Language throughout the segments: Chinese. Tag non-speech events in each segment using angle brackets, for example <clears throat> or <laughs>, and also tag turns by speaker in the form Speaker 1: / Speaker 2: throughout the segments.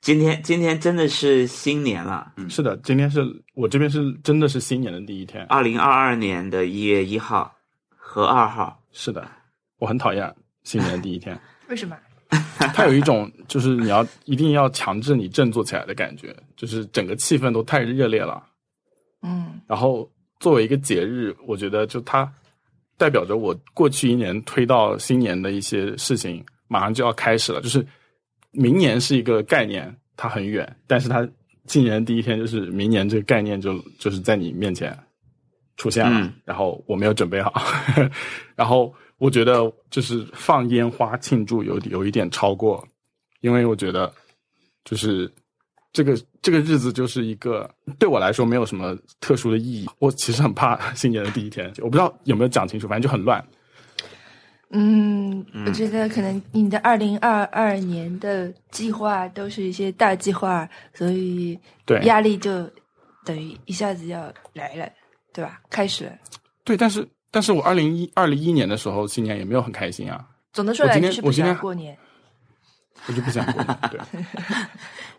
Speaker 1: 今天今天真的是新年了，
Speaker 2: 是的，今天是我这边是真的是新年的第一天。
Speaker 1: 二零二二年的一月一号和二号，
Speaker 2: 是的，我很讨厌新年的第一天，
Speaker 3: 为什么？
Speaker 2: 它有一种就是你要一定要强制你振作起来的感觉，就是整个气氛都太热烈了。
Speaker 3: 嗯，
Speaker 2: 然后作为一个节日，我觉得就它代表着我过去一年推到新年的一些事情，马上就要开始了。就是明年是一个概念，它很远，但是它进年第一天就是明年这个概念就就是在你面前出现了，
Speaker 1: 嗯
Speaker 2: 然后我没有准备好， <laughs> 然后我觉得就是放烟花庆祝有有一点超过，因为我觉得就是这个这个日子就是一个对我来说没有什么特殊的意义。我其实很怕 <laughs> 新年的第一天，我不知道有没有讲清楚，反正就很乱。
Speaker 3: 嗯，我觉得可能你的二零二二年的计划都是一些大计划，所以
Speaker 2: 对
Speaker 3: 压力就等于一下子要来了，对吧？开始了。
Speaker 2: 对，但是但是我二零一二零一年的时候新年也没有很开心啊，
Speaker 3: 总的说
Speaker 2: 我
Speaker 3: 来
Speaker 2: 今
Speaker 3: 就
Speaker 2: 天
Speaker 3: 是不
Speaker 2: 我今天
Speaker 3: 想
Speaker 2: 啊
Speaker 3: 过年。
Speaker 2: 我就不想过年。对，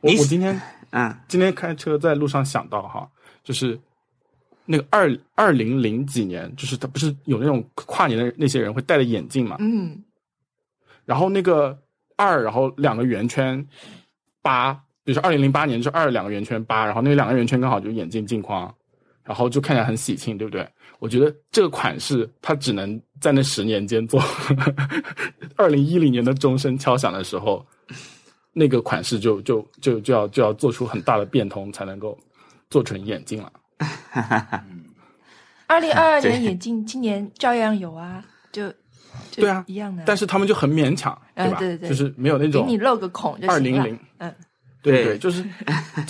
Speaker 2: 我
Speaker 1: 你
Speaker 2: 我今天
Speaker 1: 嗯
Speaker 2: 今天开车在路上想到哈，就是那个二二零零几年，就是他不是有那种跨年的那些人会戴着眼镜嘛，
Speaker 3: 嗯，
Speaker 2: 然后那个二，然后两个圆圈八，比如说二零零八年是二两个圆圈八，然后那两个圆圈刚好就眼镜镜框，然后就看起来很喜庆，对不对？我觉得这个款式它只能在那十年间做， <laughs> 二零一零年的钟声敲响的时候，那个款式就就就就要就要做出很大的变通，才能够做成眼镜了。
Speaker 3: 二零二二
Speaker 1: 对
Speaker 3: 年眼镜今年照样有啊，就就
Speaker 2: 对啊
Speaker 3: 一样的。
Speaker 2: 但是他们就很勉强，
Speaker 3: 哎
Speaker 2: 吧？
Speaker 3: 对对
Speaker 2: 就是没有那
Speaker 3: 给
Speaker 2: 种
Speaker 3: 你露个孔就
Speaker 2: 二
Speaker 3: 行
Speaker 2: 零
Speaker 3: 了。
Speaker 2: 零，
Speaker 3: 嗯， <laughs>
Speaker 2: 对
Speaker 1: 对
Speaker 2: 对，
Speaker 1: <laughs>
Speaker 2: 就是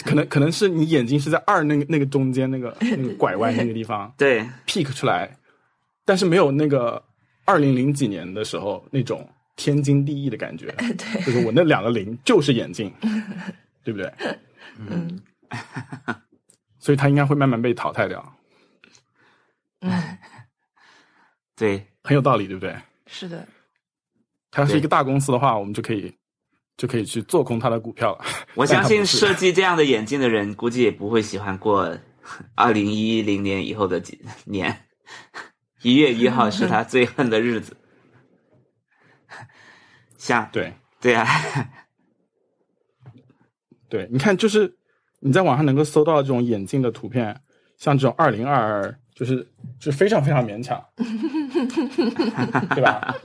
Speaker 2: 可能可能是你眼睛是在二那个那个中间那个那个拐弯那个地方
Speaker 1: 对
Speaker 2: peak 出来，但是没有那个二零零几年的时候那种天经地义的感觉，
Speaker 3: 对，
Speaker 2: 就是我那两个零就是
Speaker 1: <laughs>
Speaker 2: 眼镜，对不对？
Speaker 3: 嗯
Speaker 2: 所以它应该会慢慢被淘汰掉，
Speaker 3: 嗯，
Speaker 1: 对，
Speaker 2: 很有道理，对不对？
Speaker 3: 是的，
Speaker 2: 它要是
Speaker 1: 对
Speaker 2: 一个大公司的话，我们就可以就可以去做空它的股票了。
Speaker 1: 我
Speaker 2: 但
Speaker 1: 相
Speaker 2: 它不
Speaker 1: 信
Speaker 2: 是
Speaker 1: 设计这样的眼镜的人，估计也不会喜欢过 <laughs> 二零一零年以后的几年。一月一
Speaker 2: <laughs>
Speaker 1: 号是他最恨的日子， <laughs> 像
Speaker 2: 对
Speaker 1: 对啊， <laughs>
Speaker 2: 对，你看，就是你在网上能够搜到这种眼镜的图片，像这种二零二二，就是就是非常非常勉强，对吧？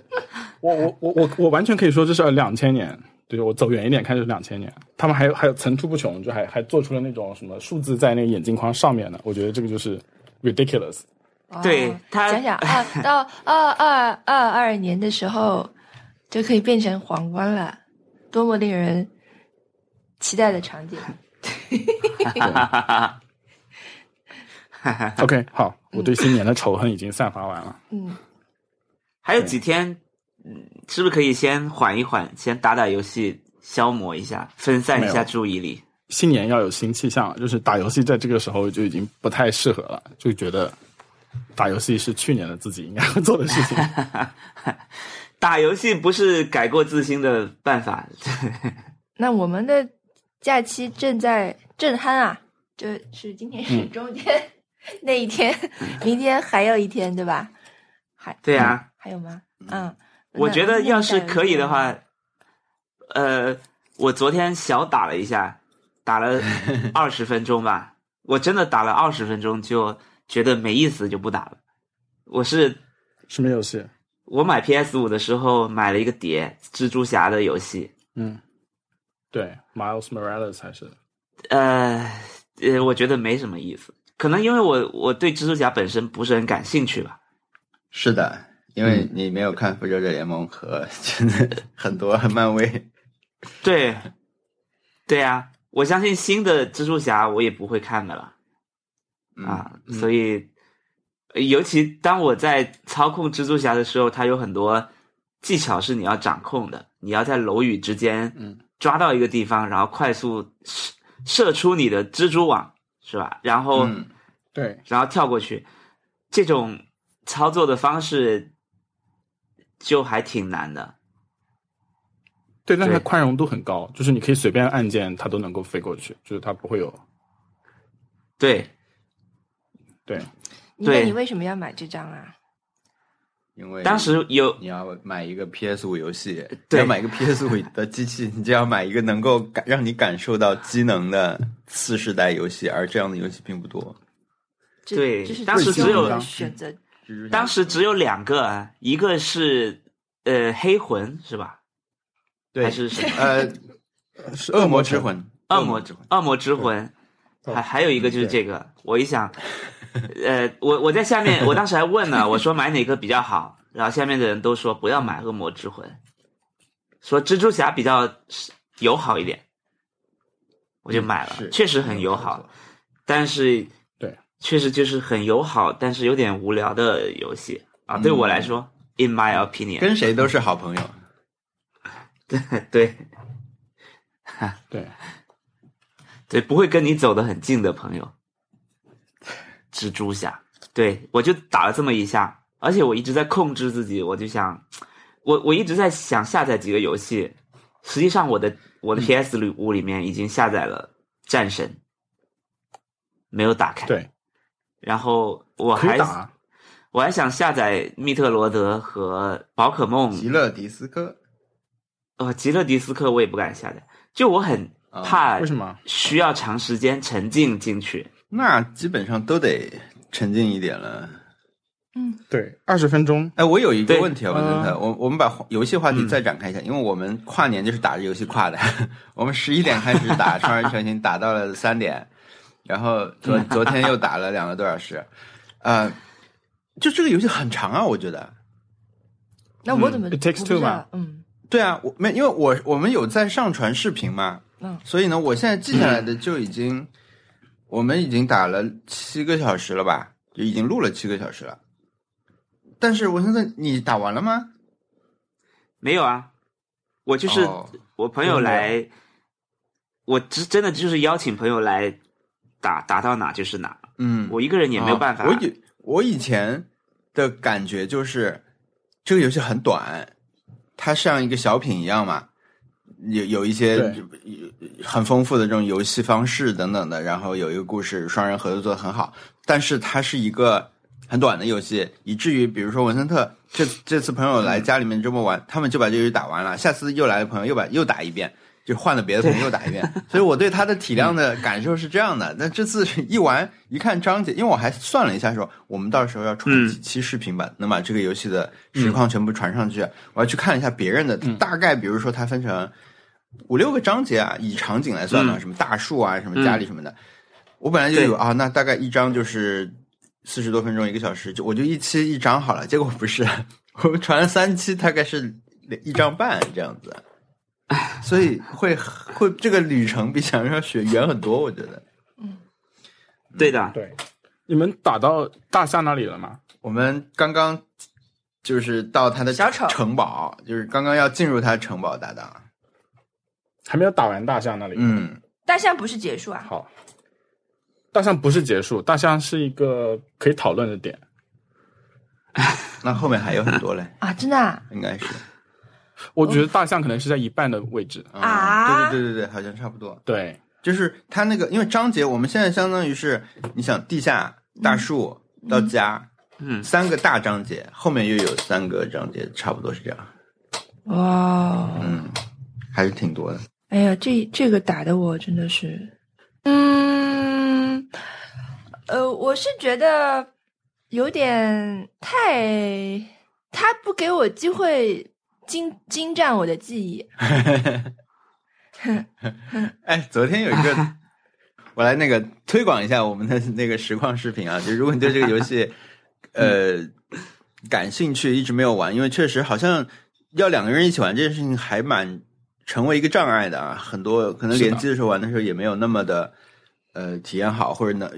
Speaker 2: 我我我我我完全可以说这是两千年，对我走远一点看就是两千年，他们还有还有层出不穷，就还还做出了那种什么数字在那个眼镜框上面的，我觉得这个就是 ridiculous。
Speaker 3: 哦
Speaker 1: 对他
Speaker 3: 想想
Speaker 1: <laughs>
Speaker 3: 啊，到二二二二年的时候，就可以变成皇冠了，多么令人期待的场景！
Speaker 2: OK，好，我对新年的仇恨已经散发完了。
Speaker 3: 嗯，
Speaker 1: 还有几天，嗯，是不是可以先缓一缓，先打打游戏，消磨一下，分散一
Speaker 2: 没有
Speaker 1: 下注意力？
Speaker 2: 新年要有新气象，就是打游戏在这个时候就已经不太适合了，就觉得打游戏是去年的自己应该会做的
Speaker 1: <laughs>
Speaker 2: 事情。
Speaker 1: 打游戏不是改过自新的办
Speaker 3: <laughs>
Speaker 1: 法，
Speaker 3: 那我们的假期正在正酣啊，这是今天
Speaker 2: 嗯
Speaker 3: 是中间、那一天，明天还有一天，对吧？还
Speaker 1: 对啊。
Speaker 3: 还有吗？嗯，
Speaker 1: 我
Speaker 3: 那
Speaker 1: 觉得
Speaker 3: 那
Speaker 1: 要
Speaker 3: 你
Speaker 1: 是
Speaker 3: 打游
Speaker 1: 可以
Speaker 3: 戏
Speaker 1: 的
Speaker 3: 吗
Speaker 1: 话，呃，我昨天小打了一下，打了
Speaker 3: <laughs>
Speaker 1: 二十分钟吧，我真的打了二十分钟就觉得没意思，就不打了。我是
Speaker 2: 什么游戏？
Speaker 1: 我买 PS 五的时候买了一个碟《蜘蛛侠》的游戏，
Speaker 2: 嗯，对，Miles Morales 还是
Speaker 1: 呃呃，我觉得没什么意思，可能因为我我对蜘蛛侠本身不是很感兴趣吧。
Speaker 4: 是的，因
Speaker 1: 嗯
Speaker 4: 为你没有看《复仇者联盟》和 <laughs> 真的很多漫威，
Speaker 1: 对，对啊，我相信新的蜘蛛侠我也不会看的了。
Speaker 4: 嗯、
Speaker 1: 啊，所以呃尤其当我在操控蜘蛛侠的时候，它有很多技巧是你要掌控的，你要在楼宇之间
Speaker 2: 嗯
Speaker 1: 抓到一个地方，然后快速射射出你的蜘蛛网，是吧？然后、
Speaker 4: 嗯，
Speaker 2: 对，
Speaker 1: 然后跳过去，这种操作的方式就还挺难的。
Speaker 2: 对，但它
Speaker 1: 对
Speaker 2: 宽容度很高，就是你可以随便按键，它都能够飞过去，就是它不会有
Speaker 1: 对，
Speaker 2: 对。
Speaker 3: 你那
Speaker 1: 对
Speaker 3: 你为什么要买这张啊？
Speaker 4: 因为
Speaker 1: 当时有
Speaker 4: 你要买一个 PS 五游戏，
Speaker 1: 对
Speaker 4: 要买一个 PS 五的机器，你就要买一个能够感让你感受到机能的次世代游戏，而这样的游戏并不多。
Speaker 3: 这
Speaker 1: 对
Speaker 3: 这是
Speaker 1: 当
Speaker 2: 时
Speaker 3: 最
Speaker 2: 只
Speaker 3: 重要
Speaker 2: 有
Speaker 3: 的选择，
Speaker 4: 蜘蛛侠
Speaker 1: 当时只有两个，啊，一个是呃黑魂是吧？
Speaker 4: 对
Speaker 1: 还是什
Speaker 4: <laughs>
Speaker 1: 么？ <laughs>
Speaker 4: 呃是恶魔之魂，
Speaker 1: 恶魔
Speaker 4: 之魂，
Speaker 1: 恶魔之魂，
Speaker 2: 对
Speaker 1: 还还有一个就是
Speaker 2: 对
Speaker 1: 这个。我一
Speaker 4: <laughs>
Speaker 1: 想，呃，我我在下面，我当时还问呢，我说买哪个比较好，然后下面的人都说不要买恶魔之魂，说蜘蛛侠比较友好一点，我就买了，
Speaker 4: 嗯是
Speaker 1: 确实很友好，。但是
Speaker 2: 对，
Speaker 1: 确实就是很友好，但是有点无聊的游戏啊，对我来说。In my opinion，
Speaker 4: 嗯跟谁都是好朋友。
Speaker 1: <laughs> 对
Speaker 2: 对，
Speaker 1: 对，不会跟你走得很近的朋友，蜘蛛侠，对我就打了这么一下，而且我一直在控制自己，我就想，我我一直在想下载几个游戏，实际上我的我
Speaker 2: 嗯
Speaker 1: 的 PS 里屋里面已经下载了战神，没有打开，
Speaker 2: 对，
Speaker 1: 然后我
Speaker 2: 可
Speaker 1: 还
Speaker 2: 以打，啊
Speaker 1: 我还想下载密特罗德和宝可梦
Speaker 4: 极乐迪斯科
Speaker 1: 呃，极乐迪斯科我也不敢下载，就我很
Speaker 4: 啊
Speaker 1: 怕
Speaker 2: 为什么？
Speaker 1: 需要长时间沉浸进去。
Speaker 4: 那基本上都得沉浸一点了。
Speaker 3: 嗯，
Speaker 2: 对，二十分钟，
Speaker 4: 哎，我有一个
Speaker 1: 对
Speaker 4: 问题啊，文森特，
Speaker 2: 嗯
Speaker 4: 我我们把话游戏话题再展开一下，因为我们跨年就是打着游戏跨的， <laughs> 我们十一点开始打双人成行，打到了三点，然后昨昨天又打了两个多小时，呃，就这个游戏很长啊，我觉得。
Speaker 3: 那我怎么
Speaker 2: 嗯 It takes
Speaker 3: 我不知
Speaker 2: two
Speaker 3: 道
Speaker 2: 嘛？
Speaker 3: 嗯
Speaker 4: 对啊，我没因为我我们有在上传视频嘛，
Speaker 3: 嗯，
Speaker 4: 所以呢，我现在记下来的就已经，我们已经打了七个小时了吧，就已经录了七个小时了。但是文森特，你打完了吗？
Speaker 1: 没有啊，我就是
Speaker 4: 哦
Speaker 1: 我朋友来，我真真的就是邀请朋友来打打到哪就是哪，
Speaker 4: 嗯，
Speaker 1: 我一个人也没有办法。
Speaker 4: 啊我以我以前的感觉就是，这个游戏很短，它像一个小品一样嘛，有有一些
Speaker 2: 对
Speaker 4: 有很丰富的这种游戏方式等等的，然后有一个故事，双人合作做的很好，但是它是一个很短的游戏，以至于比如说文森特这这次朋友来家里面这么玩，他们就把这游戏打完了，下次又来的朋友又把又打一遍。就换了别的朋友打一遍，所以我对他的体量的感受是这样的。但这次一玩一看章节，因为我还算了一下说，我们到时候要传
Speaker 1: 嗯
Speaker 4: 几期视频版，能把这个游戏的实况全部传上去。我要去看一下别人的，
Speaker 1: 嗯
Speaker 4: 大概比如说它分成五六个章节啊，以场景来算嘛，
Speaker 1: 嗯
Speaker 4: 什么大树啊，什么家里什么的。我本来就有
Speaker 1: 对
Speaker 4: 啊，那大概一章就是四十多分钟，一个小时，就我就一期一章好了。结果不是， <laughs> 我们传了三期，大概是一章半这样子，所以会会这个旅程比想象学远很多，我觉得。
Speaker 1: 对的，
Speaker 2: 对，你们打到大夏那里了吗？
Speaker 4: 我们刚刚就是到他的
Speaker 3: 小丑
Speaker 4: 城堡，就是刚刚要进入他的城堡，搭档。
Speaker 2: 还没有打完大象那里。，
Speaker 4: 嗯，
Speaker 3: 大象不是结束啊？
Speaker 2: 好。大象不是结束，大象是一个可以讨论的点。
Speaker 4: 那后面还有很多嘞，
Speaker 3: 啊，真的啊？
Speaker 4: 应该是
Speaker 2: 我觉得大象可能是在一半的位置。
Speaker 3: 啊
Speaker 4: 嗯对对对对对，好像差不多。
Speaker 2: 对，
Speaker 4: 就是他那个，因为章节我们现在相当于是，你想地下、大树到家、
Speaker 1: 嗯，
Speaker 4: 三个大章节，后面又有三个章节，差不多是这样。
Speaker 3: 哇哦，
Speaker 4: 嗯，还是挺多的。
Speaker 3: 哎呀，这这个打的我真的是，嗯，呃，我是觉得有点太，他不给我机会精精湛我的记忆，
Speaker 4: <laughs> 哎，昨天有一个，我来那个推广一下我们的那个实况视频啊，就如果你对这个游戏呃感兴趣，一直没有玩，因为确实好像要两个人一起玩这件事情还蛮成为一个障碍的啊，很多可能
Speaker 2: 是的
Speaker 4: 联机的时候玩的时候也没有那么的。呃，体验好或者呢，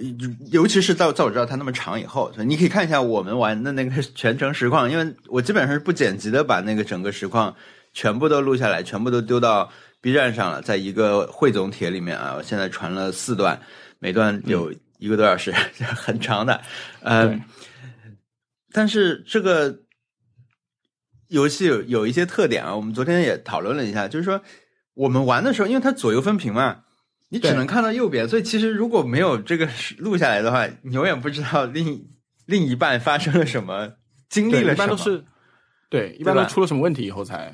Speaker 4: 尤其是在在我知道它那么长以后，所以你可以看一下我们玩的那个全程实况，因为我基本上是不剪辑的，把那个整个实况全部都录下来，全部都丢到 B 站上了，在一个汇总帖里面啊，我现在传了四段，每段有
Speaker 2: 嗯
Speaker 4: 一个多小时， <laughs> 很长的，呃
Speaker 2: 对，
Speaker 4: 但是这个游戏有有一些特点啊，我们昨天也讨论了一下，就是说我们玩的时候，因为它左右分屏嘛，你只
Speaker 2: 对
Speaker 4: 能看到右边，所以其实如果没有这个录下来的话，你永远不知道另另一半发生了什么，经历
Speaker 2: 对，
Speaker 4: 了
Speaker 2: 一
Speaker 4: 什
Speaker 2: 般
Speaker 4: 么
Speaker 2: 都。是对，一
Speaker 4: 对
Speaker 2: 般都
Speaker 4: 吧
Speaker 2: 出了什么问题以后才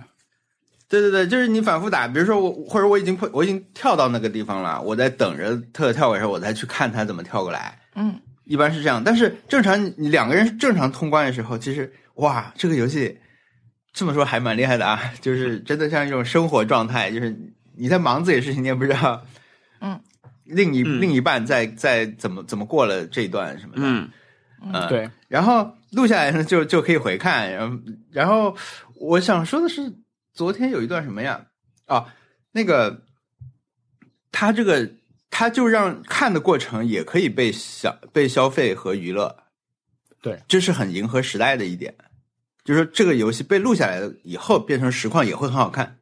Speaker 4: 对对对，就是你反复打，比如说我或者我已经我已经跳到那个地方了，我在等着特跳过来的时候，我再去看他怎么跳过来。
Speaker 3: 嗯，
Speaker 4: 一般是这样。但是正常你两个人正常通关的时候，其实哇，这个游戏这么说还蛮厉害的啊，就是真的像一种生活状态，就是你在忙自己的事情，你也不知道，
Speaker 3: 嗯，
Speaker 4: 另一、
Speaker 1: 嗯
Speaker 4: 另一半在在怎么怎么过了这一段什么的，
Speaker 1: 嗯，
Speaker 4: 呃
Speaker 2: 对。
Speaker 4: 然后录下来呢，就就可以回看。然后，然后我想说的是，昨天有一段什么呀？啊，那个他这个他就让看的过程也可以被消被消费和娱乐，
Speaker 2: 对，
Speaker 4: 这是很迎合时代的一点。就是说，这个游戏被录下来了以后，变成实况也会很好看。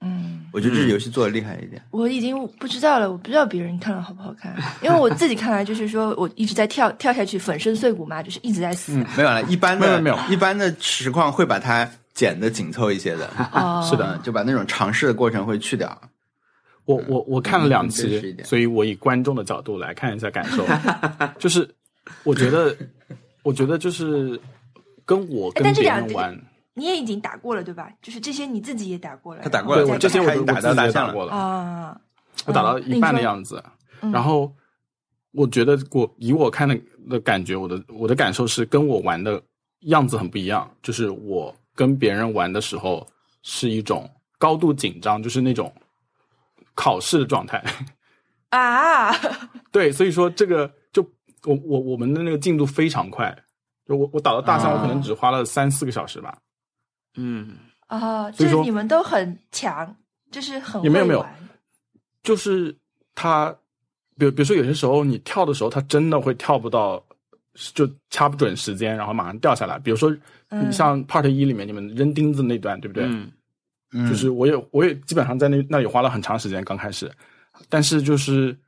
Speaker 3: 嗯，
Speaker 4: 我觉得这
Speaker 1: 嗯
Speaker 4: 游戏做的厉害一点。
Speaker 3: 我已经不知道了，我不知道别人看了好不好看， <laughs> 因为我自己看来就是说我一直在跳跳下去，粉身碎骨嘛，就是一直在死。
Speaker 2: 嗯
Speaker 4: 没有了，一般的
Speaker 2: 没有没有
Speaker 4: 一般的实况会把它剪的紧凑一些的，
Speaker 3: 哦，
Speaker 2: <laughs> 是的
Speaker 4: 嗯，就把那种尝试的过程会去掉。
Speaker 2: 我我我看了两
Speaker 4: 嗯真实一
Speaker 2: 期，
Speaker 4: 点
Speaker 2: 所以我以观众的角度来看一下感
Speaker 4: <laughs>
Speaker 2: 受，就是我觉得，我觉得就是跟我
Speaker 3: 哎
Speaker 2: 跟
Speaker 3: 但这
Speaker 2: 别
Speaker 3: 两
Speaker 2: 人玩，
Speaker 3: 你也已经打过了对吧？就是这些你自己也打过了，
Speaker 4: 他打过
Speaker 2: 对
Speaker 3: 然
Speaker 4: 来
Speaker 3: 后
Speaker 2: 我这
Speaker 3: 再
Speaker 2: 些
Speaker 3: 看
Speaker 2: 我
Speaker 4: 他
Speaker 2: 都我
Speaker 4: 已经打
Speaker 2: 自己
Speaker 4: 到大
Speaker 2: 也
Speaker 4: 象
Speaker 2: 打过了，
Speaker 3: 啊，
Speaker 2: 我打到
Speaker 3: 嗯
Speaker 2: 一半
Speaker 3: 你
Speaker 2: 的
Speaker 3: 说
Speaker 2: 样子，
Speaker 3: 嗯
Speaker 2: 然后我觉得我以我看的的感觉，我的我的感受是跟我玩的样子很不一样，就是我跟别人玩的时候是一种高度紧张，就是那种考试的状态。 <laughs>
Speaker 3: 啊， <laughs>
Speaker 2: 对，所以说这个就我我我们的那个进度非常快，就我我打到大象，
Speaker 4: 啊
Speaker 2: 我可能只花了三四个小时吧，
Speaker 1: 嗯，
Speaker 3: 哦，
Speaker 2: 所
Speaker 3: 就
Speaker 2: 以
Speaker 3: 是
Speaker 2: 说
Speaker 3: 你们都很强，就是很
Speaker 2: 也没有
Speaker 3: 会
Speaker 2: 没有
Speaker 3: 玩
Speaker 2: 就是它，比如比如说有些时候你跳的时候，它真的会跳不到，就掐不准时间，然后马上掉下来。比如说
Speaker 3: 嗯
Speaker 2: 你像 Part 一里面你们扔钉子那段，对不对？
Speaker 1: 嗯
Speaker 4: 嗯
Speaker 2: 就是我也我也基本上在那那里花了很长时间刚开始，但是就是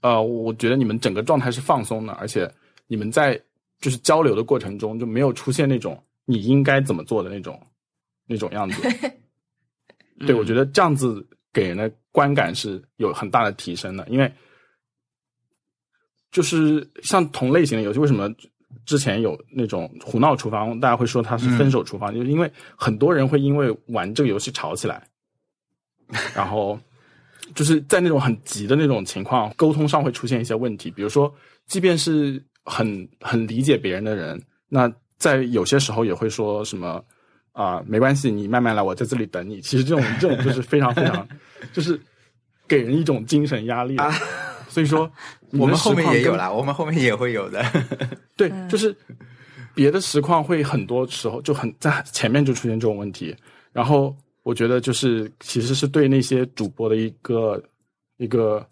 Speaker 2: 呃，我觉得你们整个状态是放松的，而且你们在就是交流的过程中就没有出现那种你应该怎么做的那种那种样子。
Speaker 1: 嗯
Speaker 2: 对，我觉得这样子给人的观感是有很大的提升的，因为就是像同类型的游戏，为什么之前有那种胡闹厨房，大家会说它是分手厨房，就是因为很多人会因为玩这个游戏吵起来，然后就是在那种很急的那种情况，沟通上会出现一些问题，比如说，即便是很很理解别人的人，那在有些时候也会说什么。啊、没关系，你慢慢来，我在这里等你。其实这种这种就是非常非
Speaker 4: <laughs>
Speaker 2: 常，就是给人一种精神压力的。所以说，你
Speaker 4: 啊我们
Speaker 2: 的
Speaker 4: 后面
Speaker 2: 实况
Speaker 4: 也有
Speaker 2: 跟
Speaker 4: 啦，我们后面也会有 <laughs> 的。
Speaker 2: 对，
Speaker 3: 嗯
Speaker 2: 就是别的实况会很多时候就很在前面就出现这种问题，然后我觉得就是其实是对那些主播的一个一个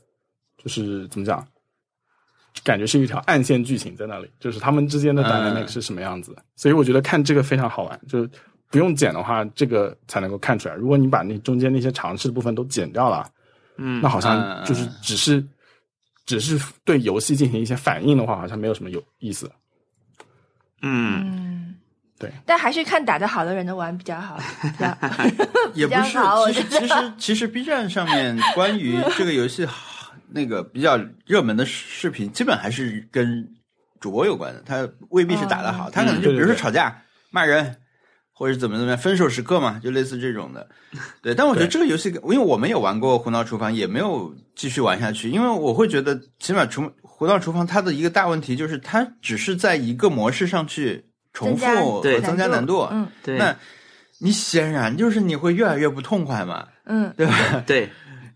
Speaker 2: 就是怎么讲，感觉是一条暗线剧情在那里，就是他们之间的
Speaker 4: 嗯
Speaker 2: dynamic 是什么样子，所以我觉得看这个非常好玩，就是不用剪的话，这个才能够看出来。如果你把那中间那些尝试的部分都剪掉了，
Speaker 1: 嗯
Speaker 2: 那好像
Speaker 4: 嗯
Speaker 2: 就是
Speaker 4: 嗯
Speaker 2: 只是。只是对游戏进行一些反应的话，好像没有什么有意思。
Speaker 1: 嗯
Speaker 3: <laughs> 嗯，
Speaker 2: 对。
Speaker 3: 但还是看打得好的人的玩比较
Speaker 2: <laughs>
Speaker 3: 好，比较
Speaker 4: 也不
Speaker 3: 比
Speaker 4: 是
Speaker 3: 较好，我
Speaker 4: 其
Speaker 3: 觉得
Speaker 4: 实其实其实 B 站上
Speaker 3: <laughs>
Speaker 4: 面关于这个游戏好那个比较热门的视频，基本还是跟主播有关的，他未必是打得好，他可能
Speaker 2: 嗯
Speaker 4: 就
Speaker 2: 对对
Speaker 4: 比如说
Speaker 2: 对
Speaker 4: 吵架、骂人，或者怎么怎么样，分手时刻嘛，就类似这种的。对，但我觉得
Speaker 2: 对
Speaker 4: 这个游戏，因为我们也玩过《胡闹厨房》，也没有继续玩下去，因为我会觉得，起码厨《胡闹厨房》它的一个大问题就是，它只是在一个模式上去重
Speaker 3: 增加
Speaker 4: 复
Speaker 1: 对
Speaker 4: 和增加难度。
Speaker 3: 嗯
Speaker 1: 对
Speaker 4: 那你显然就是你会越来越不痛快嘛，
Speaker 3: 嗯，
Speaker 4: 对吧？
Speaker 1: 对，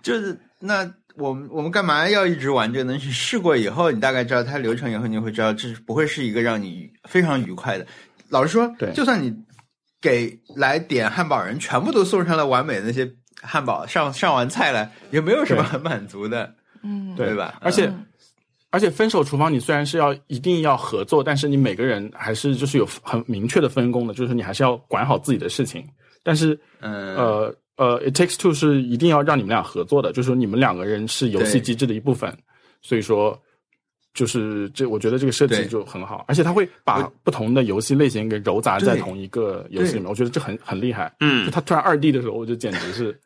Speaker 4: 就是那我们我们干嘛要一直玩这个呢？你试过以后，你大概知道它流程以后，你会知道这是不会是一个让你非常愉快的。老实说，
Speaker 2: 对
Speaker 4: 就算你给来点汉堡人全部都送上了完美的那些汉堡，上上完菜了，也没有什么
Speaker 2: 对
Speaker 4: 很满足的，
Speaker 3: 嗯，
Speaker 2: 对
Speaker 4: 对吧？
Speaker 2: 而且
Speaker 3: 嗯
Speaker 2: 而且分手厨房，你虽然是要一定要合作，但是你每个人还是就是有很明确的分工的，就是你还是要管好自己的事情。但是
Speaker 4: 嗯，
Speaker 2: 呃呃，It Takes Two 是一定要让你们俩合作的，就是说你们两个人是游戏
Speaker 4: 对
Speaker 2: 机制的一部分，所以说就是这，我觉得这个设计
Speaker 4: 对
Speaker 2: 就很好，而且它会把不同的游戏类型给糅杂在
Speaker 4: 对
Speaker 2: 同一个游戏里面，我觉得这很很厉害。就
Speaker 1: 嗯，
Speaker 2: 它突然二 D 的时候，我就简直是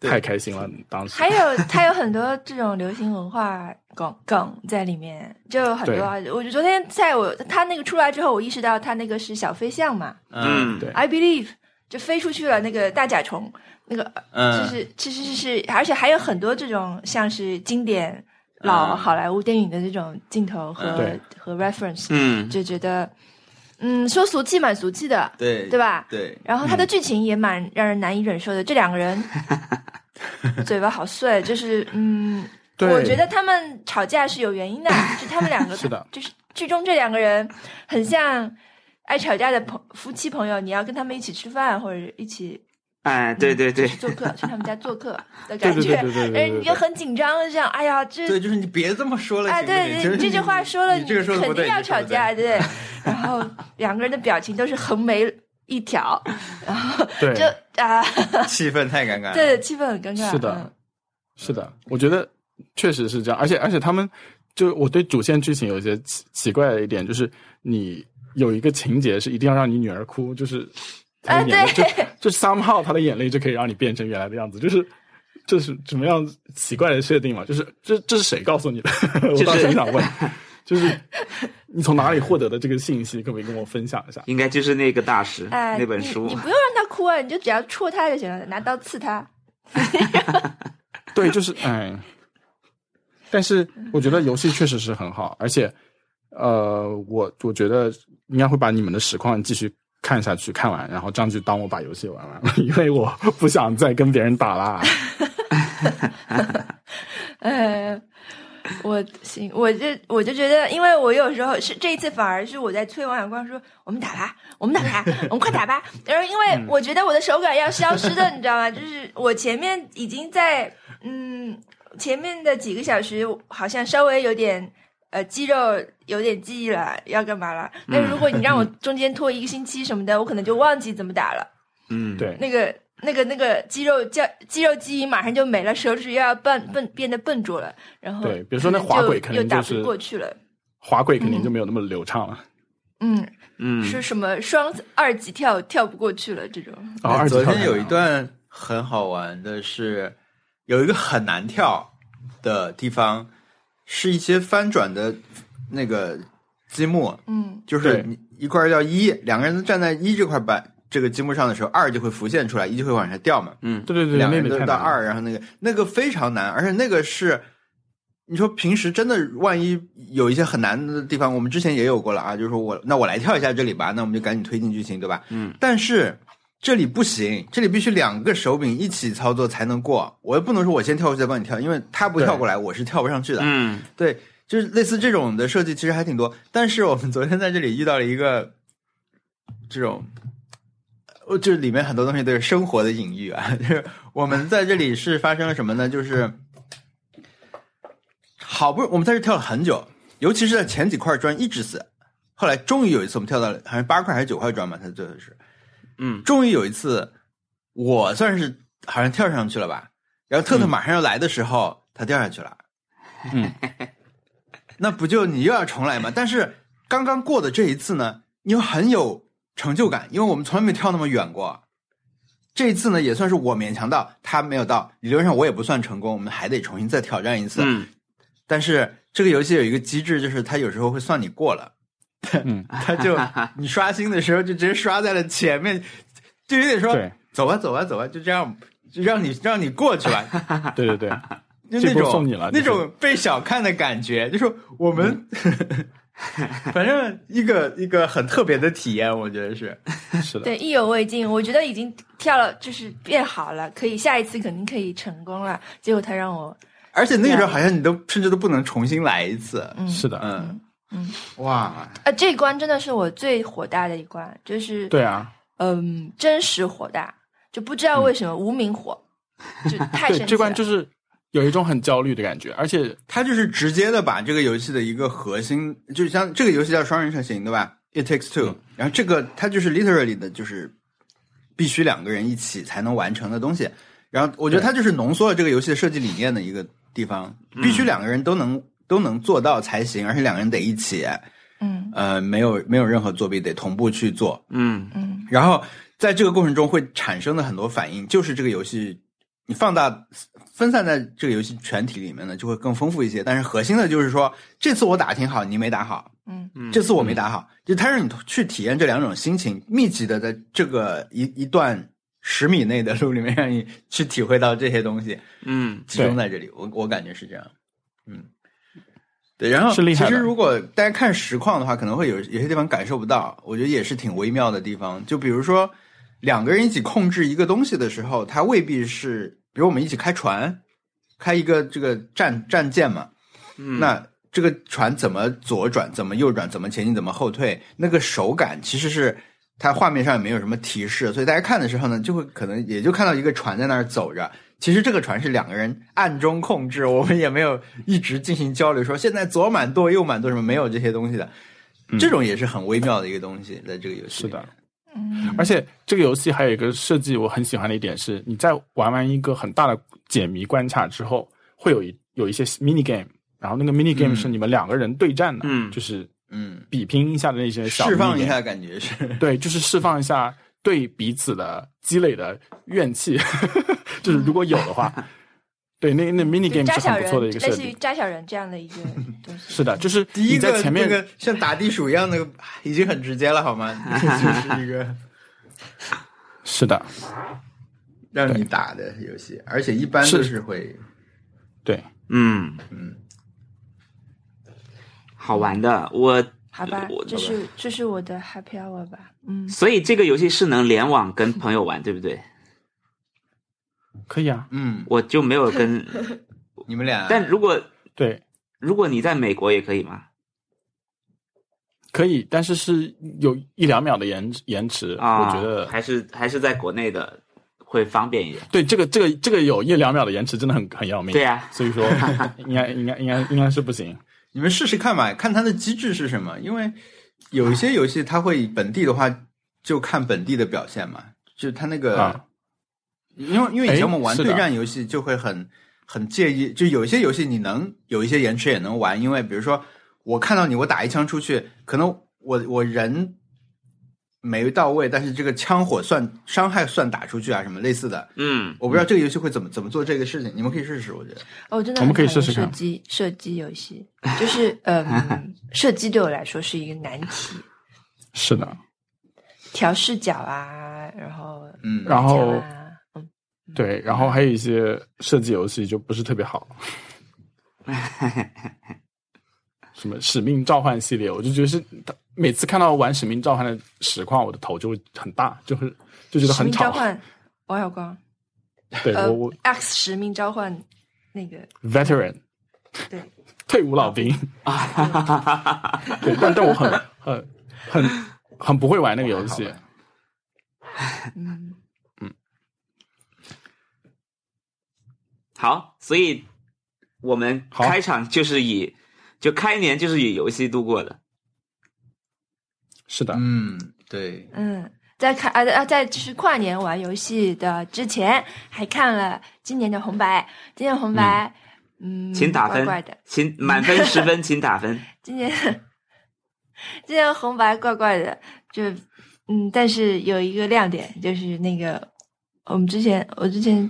Speaker 4: 对
Speaker 2: 太开心了，当时
Speaker 3: 还有它有很多这种流行文化梗梗在里面，就有很多啊。我就昨天在我它那个出来之后，我意识到它那个是小飞象嘛
Speaker 1: 嗯，
Speaker 2: 对
Speaker 3: ，I believe 就飞出去了，那个大甲虫，那个就
Speaker 4: 嗯，
Speaker 3: 是其实是是，而且还有很多这种像是经典老
Speaker 4: 嗯
Speaker 3: 好莱坞电影的这种镜头和、
Speaker 4: 嗯
Speaker 2: 对
Speaker 3: 和 reference，、
Speaker 1: 嗯，
Speaker 3: 就觉得嗯，说俗气蛮俗气的，
Speaker 4: 对
Speaker 3: 对吧？
Speaker 4: 对，
Speaker 3: 然后它的剧情也蛮让人难以忍受的，这两个人嘴巴好碎，就是嗯，
Speaker 2: 对
Speaker 3: 我觉得他们吵架是有原因的，就他们两个
Speaker 2: 是的
Speaker 3: 就是剧中这两个人很像爱吵架的朋夫妻朋友，你要跟他们一起吃饭或者一起
Speaker 1: 哎，对对对
Speaker 3: 去， <laughs> 做客，去他们家做客的
Speaker 2: 对
Speaker 3: 感
Speaker 2: 对对
Speaker 3: 觉，
Speaker 2: 对对对
Speaker 3: 哎，
Speaker 2: 对
Speaker 3: 你
Speaker 2: 对
Speaker 3: 就很紧张，这样，哎呀，这
Speaker 4: 对，就是你别这么说了，
Speaker 3: 哎，
Speaker 4: 行不
Speaker 3: 对
Speaker 4: 行就是
Speaker 3: 对，这句话说
Speaker 4: <laughs>
Speaker 3: 了，
Speaker 4: 你这个说的
Speaker 3: 肯
Speaker 4: 不对，
Speaker 3: 定要
Speaker 4: 你这个
Speaker 3: 吵
Speaker 4: 说得不对
Speaker 3: 架，对。然后两个人的表情都是横眉一挑，然后
Speaker 2: 对
Speaker 3: 就啊，
Speaker 4: <laughs> 气氛太尴尬了。
Speaker 3: 对，气氛很尴尬。嗯
Speaker 2: 是的，是的，我觉得确实是这样，而且而且他们就我对主线剧情有一些奇奇怪的一点，就是你有一个情节是一定要让你女儿哭，就是她的
Speaker 3: 啊
Speaker 2: 眼泪，就就 somehow 她的眼泪就可以让你变成原来的样子，就是。这是怎么样奇怪的设定嘛？就是这这是谁告诉你的？ <laughs> 我当时很想问，就是你从哪里获得的这个信息？可不可以跟我分享一下？
Speaker 1: 应该就是那个大师
Speaker 3: 嗯，哎，
Speaker 1: 那本
Speaker 3: 你
Speaker 1: 书
Speaker 3: 你，不用让他哭啊，你就只要戳他就行了，拿刀刺他。
Speaker 2: 对，就是哎，但是我觉得游戏确实是很好，而且呃，我我觉得应该会把你们的实况继续看下去，看完，然后这样就当我把游戏玩完了，因为我不想再跟别人打啊啦。
Speaker 3: 呃，我行，我就我就觉得，因为我有时候是这一次反而是我在催王小光说，我们打吧，我们打吧，我们快打吧。然后因为我觉得我的手感要消失的，你知道吗？就是我前面已经在嗯，前面的几个小时好像稍微有点。呃，肌肉有点记忆了，要干嘛了？但是如果你让我中间拖一个星期什么的，我可能就忘记怎么打了。
Speaker 1: 嗯，，
Speaker 2: <laughs> 对，
Speaker 3: 那个那个那个肌肉叫肌肉记忆马上就没了，手指又要笨笨变得笨拙了，然后
Speaker 2: 嗯对比如说那滑轨可能
Speaker 3: 又打
Speaker 2: 就是
Speaker 3: 不过去了。
Speaker 2: 滑轨肯定就没有那么流畅了。
Speaker 3: 嗯，
Speaker 1: 嗯，
Speaker 3: 是什么双二级跳跳不过去了这种？
Speaker 2: 然后哦二级
Speaker 4: 昨
Speaker 2: 跳啊
Speaker 4: 天
Speaker 2: 看
Speaker 4: 有一
Speaker 2: 看
Speaker 4: 段很好玩的是，有一个很难跳的地方，是一些翻转的那个积木，
Speaker 3: 嗯
Speaker 4: 就是
Speaker 2: 对
Speaker 4: 你一块儿叫一，两个人站在一这块板这个积木上的时候，二就会浮现出来，一就会往下掉嘛。
Speaker 2: 对对对，
Speaker 4: 两个
Speaker 2: 那
Speaker 4: 人
Speaker 2: 里
Speaker 4: 都
Speaker 2: 太
Speaker 4: 到
Speaker 2: 难了，
Speaker 4: 二，然后那个那个非常难，而且那个是。你说平时真的，万一有一些很难的地方，我们之前也有过了啊。就是说我那我来跳一下这里吧，那我们就赶紧推进剧情，对吧？
Speaker 1: 嗯。
Speaker 4: 但是这里不行，这里必须两个手柄一起操作才能过。我又不能说我先跳过去再帮你跳，因为他不跳过来，我是跳不上去的。
Speaker 1: 嗯，
Speaker 4: 对，就是类似这种的设计，其实还挺多。但是我们昨天在这里遇到了一个这种，呃，就是里面很多东西都是生活的隐喻啊。 <laughs> 就是我们在这里是发生了什么呢？就是好不，我们在这跳了很久，尤其是在前几块砖一直死，后来终于有一次我们跳到了好像八块还是九块砖吧，它最后是，
Speaker 1: 嗯，
Speaker 4: 终于有一次我算是好像跳上去了吧，然后特特马上要来的时候，他掉下去了。
Speaker 2: 嗯，
Speaker 4: <laughs> 那不就你又要重来吗？但是刚刚过的这一次呢，你又很有成就感，因为我们从来没跳那么远过。这一次呢，也算是我勉强到，他没有到，理论上我也不算成功，我们还得重新再挑战一次。
Speaker 1: 嗯，
Speaker 4: 但是这个游戏有一个机制，就是它有时候会算你过了，
Speaker 2: 嗯
Speaker 4: <laughs> 它就你刷新的时候就直接刷在了前面，就有点说
Speaker 2: 对
Speaker 4: 走吧走吧走吧，就这样，就让你让你过去
Speaker 2: <laughs>
Speaker 4: 吧，
Speaker 2: 对对对，
Speaker 4: <laughs> 就
Speaker 2: 这
Speaker 4: 那
Speaker 2: 波
Speaker 4: 种
Speaker 2: 送你了
Speaker 4: 那
Speaker 2: 就是
Speaker 4: 种被小看的感觉，就是我们，
Speaker 2: 嗯
Speaker 4: <laughs> 反正一个一个很特别的体验，我觉得是，
Speaker 2: 是的，
Speaker 3: 对，意犹未尽。我觉得已经跳了，就是变好了，可以下一次肯定可以成功了。结果他让我，
Speaker 4: 而且那个时候好像你都甚至都不能重新来一次，
Speaker 3: 嗯，
Speaker 2: 是的，
Speaker 4: 嗯
Speaker 3: 嗯，
Speaker 4: 哇，
Speaker 3: 啊，这一关真的是我最火大的一关，就是
Speaker 2: 对啊，
Speaker 3: 嗯，真实火大，就不知道为什么、无名火，就太
Speaker 2: 嗯对
Speaker 3: 神奇了。
Speaker 2: 这关就是有一种很焦虑的感觉，而且
Speaker 4: 他就是直接的把这个游戏的一个核心，就像这个游戏叫双人成行，对吧？It takes two，、然后这个它就是 literally 的，就是必须两个人一起才能完成的东西。然后我觉得它就是浓缩了这个游戏的设计理念的一个地方，必须两个人都能、都能做到才行，而且两个人得一起，
Speaker 3: 嗯
Speaker 4: 呃，没有没有任何作弊，得同步去做。
Speaker 1: 嗯
Speaker 3: 嗯
Speaker 4: 然后在这个过程中会产生的很多反应，就是这个游戏你放大分散在这个游戏全体里面呢，就会更丰富一些。但是核心的就是说，这次我打挺好，你没打好；
Speaker 3: 嗯
Speaker 1: 嗯，
Speaker 4: 这次我没打好，就它让你去体验这两种心情，密集的在这个一一段十米内的路里面，让你去体会到这些东西，
Speaker 1: 嗯
Speaker 4: 集中在这里。我我感觉是这样，嗯。对，然后
Speaker 2: 是厉害的
Speaker 4: 其实如果大家看实况的话，可能会有有些地方感受不到，我觉得也是挺微妙的地方。就比如说两个人一起控制一个东西的时候，它未必是，比如我们一起开船，开一个这个战战舰嘛，
Speaker 1: 嗯，
Speaker 4: 那这个船怎么左转，怎么右转，怎么前进，怎么后退，那个手感其实是它画面上也没有什么提示，所以大家看的时候呢，就会可能也就看到一个船在那儿走着。其实这个船是两个人暗中控制，我们也没有一直进行交流，说现在左满舵、右满舵什么没有这些东西的。这种也是很微妙的一个东西，在这个游
Speaker 2: 嗯
Speaker 4: 戏
Speaker 2: 是
Speaker 4: 里
Speaker 2: 的。
Speaker 3: 嗯
Speaker 2: 而且这个游戏还有一个设计我很喜欢的一点是，你在玩完一个很大的解谜关卡之后，会有一有一些 mini game，然后那个 mini game
Speaker 4: 嗯
Speaker 2: 是你们两个人对战的，
Speaker 1: 嗯
Speaker 2: 就是
Speaker 4: 嗯，
Speaker 2: 比拼一下的那些小
Speaker 4: 释
Speaker 2: mini
Speaker 4: 放一
Speaker 2: game
Speaker 4: 下，感觉是，
Speaker 2: 对，就是释放一下对彼此的积累的怨气， <laughs> 就是如果有的
Speaker 4: <laughs>
Speaker 2: 话，对，那那 mini
Speaker 3: 就
Speaker 2: game
Speaker 3: 嗯扎
Speaker 2: 是
Speaker 3: 小
Speaker 2: 很不
Speaker 3: 人
Speaker 2: 错的一个，设
Speaker 3: 类似于
Speaker 2: 计。
Speaker 3: 扎小人这样的一个东西。
Speaker 2: <laughs> 是的，就是
Speaker 4: 第一
Speaker 2: 你在
Speaker 4: 个
Speaker 2: 前面
Speaker 4: 那个像打地鼠一样那个，已经很直接了，
Speaker 2: <laughs>
Speaker 4: 好吗？这就是一个。
Speaker 2: 是的，
Speaker 4: 让你打的游戏，而且一般都
Speaker 2: 是
Speaker 4: 是会，
Speaker 2: 对，
Speaker 1: 嗯
Speaker 4: 嗯，
Speaker 1: 好玩的。我
Speaker 3: 好吧
Speaker 1: 我，
Speaker 3: 这是这是我的 happy hour 吧，嗯，
Speaker 1: 所以这个游戏是能联网跟朋友玩，对不对？
Speaker 2: 可以啊，
Speaker 4: 嗯，
Speaker 1: 我就没有
Speaker 3: <laughs>
Speaker 1: 跟，
Speaker 4: 你们俩，
Speaker 1: 但如果
Speaker 2: 对，
Speaker 1: 如果你在美国也可以吗？
Speaker 2: 可以，但是是有一两秒的延延迟，
Speaker 1: 啊，
Speaker 2: 我觉得
Speaker 1: 还是还是在国内的会方便一点。
Speaker 2: 对这个这个这个有一两秒的延迟真的很很要命。
Speaker 1: 对啊呀、
Speaker 2: 所以说应该应该应该应该是不行。
Speaker 4: 你们试试看吧，看它的机制是什么，因为有一些游戏它会本地的话就看本地的表现嘛，就它那个，
Speaker 2: 啊
Speaker 4: 因为因为以前我们玩
Speaker 2: 哎是的
Speaker 4: 对战游戏就会很很介意，就有一些游戏你能有一些延迟也能玩，因为比如说我看到你，我打一枪出去，可能我我人。没到位，但是这个枪火算伤害算打出去啊，什么类似的，
Speaker 1: 嗯，
Speaker 4: 我不知道这个游戏会怎么怎么做这个事情，你们可以试试。我觉得，
Speaker 3: 哦，我真的
Speaker 2: 我
Speaker 3: 很
Speaker 2: 们可以
Speaker 3: 讨厌
Speaker 2: 试试
Speaker 3: 射
Speaker 2: 看
Speaker 3: 击射击游戏，就是嗯，射击对我来说是一个难题，
Speaker 2: 是的，
Speaker 3: 调视角啊，然后
Speaker 4: 嗯，
Speaker 2: 然后
Speaker 3: 枪啊嗯
Speaker 2: 对，然后还有一些射击游戏就不是特别好，什么《使命召唤》系列，我就觉得是每次看到玩《使命召唤》的实况，我的头就会很大，就是就觉得
Speaker 3: 使
Speaker 2: 很
Speaker 3: 命召
Speaker 2: 吵。
Speaker 3: 唤，王小光，
Speaker 2: 对
Speaker 3: 呃
Speaker 2: 我我
Speaker 3: ，X 使命召唤那个
Speaker 2: veteran
Speaker 3: 对
Speaker 2: <laughs> 退伍老兵，对，但但我很很很很不会玩那个游戏
Speaker 4: 还好。
Speaker 3: 嗯，
Speaker 1: 好，所以我们
Speaker 2: 好
Speaker 1: 开场就是以就开年就是以游戏度过的。
Speaker 2: 是的，
Speaker 4: 嗯，对，
Speaker 3: 嗯，在看啊啊，在就是跨年玩游戏的之前，还看了今年的红白，今年红白，嗯，
Speaker 1: 请打分，
Speaker 3: 怪怪的，
Speaker 1: 请满
Speaker 3: <laughs>
Speaker 1: 分十分，请打分。
Speaker 3: 今年 <laughs> 今年红白怪怪的，就嗯，但是有一个亮点，就是那个我们之前我之前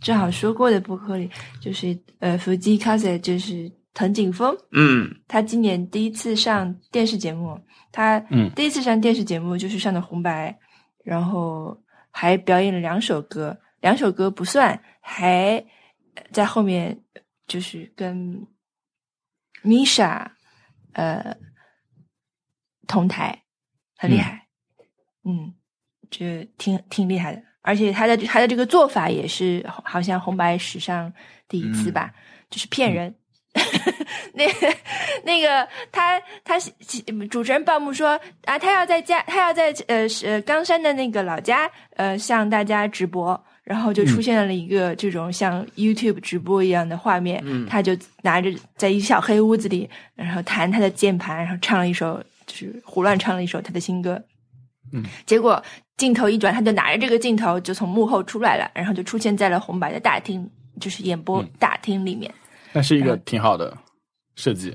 Speaker 3: 正好说过的播客里，就是呃，伏击 cos 就是藤井风， <laughs>
Speaker 1: 嗯
Speaker 3: 他今年第一次上电视节目，他
Speaker 2: 嗯
Speaker 3: 第一次上电视节目就是上的红白，然后还表演了两首歌，两首歌不算，还在后面就是跟 Misha 呃同台，很厉害，嗯，这挺挺厉害的。而且他的他的这个做法也是好像红白史上第一次吧，就是骗人。 <laughs> 那个那个他他主持人报幕说啊，他要在家，他要在呃是呃冈山的那个老家呃向大家直播，然后就出
Speaker 2: 嗯
Speaker 3: 现了一个这种像 YouTube 直播一样的画面，
Speaker 1: 嗯
Speaker 3: 他就拿着在一小黑屋子里，然后弹他的键盘，然后唱了一首就是胡乱唱了一首他的新歌，
Speaker 2: 嗯，
Speaker 3: 结果镜头一转，他就拿着这个镜头就从幕后出来了，然后就出现在了红白的大厅，就是演播
Speaker 2: 嗯
Speaker 3: 大厅里面。
Speaker 1: 哎
Speaker 2: 那是一个挺好的。设计。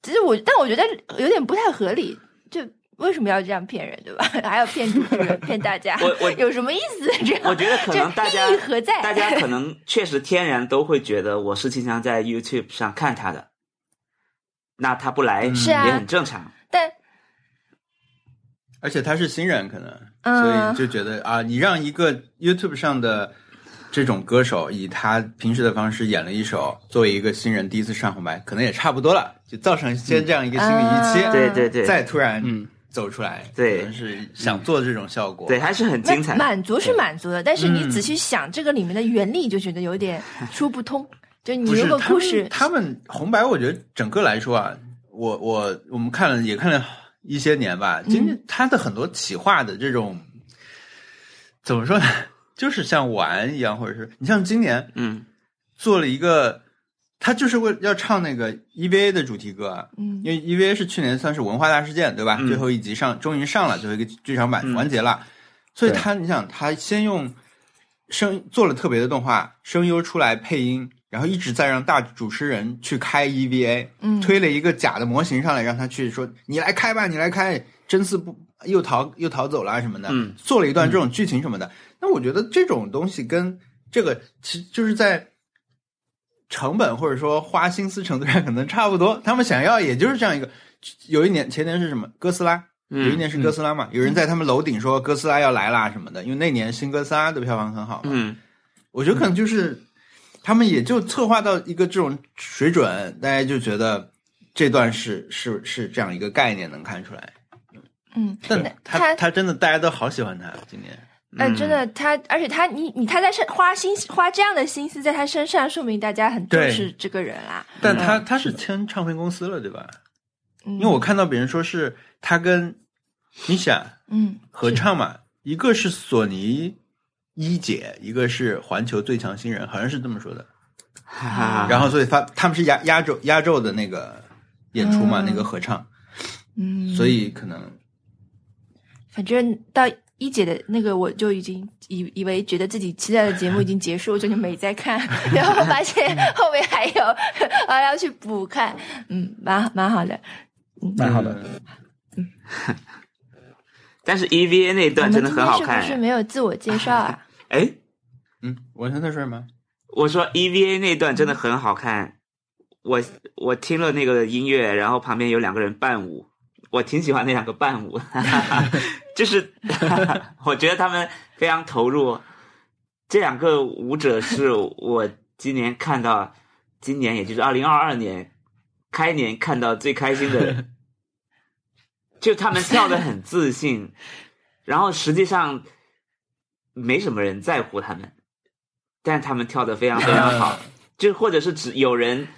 Speaker 3: 其实我，但我觉得有点不太合理，就为什么要这样骗人，对吧？ <laughs> 还要骗主持人，骗大家，
Speaker 1: 我我
Speaker 3: 有什么意思？这样，
Speaker 1: 我觉得可能大家
Speaker 3: 这意义何在？
Speaker 1: 大家可能确实天然都会觉得我是经常在 YouTube 上看他的，那他不
Speaker 2: 嗯
Speaker 1: 来
Speaker 3: 是啊
Speaker 1: 也很正常。
Speaker 3: 但
Speaker 4: 而且他是新人，可能，
Speaker 3: 嗯
Speaker 4: 所以就觉得啊，你让一个 YouTube 上的这种歌手以他平时的方式演了一首，作为一个新人第一次上红白，可能也差不多了，就造成先这样一个心理预期，
Speaker 3: 嗯
Speaker 1: 对对对，
Speaker 4: 再突然
Speaker 2: 嗯
Speaker 4: 走出来，
Speaker 1: 对
Speaker 4: 可能是想做这种效果，
Speaker 1: 对，还是很精彩。
Speaker 3: 满足是满足的，但是你
Speaker 4: 嗯
Speaker 3: 仔细想这个里面的原理，就觉得有
Speaker 4: <laughs>
Speaker 3: 点说不通。就你
Speaker 4: 不是
Speaker 3: 如果
Speaker 4: 他
Speaker 3: 故
Speaker 4: 们
Speaker 3: 事，
Speaker 4: 他们红白，我觉得整个来说啊，我我我们看了也看了一些年吧，今
Speaker 3: 嗯
Speaker 4: 天他的很多企划的这种、怎么说呢， <laughs> 就是像玩一样，或者是你像今年
Speaker 1: 嗯
Speaker 4: 做了一个，他就是为要唱那个 EVA 的主题歌啊，
Speaker 3: 嗯
Speaker 4: 因为 EVA 是去年算是文化大事件对吧？
Speaker 1: 嗯
Speaker 4: 最后一集上终于上了，最后一个剧场版
Speaker 1: 嗯
Speaker 4: 完结了，所以
Speaker 2: 对
Speaker 4: 他你想他先用声做了特别的动画声优出来配音，然后一直在让大主持人去开 EVA，
Speaker 3: 嗯，
Speaker 4: 推了一个假的模型上来，让他去说你来开吧，你来开，真嗣不又逃又逃走了啊什么的，
Speaker 1: 嗯
Speaker 4: 做了一段这种剧情什么的。那我觉得这种东西跟这个其实就是在成本或者说花心思程度上可能差不多，他们想要也就是这样一个。有一年前年是什么？哥斯拉，有一
Speaker 1: 嗯
Speaker 4: 年是哥斯拉嘛？有人在他们楼顶说哥斯拉要来啦什么的，因为那年新哥斯拉的票房很好嘛。
Speaker 1: 嗯，
Speaker 4: 我觉得可能就是他们也就策划到一个这种水准，大家就觉得这段是是是这样一个概念能看出来。
Speaker 3: 嗯，
Speaker 4: 但
Speaker 3: 那
Speaker 4: 他他真的大家都好喜欢他，今年
Speaker 3: 哎，
Speaker 1: 嗯
Speaker 3: 真的，他而且他，你你他在身花心花这样的心思在他身上，说明大家很重
Speaker 4: 对
Speaker 3: 视这个人啊啦。
Speaker 4: 但他
Speaker 1: 嗯
Speaker 4: 他是签唱片公司了，对吧？
Speaker 3: 嗯，
Speaker 4: 因为我看到别人说是他跟 Misha
Speaker 3: 嗯
Speaker 4: 合唱嘛，一个是索尼一姐，一个是环球最强新人，好像是这么说的。
Speaker 1: 哈
Speaker 3: 啊
Speaker 1: 哈。
Speaker 4: <laughs> 然后所以他他们是压压轴压轴的那个演出嘛，
Speaker 3: 嗯
Speaker 4: 那个合唱，
Speaker 3: 嗯，
Speaker 4: 所以可能
Speaker 3: 反正到一姐的那个，我就已经以以为觉得自己期待的节目已经结束，就没再看， <laughs> 然后发现后面还有， <laughs> 啊要去补看，嗯，蛮蛮好的。
Speaker 2: 蛮好的。
Speaker 4: 呃
Speaker 1: 但是 EVA 那一
Speaker 3: 我
Speaker 1: 段
Speaker 3: 们
Speaker 1: 真
Speaker 3: 今
Speaker 1: 的
Speaker 3: 天
Speaker 1: 很好
Speaker 3: 是不是
Speaker 1: 看。
Speaker 3: 没有自我介绍
Speaker 1: <laughs>
Speaker 3: 啊？
Speaker 1: 哎，
Speaker 4: 嗯，文森特说什么？
Speaker 1: 我说 EVA 那段真的很好看，我我听了那个音乐，然后旁边有两个人伴舞，我挺喜欢那两个伴舞， <laughs> 就是 <laughs> 我觉得他们非常投入。这两个舞者是我今年看到，今年也就是二零二二年开年看到最开心的，就他们跳的很自信，然后实际上没什么人在乎他们，但他们跳的非常非常好，就或者是只有人。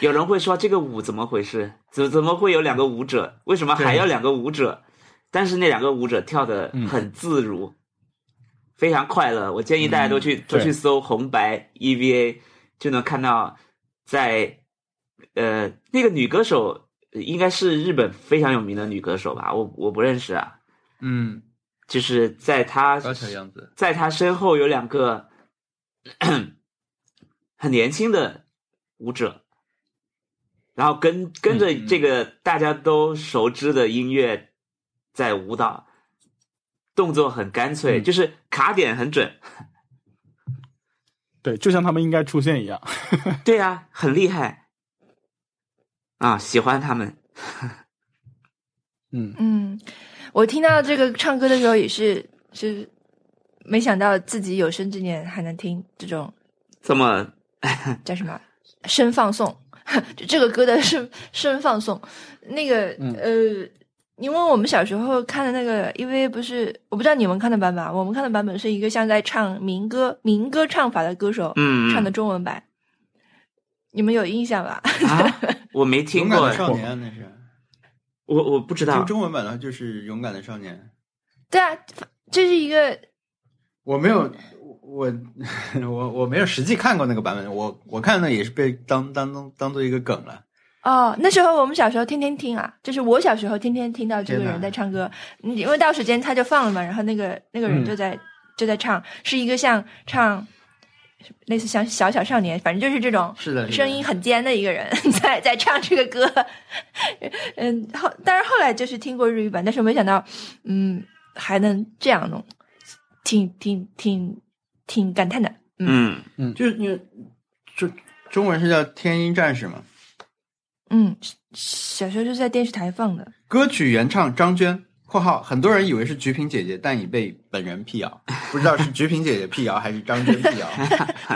Speaker 1: 有人会说这个舞怎么回事？怎怎么会有两个舞者？为什么还
Speaker 4: 对
Speaker 1: 要两个舞者？但是那两个舞者跳的
Speaker 4: 嗯
Speaker 1: 很自如，非常快乐。我建议大家都
Speaker 4: 嗯
Speaker 1: 去、都
Speaker 2: 对
Speaker 1: 去搜红白 EVA，就能看到在呃那个女歌手呃应该是日本非常有名的女歌手吧，我我不认识啊。
Speaker 4: 嗯，
Speaker 1: 就是在她
Speaker 4: 高桥洋子，
Speaker 1: 在她身后有两个 <clears throat> 很年轻的舞者，然后跟跟着
Speaker 4: 嗯嗯
Speaker 1: 这个大家都熟知的音乐在舞蹈，动作很干脆，
Speaker 2: 嗯
Speaker 1: 就是卡点很准。
Speaker 2: 对，就像他们应该出现一样。
Speaker 1: 对啊，很厉害啊，喜欢他们。
Speaker 2: 嗯，
Speaker 3: 嗯，我听到这个唱歌的时候也是是没想到自己有生之年还能听这种
Speaker 1: 这么
Speaker 3: 叫什么声放送， <laughs> 就这个歌的 <laughs> 声声放送，那个、
Speaker 2: 嗯
Speaker 3: 呃，因为我们小时候看的那个，因为不是我不知道你们看的版本啊，我们看的版本是一个像在唱民歌民歌唱法的歌手、
Speaker 1: 嗯，
Speaker 3: 唱的中文版，你们有印象吧？ <laughs>
Speaker 1: 啊，我没
Speaker 4: 勇
Speaker 1: 听
Speaker 4: 敢
Speaker 1: 过
Speaker 4: 的，少年啊那是。
Speaker 1: 我我不知
Speaker 4: 就
Speaker 1: 道。
Speaker 4: 中文版的话就是《勇敢的少年》，
Speaker 3: 对啊，这是一个
Speaker 4: 我没有，我 <laughs> 我我没有实际看过那个版本，我我看的也是被当当当当做一个梗了。
Speaker 3: 哦，那时候我们小时候天天听啊，就是我小时候天天听到这个
Speaker 4: 天哪
Speaker 3: 人在唱歌，嗯因为到
Speaker 4: 嗯
Speaker 3: 时间他就放了嘛，然后那个那个人就在、就在唱，是一个像唱类似像小小少年，反正就是这种
Speaker 4: 是的，
Speaker 3: 声音很尖的一个人 <laughs> 在在唱这个歌， <laughs> 嗯，后但是后来就是听过日语版，但是没想到，嗯，还能这样弄，挺挺挺挺感叹的。
Speaker 1: 嗯，
Speaker 4: 就是因为就中文是叫《天音战士》嘛，
Speaker 3: 嗯，小时候就是在电视台放的，
Speaker 4: 歌曲原唱张娟（括号很多人以为是菊萍姐姐，但已被本人辟谣，不知道是菊萍姐姐辟谣还是张娟辟谣，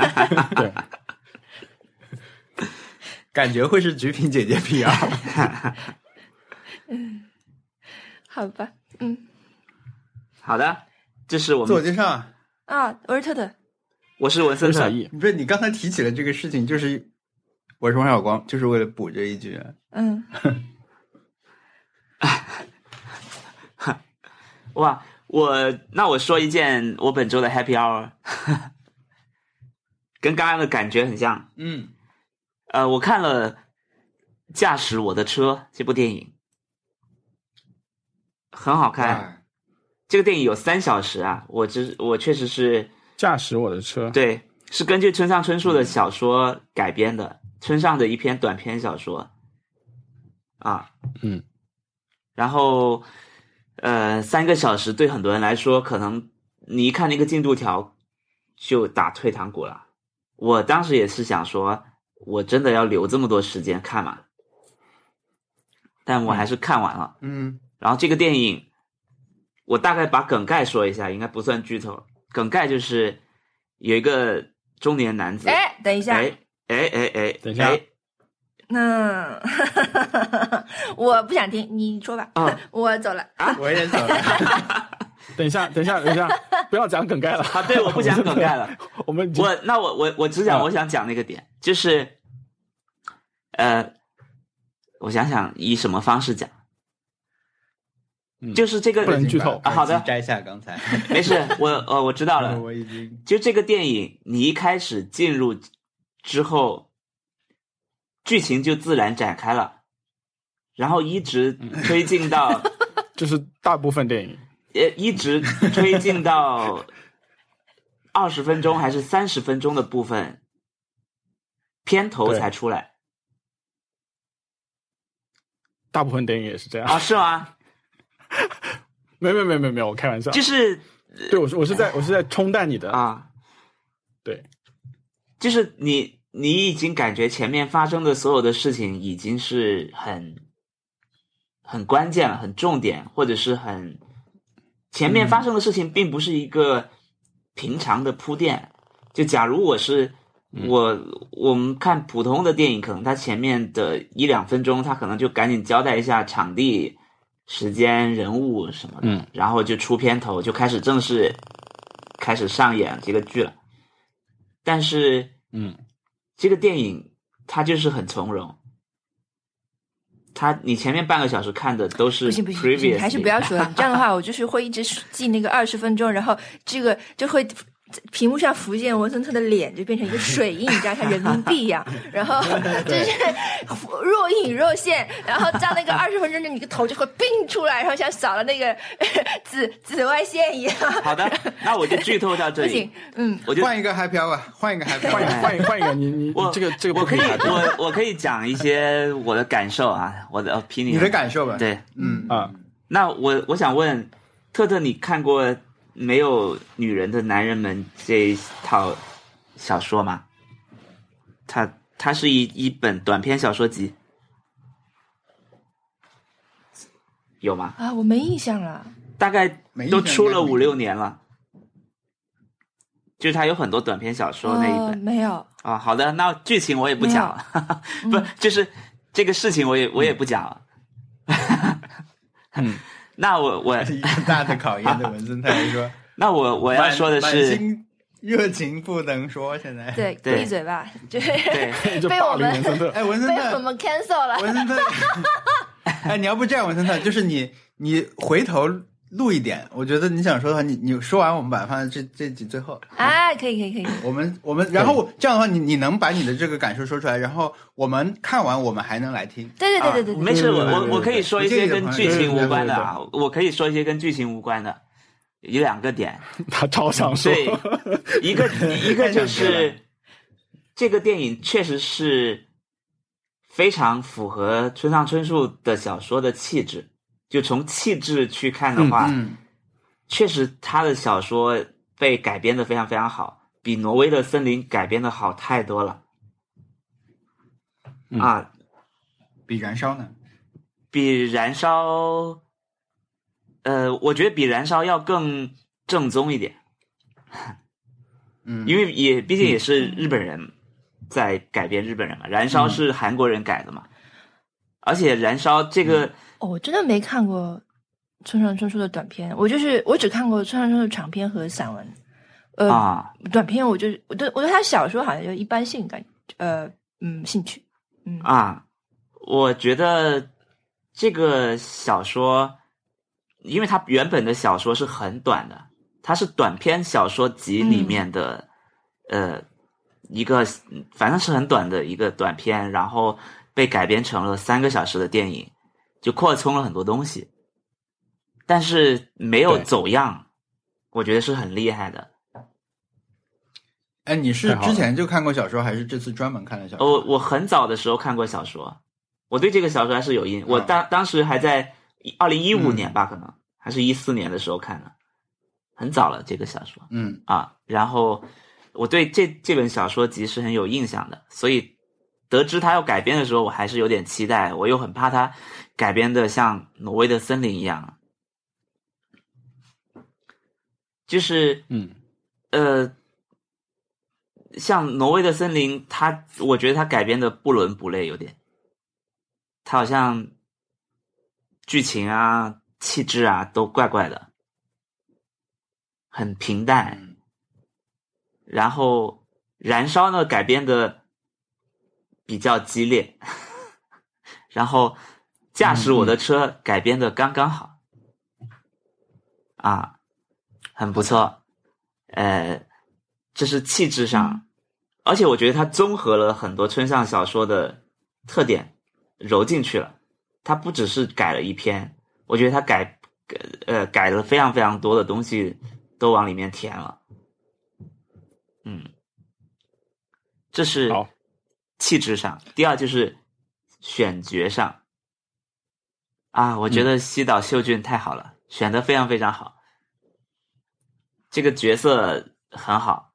Speaker 2: <laughs> 对，
Speaker 4: 感觉会是菊萍姐姐辟谣。
Speaker 3: 好吧？嗯
Speaker 1: 好的，这是我
Speaker 4: 自我
Speaker 1: 们，
Speaker 4: 介绍，啊，
Speaker 3: 啊，我是特特，
Speaker 1: 我是文
Speaker 2: 这
Speaker 1: 森
Speaker 2: 是小
Speaker 1: 特，
Speaker 2: 易，
Speaker 4: 不是你刚才提起了这个事情，就是我是王小光，就是为了补这一句。
Speaker 3: 嗯，
Speaker 1: 哇，我那我说一件我本周的 Happy Hour，跟刚刚的感觉很像。
Speaker 4: 嗯，
Speaker 1: 呃，我看了《驾驶我的车》这部电影，很好看。
Speaker 4: 哎，
Speaker 1: 这个电影有三小时啊，我只我确实是
Speaker 2: 驾驶我的车，
Speaker 1: 对，是根据村上春树的小说改编的，村上的一篇短篇小说。啊，
Speaker 2: 嗯，
Speaker 1: 然后呃，三个小时对很多人来说，可能你一看那个进度条就打退堂鼓了。我当时也是想说，我真的要留这么多时间看吗？但我还是看完了。
Speaker 4: 嗯，
Speaker 1: 然后这个电影，我大概把梗概说一下，应该不算剧透。梗概就是有一个中年男子，
Speaker 3: 哎，等一下，
Speaker 1: 哎哎哎哎，
Speaker 2: 等一下
Speaker 1: 哎
Speaker 3: 嗯， <laughs> 我不想听，你说吧，
Speaker 1: 啊，
Speaker 3: <laughs> 我走了。
Speaker 4: 我也想，
Speaker 2: 等一下，等一
Speaker 1: <laughs>
Speaker 2: 下，等一下，不要讲梗概了
Speaker 1: 啊，对，我不讲梗概了，
Speaker 2: <laughs> 我们已经
Speaker 1: 我那我我我只讲
Speaker 2: 啊
Speaker 1: 我想讲那个点，就是，呃，我想想以什么方式讲，
Speaker 2: 嗯
Speaker 1: 就是这个
Speaker 2: <laughs> 不能剧
Speaker 4: <laughs>
Speaker 2: 透
Speaker 1: 啊好的
Speaker 4: 摘下刚才，
Speaker 1: 没事，我呃我知道
Speaker 2: <laughs>
Speaker 1: 了，
Speaker 4: 我已经
Speaker 1: 就这个电影，你一开始进入之后，剧情就自然展开了，然后一直推进到
Speaker 2: 这是大部分电影，
Speaker 1: 呃，一直推进到二十分钟还是三十分钟的部分，片头
Speaker 2: 对
Speaker 1: 才出来
Speaker 2: 大部分电影也是这样。
Speaker 1: 啊？是吗？
Speaker 2: 没没没没没有，我开玩笑。
Speaker 1: 就是哎
Speaker 2: 对，我是我是在我是在冲淡你的，
Speaker 1: 啊，
Speaker 2: 对，
Speaker 1: 就是你你已经感觉前面发生的所有的事情已经是很很关键了、很重点，或者是很前面
Speaker 2: 嗯
Speaker 1: 发生的事情并不是一个平常的铺垫。就假如我是
Speaker 2: 嗯
Speaker 1: 我我们看普通的电影，可能它前面的一两分钟，它可能就赶紧交代一下场地、时间、人物什么的，
Speaker 2: 嗯
Speaker 1: 然后就出片头，就开始正式开始上演这个剧了。但是
Speaker 2: 嗯，
Speaker 1: 这个电影它就是很从容，它你前面半个小时看的都是
Speaker 3: 不行不行不行，
Speaker 1: previous，
Speaker 3: 你还是不要
Speaker 1: <laughs>
Speaker 3: 说了。你这样的话，我就是会一直记那个二十分钟，然后这个就会屏幕上浮现文森特的脸，就变成一个水印，你知道像人民币一
Speaker 1: <laughs>
Speaker 3: 样，然后 <laughs> 就是若隐若现，然后到那个二十分钟，你个头就会并出来，然后像扫了那个 <laughs> 紫紫外线一样。
Speaker 1: 好的，那我就剧透到这
Speaker 3: 不
Speaker 1: 里
Speaker 3: 行，，嗯，
Speaker 1: 我就
Speaker 4: 换一个 happy hour，换一个 happy
Speaker 2: 换一
Speaker 4: hour。
Speaker 2: 个换一个换一个，你你
Speaker 1: 哎我
Speaker 2: 你这个这个
Speaker 1: 我
Speaker 2: 不
Speaker 1: 可以
Speaker 2: 排队
Speaker 1: 我我可以讲一些我的感受啊，我的 opinion，
Speaker 4: 你的感受吧，，
Speaker 1: 对。
Speaker 4: 嗯
Speaker 2: 啊，
Speaker 1: 那我我想问特特，你看过《没有女人的男人们》这一套小说吗？它它是一一本短篇小说集，有吗？
Speaker 3: 啊，我没印象了。
Speaker 1: 大概
Speaker 4: 没印象
Speaker 1: 都出了
Speaker 4: 应该没
Speaker 1: 五六年了，就是它有很多短篇小说那一
Speaker 3: 哦，
Speaker 1: 本
Speaker 3: 没有，
Speaker 1: 啊、好的，那剧情我也不讲了， <laughs>
Speaker 3: 有
Speaker 1: 不
Speaker 3: 嗯
Speaker 1: 就是这个事情我也我也不讲了。
Speaker 2: 嗯，
Speaker 1: <laughs> 那我我
Speaker 4: 是一个大的考验对文森特来说。
Speaker 1: 那我我要说的
Speaker 4: 满
Speaker 1: 是
Speaker 4: 满，心热情不能说，现在。
Speaker 3: 对，
Speaker 1: 对
Speaker 3: 闭嘴吧，就是 <laughs>
Speaker 1: 对，啊
Speaker 2: 就
Speaker 3: 被
Speaker 2: 霸
Speaker 3: 我
Speaker 2: 凌
Speaker 3: 们
Speaker 2: 文森特，
Speaker 4: 哎，文森
Speaker 3: 被我
Speaker 4: 特，
Speaker 3: 们 cancel 了。
Speaker 4: 文森特，哎，你要不这样，文森特，就是你，你回头录一点，我觉得你想说的话，你你说完，我们把它放在这这集最后。
Speaker 3: 啊，可以可以可以，
Speaker 4: 我们我们，然后我这样的话，你你能把你的这个感受说出来，然后我们看完，我们还能来听。
Speaker 3: 对对对对对
Speaker 4: 啊
Speaker 3: 对，
Speaker 1: 没事，
Speaker 4: 对
Speaker 1: 我
Speaker 4: 对对
Speaker 1: 我
Speaker 4: 对
Speaker 1: 我
Speaker 4: 对
Speaker 1: 可以说一些跟剧情无关的啊
Speaker 2: 对，
Speaker 1: 我可以说一些跟剧情无关的。有两个点，
Speaker 2: 他超想说，
Speaker 1: 对，一个一个就是这个电影确实是非常符合村上春树的小说的气质。就从气质去看的话，
Speaker 4: 嗯，
Speaker 1: 确实他的小说被改编的非常非常好，比挪威的森林改编的好太多了。
Speaker 2: 嗯
Speaker 1: 啊，
Speaker 4: 比燃烧呢？
Speaker 1: 比燃烧，呃，我觉得比燃烧要更正宗一点。
Speaker 4: 嗯，
Speaker 1: 因为也毕竟也是日本人在改编日本人嘛，燃烧是韩国人改的嘛，而且燃烧这个
Speaker 3: 哦，我真的没看过村上春树的短片，我就是我只看过村上春树的长篇和散文。呃，
Speaker 1: 啊，
Speaker 3: 短篇我就是我对我对他小说好像就一般性感，呃嗯兴趣。嗯
Speaker 1: 啊，我觉得这个小说，因为它原本的小说是很短的，它是短篇小说集里面的、呃一个，反正是很短的一个短篇，然后被改编成了三个小时的电影，就扩充了很多东西，但是没有
Speaker 2: 对
Speaker 1: 走样，我觉得是很厉害的。
Speaker 4: 哎，你是
Speaker 2: 太好了
Speaker 4: 之前就看过小说，还是这次专门看了小
Speaker 1: 呃我
Speaker 4: 说？
Speaker 1: 我很早的时候看过小说，我对这个小说还是有印。我
Speaker 4: 嗯
Speaker 1: 当当时还在二零一五
Speaker 4: 嗯
Speaker 1: 年吧，可能还是一四年的时候看的，很早了这个小说
Speaker 4: 嗯
Speaker 1: 啊。然后我对这这本小说集是很有印象的，所以得知它要改编的时候，我还是有点期待，我又很怕它改编的像挪威的森林一样，啊就是
Speaker 2: 嗯，
Speaker 1: 呃，像《挪威的森林》，它我觉得它改编的不伦不类，有点，它好像剧情啊、气质啊都怪怪的，很平淡。
Speaker 4: 嗯
Speaker 1: 然后《燃烧》呢改编的比较激烈，然后《驾驶我的车》改编的刚刚好，啊，很不错，呃，这是气质上，而且我觉得它综合了很多村上小说的特点，揉进去了。它不只是改了一篇，我觉得它改呃改了非常非常多的东西，都往里面填了。嗯，这是
Speaker 2: 好
Speaker 1: 气质上。第二就是选角上，啊，我觉得西岛秀俊太好了，选的非常非常好，这个角色很好，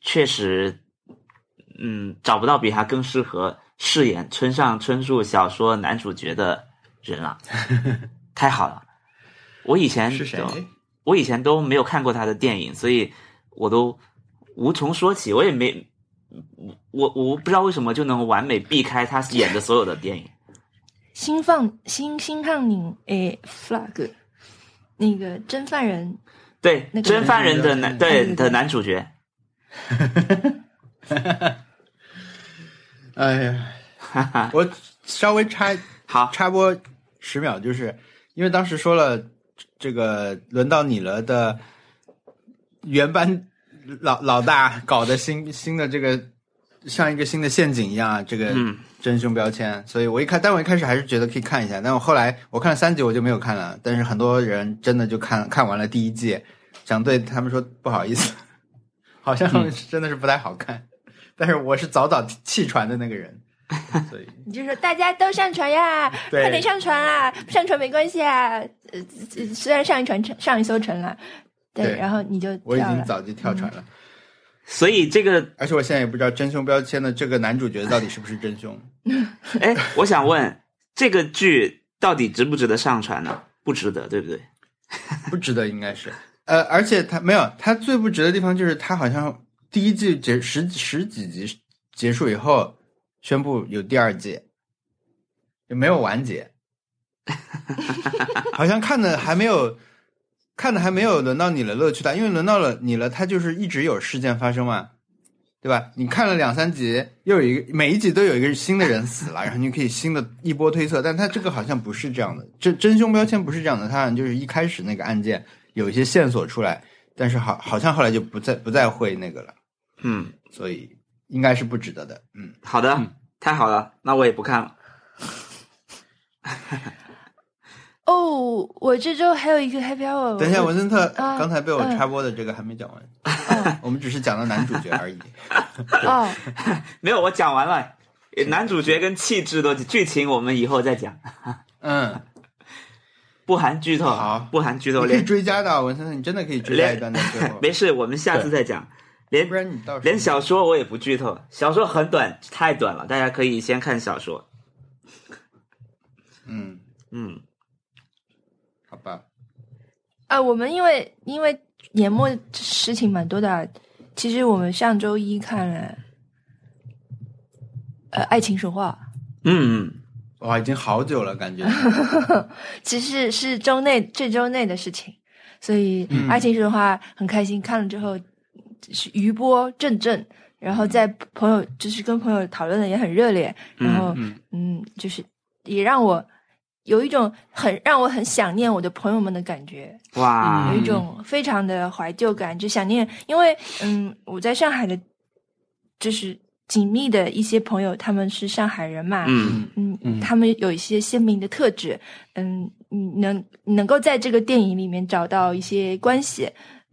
Speaker 1: 确实，嗯，找不到比他更适合饰演村上春树小说男主角的人
Speaker 4: <laughs>
Speaker 1: 了，太好了。我以前
Speaker 4: 是谁
Speaker 1: 都？我以前都没有看过他的电影，所以我都无从说起。我也没，我我不知道为什么就能完美避开他演的所有的电影。
Speaker 3: 新放新新抗拧诶 flag，那个真犯人
Speaker 1: 对，
Speaker 3: 那个
Speaker 1: 真犯人的
Speaker 4: 男
Speaker 1: 男
Speaker 4: 主角
Speaker 3: 对
Speaker 1: 对
Speaker 3: 对对
Speaker 1: 的男主角，
Speaker 4: 哎呀，
Speaker 1: 哈哈，
Speaker 4: 我稍微插
Speaker 1: 好，
Speaker 4: 插播十秒，就是因为当时说了这个轮到你了的原班老老大搞的新 <laughs> 新的这个像一个新的陷阱一样啊，这个
Speaker 1: 嗯
Speaker 4: 真凶标签，所以我一看，但我一开始还是觉得可以看一下，但我后来我看了三集我就没有看了，但是很多人真的就看看完了第一季，想对他们说不好意思， <laughs> 好像真的是不太好看， <laughs> 但是我是早早弃船的那个人，所以。
Speaker 3: 你就说大家都上传呀，
Speaker 4: <laughs> 对
Speaker 3: 快点上传啊！不上传没关系啊，呃，呃虽然上一传上一艘沉了，对，
Speaker 4: 对
Speaker 3: 然后你就
Speaker 4: 我已
Speaker 3: 跳
Speaker 4: 经
Speaker 3: 了
Speaker 4: 早就跳船了，
Speaker 1: 所以这个
Speaker 4: 而且我现在也不知道真凶标签的这个男主角到底是不是真凶。
Speaker 1: 哎，我想问，这个剧到底值不值得上传呢？不值得，对不对？
Speaker 4: 不值得应该是。呃，而且他没有，他最不值的地方就是他好像第一季结十十几集结束以后，宣布有第二季，也没有完结， <laughs> 好像看的还没有。看的还没有轮到你了乐趣大，因为轮到了你了，它就是一直有事件发生嘛，对吧？你看了两三集，又有一个每一集都有一个新的人死了，然后你可以新的一波推测，但它这个好像不是这样的，真真凶标签不是这样的，它好像就是一开始那个案件有一些线索出来，但是好好像后来就不再不再会那个了，
Speaker 1: 嗯，
Speaker 4: 所以应该是不值得的。嗯，
Speaker 1: 好的，
Speaker 2: 嗯
Speaker 1: 太好了，那我也不看了。
Speaker 3: 哦，我这周还有一个 Happy Hour。
Speaker 4: 等
Speaker 1: 嗯
Speaker 4: 一下，文森特
Speaker 3: 啊
Speaker 4: 刚才被我插播的这个还没讲完，
Speaker 3: 哦
Speaker 4: 我们只是讲到男主角
Speaker 1: <laughs>
Speaker 4: 而已。
Speaker 3: 哦，
Speaker 1: 没有，我讲完了。男主角跟气质的剧情我们以后再讲，
Speaker 4: 嗯，
Speaker 1: 不含剧透，啊
Speaker 4: 好
Speaker 1: 不含剧
Speaker 4: 你
Speaker 1: 透，
Speaker 4: 可以
Speaker 1: 连
Speaker 4: <laughs> 追加的啊，文森特，你真的可以追加一段在最后，
Speaker 1: 没事，我们下次再讲。连
Speaker 4: 不然你到时候
Speaker 1: 连小说我也不剧透，啊小说很短，太短了，大家可以先看小说。
Speaker 4: 嗯，
Speaker 1: 嗯，
Speaker 4: 好吧，
Speaker 3: 啊，我们因为因为年末事情蛮多的啊，其实我们上周一看了，呃，《爱情神话
Speaker 1: 嗯嗯，
Speaker 4: 哇，已经好久了，
Speaker 1: <laughs>
Speaker 4: 感觉》，
Speaker 3: 其实是周内这周内的事情，所以
Speaker 4: 嗯
Speaker 3: 《爱情神话》很开心，看了之后是余波阵阵，然后在朋友就是跟朋友讨论的也很热烈，然后
Speaker 2: 嗯
Speaker 3: 嗯，就是也让我有一种很让我很想念我的朋友们的感觉，
Speaker 1: 哇
Speaker 3: 有
Speaker 2: 嗯
Speaker 3: 一种非常的怀旧感，就想念，因为嗯，我在上海的，就是紧密的一些朋友，他们是上海人嘛，
Speaker 1: 嗯
Speaker 3: 嗯
Speaker 2: 嗯
Speaker 3: 他们有一些鲜明的特质，嗯，你能你能够在这个电影里面找到一些关系，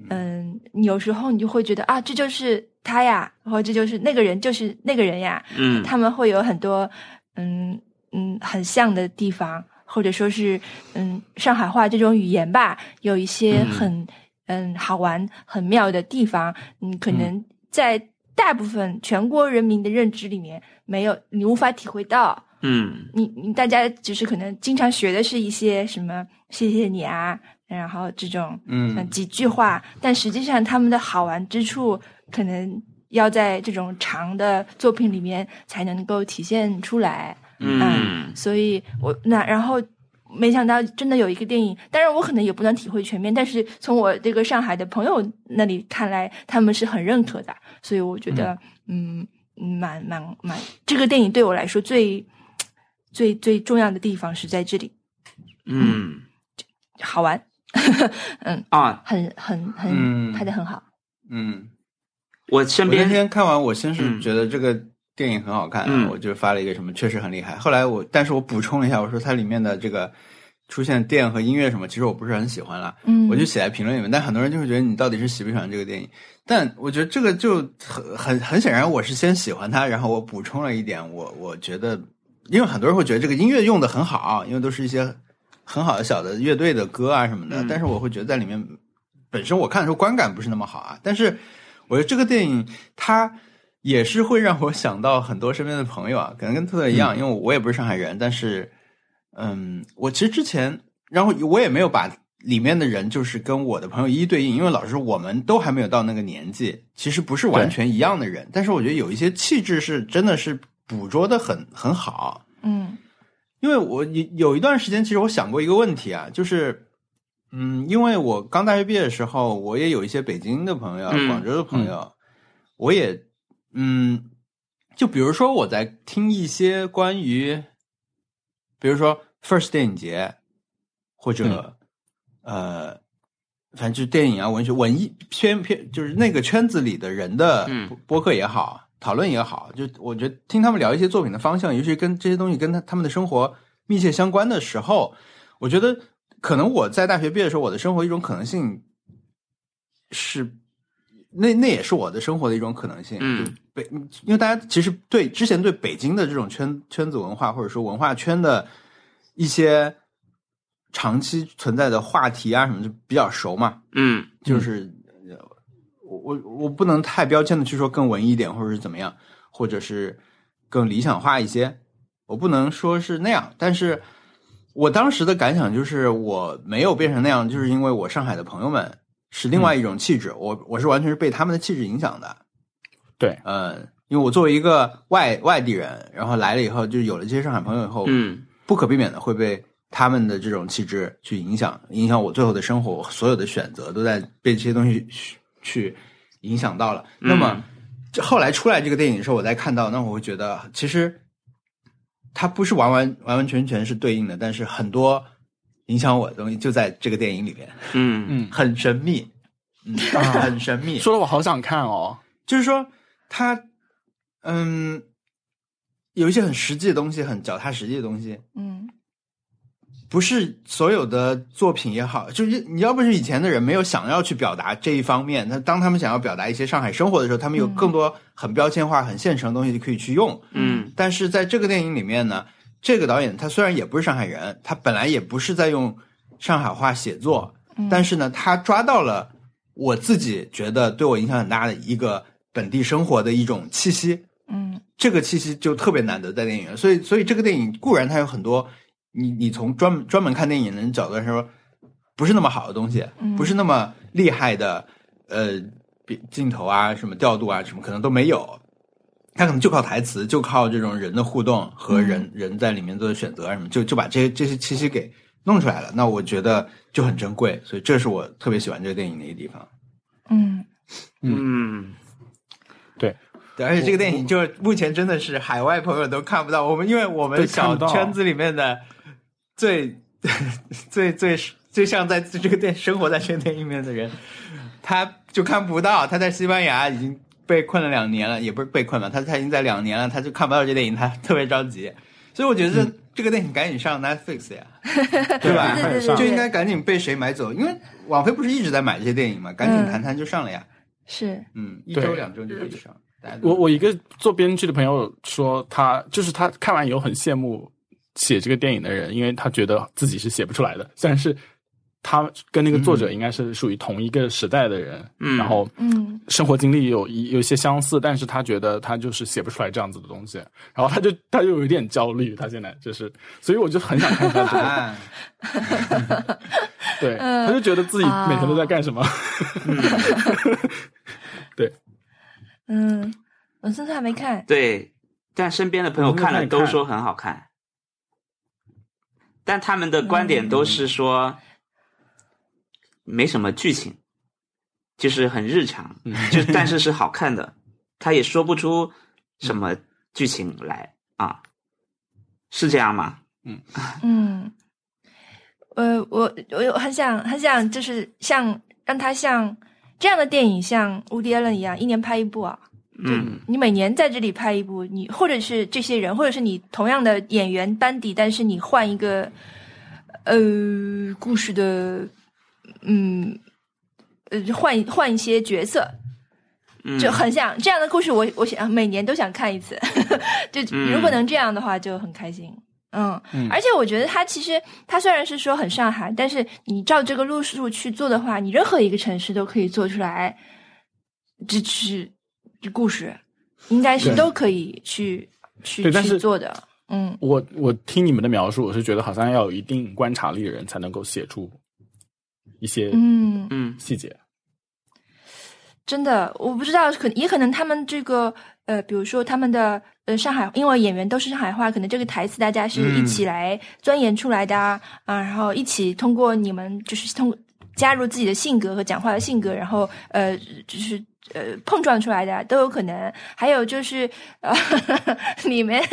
Speaker 3: 嗯，你有时候你就会觉得啊，这就是他呀，或者这就是那个人，就是那个人呀，
Speaker 1: 嗯
Speaker 3: 他们会有很多嗯嗯很像的地方，或者说是嗯上海话这种语言吧，有一些
Speaker 1: 嗯
Speaker 3: 很嗯好玩、很妙的地方。嗯，可能在大部分全国人民的认知里面，没有你无法体会到。
Speaker 1: 嗯
Speaker 3: 你你大家就是可能经常学的是一些什么“谢谢你啊”，然后这种嗯
Speaker 4: 嗯，
Speaker 3: 几句话，但实际上他们的好玩之处，可能要在这种长的作品里面才能够体现出来。
Speaker 1: 嗯
Speaker 3: 所以我那然后没想到真的有一个电影，当然我可能也不能体会全面，但是从我这个上海的朋友那里看来，他们是很认可的，所以我觉得嗯嗯蛮蛮蛮，这个电影对我来说最最最重要的地方是在这里，
Speaker 1: 嗯
Speaker 3: 好玩，
Speaker 1: 啊！
Speaker 3: 很很很
Speaker 4: 嗯
Speaker 3: 拍的很好。
Speaker 4: 嗯，
Speaker 1: 我身
Speaker 4: 我那
Speaker 1: 边
Speaker 4: 天看完，我先是
Speaker 1: 嗯
Speaker 4: 觉得这个电影很好看啊，
Speaker 1: 嗯
Speaker 4: 我就发了一个什么，确实很厉害。后来我，但是我补充了一下，我说它里面的这个出现电和音乐什么，其实我不是很喜欢啦，
Speaker 3: 嗯，
Speaker 4: 我就写在评论里面。但很多人就会觉得你到底是喜不喜欢这个电影？但我觉得这个就很很很显然，我是先喜欢它，然后我补充了一点，我我觉得，因为很多人会觉得这个音乐用的很好，因为都是一些很好的小的乐队的歌啊什么的，
Speaker 1: 嗯
Speaker 4: 但是我会觉得在里面本身我看的时候观感不是那么好啊，但是我觉得这个电影它也是会让我想到很多身边的朋友啊，可能跟特特一样，因为我也不是上海人，但是嗯，我其实之前，然后我也没有把里面的人就是跟我的朋友一一对应，因为老师我们都还没有到那个年纪，其实不是完全一样的人，但是我觉得有一些气质是真的是捕捉的很很好，
Speaker 3: 嗯
Speaker 4: 因为我有有一段时间，其实我想过一个问题啊，就是，嗯，因为我刚大学毕业的时候，我也有一些北京的朋友、
Speaker 1: 嗯
Speaker 4: 广州的朋友，我也，嗯，就比如说我在听一些关于，比如说 First 电影节，或者、呃，反正就是电影啊、文学、文艺偏偏就是那个圈子里的人的
Speaker 1: 嗯
Speaker 4: 播播客也好，讨论也好，就我觉得听他们聊一些作品的方向，尤其是跟这些东西跟他他们的生活密切相关的时候，我觉得可能我在大学毕业的时候，我的生活一种可能性是，那那也是我的生活的一种可能性。
Speaker 1: 嗯
Speaker 4: 就北，因为大家其实对之前对北京的这种圈圈子文化，或者说文化圈的一些长期存在的话题啊什么，就比较熟嘛。
Speaker 1: 嗯
Speaker 4: 就是呃我我我不能太标签的去说更文艺一点，或者是怎么样，或者是更理想化一些，我不能说是那样。但是我当时的感想就是，我没有变成那样，就是因为我上海的朋友们是另
Speaker 1: 嗯
Speaker 4: 外一种气质，我我是完全是被他们的气质影响的。
Speaker 2: 对，
Speaker 4: 嗯，因为我作为一个外外地人，然后来了以后，就有了这些上海朋友以后，
Speaker 1: 嗯
Speaker 4: 不可避免的会被他们的这种气质去影响，影响我最后的生活，我所有的选择都在被这些东西去去影响到了。
Speaker 1: 嗯
Speaker 4: 那么这后来出来这个电影的时候，我再看到，那我会觉得其实它不是完完完完全全是对应的，但是很多影响我的东西就在这个电影里面，
Speaker 1: 嗯
Speaker 2: 嗯，
Speaker 4: 很神秘，嗯，很神
Speaker 2: <laughs>
Speaker 4: 秘。
Speaker 2: 说的我好想看哦，
Speaker 4: 就是说他，嗯，有一些很实际的东西，很脚踏实地的东西，
Speaker 3: 嗯
Speaker 4: 不不是所有的作品也好，就是你要不是以前的人没有想要去表达这一方面，那当他们想要表达一些上海生活的时候，他们有更多很标签化、很现成的东西可以去用。
Speaker 1: 嗯
Speaker 4: 但是在这个电影里面呢，这个导演他虽然也不是上海人，他本来也不是在用上海话写作，
Speaker 3: 嗯
Speaker 4: 但是呢，他抓到了我自己觉得对我影响很大的一个本地生活的一种气息。
Speaker 3: 嗯
Speaker 4: 这个气息就特别难得在电影院，所以所以这个电影固然它有很多你你从专门专门看电影的人角度来说，不是那么好的东西，
Speaker 3: 嗯
Speaker 4: 不是那么厉害的呃比镜头啊、什么调度啊、什么可能都没有，它可能就靠台词，就靠这种人的互动和人、人在里面做的选择啊什么，就就把这些这些气息给弄出来了。那我觉得就很珍贵，所以这是我特别喜欢这个电影的一个地方。
Speaker 3: 嗯
Speaker 1: 嗯，
Speaker 4: 对，而且这个电影就是目前真的是海外朋友都看不到，我们因为我
Speaker 2: 对
Speaker 4: 们
Speaker 2: 看
Speaker 4: 小
Speaker 2: 不到
Speaker 4: 圈子里面的最最最最像在这个电生活在这个电影里面的人，他就看不到，他在西班牙已经被困了两年了，也不是被困了，他他已经在两年了，他就看不到这电影，他特别着急，所以我觉得这个电影赶紧上 Netflix 呀，对吧？
Speaker 2: 快点上
Speaker 4: 就应该赶紧被谁买走，因为网飞不是一直在买这些电影嘛，赶紧
Speaker 3: 嗯
Speaker 4: 谈谈就上了呀，
Speaker 3: 是，
Speaker 4: 嗯，一
Speaker 2: 对
Speaker 4: 周两周就可以上。大家都
Speaker 2: 我我一个做编剧的朋友说他，就是他看完以后很羡慕写这个电影的人，因为他觉得自己是写不出来的。虽然是他跟那个作者应该是属于同一个时代的人，
Speaker 1: 嗯
Speaker 2: 然后
Speaker 3: 嗯
Speaker 2: 生活经历有一有一些相似，但是他觉得他就是写不出来这样子的东西，然后他就他就有点焦虑，他现在就是，所以我就很想看他这个，
Speaker 4: 啊，
Speaker 2: 对，
Speaker 3: 嗯
Speaker 2: 他就觉得自己每天都在干什么， <laughs>
Speaker 3: 嗯，文森特还没看，
Speaker 1: 对，但身边的朋友看
Speaker 2: 我
Speaker 1: 了
Speaker 2: 没看
Speaker 1: 都说很好看，但他们的观点都是说没什么剧情，就是很日常，就但是是好看的，他也说不出什么剧情来啊，是这样吗？
Speaker 3: 嗯，呃，我我有很想很想就是像让他像这样的电影像乌迪艾伦一样，一年拍一部啊，
Speaker 1: 嗯
Speaker 3: 你每年在这里拍一部，你或者是这些人，或者是你同样的演员班底，但是你换一个呃故事的，嗯呃换一换一些角色，
Speaker 1: 嗯，
Speaker 3: 就很想这样的故事我，我想每年都想看一次， <laughs> 就
Speaker 1: 嗯
Speaker 3: 如果能这样的话就很开心。嗯，
Speaker 2: 嗯
Speaker 3: 而且我觉得他其实他虽然是说很上海，但是你照这个路数去做的话，你任何一个城市都可以做出来，这是这故事，应该是
Speaker 2: 对
Speaker 3: 都可以去去
Speaker 2: 对但
Speaker 3: 去
Speaker 2: 是
Speaker 3: 做的。嗯
Speaker 2: 我我听你们的描述，我是觉得好像要有一定观察力的人才能够写出一些
Speaker 3: 嗯，
Speaker 1: 嗯
Speaker 2: 细节。
Speaker 3: 真的，我不知道，可也可能他们这个呃，比如说他们的呃上海，因为演员都是上海话，可能这个台词大家是
Speaker 4: 嗯
Speaker 3: 一起来钻研出来的啊，啊然后一起通过你们就是通加入自己的性格和讲话的性格，然后呃就是。呃，碰撞出来的都有可能。还有就是，呃， <laughs> 里面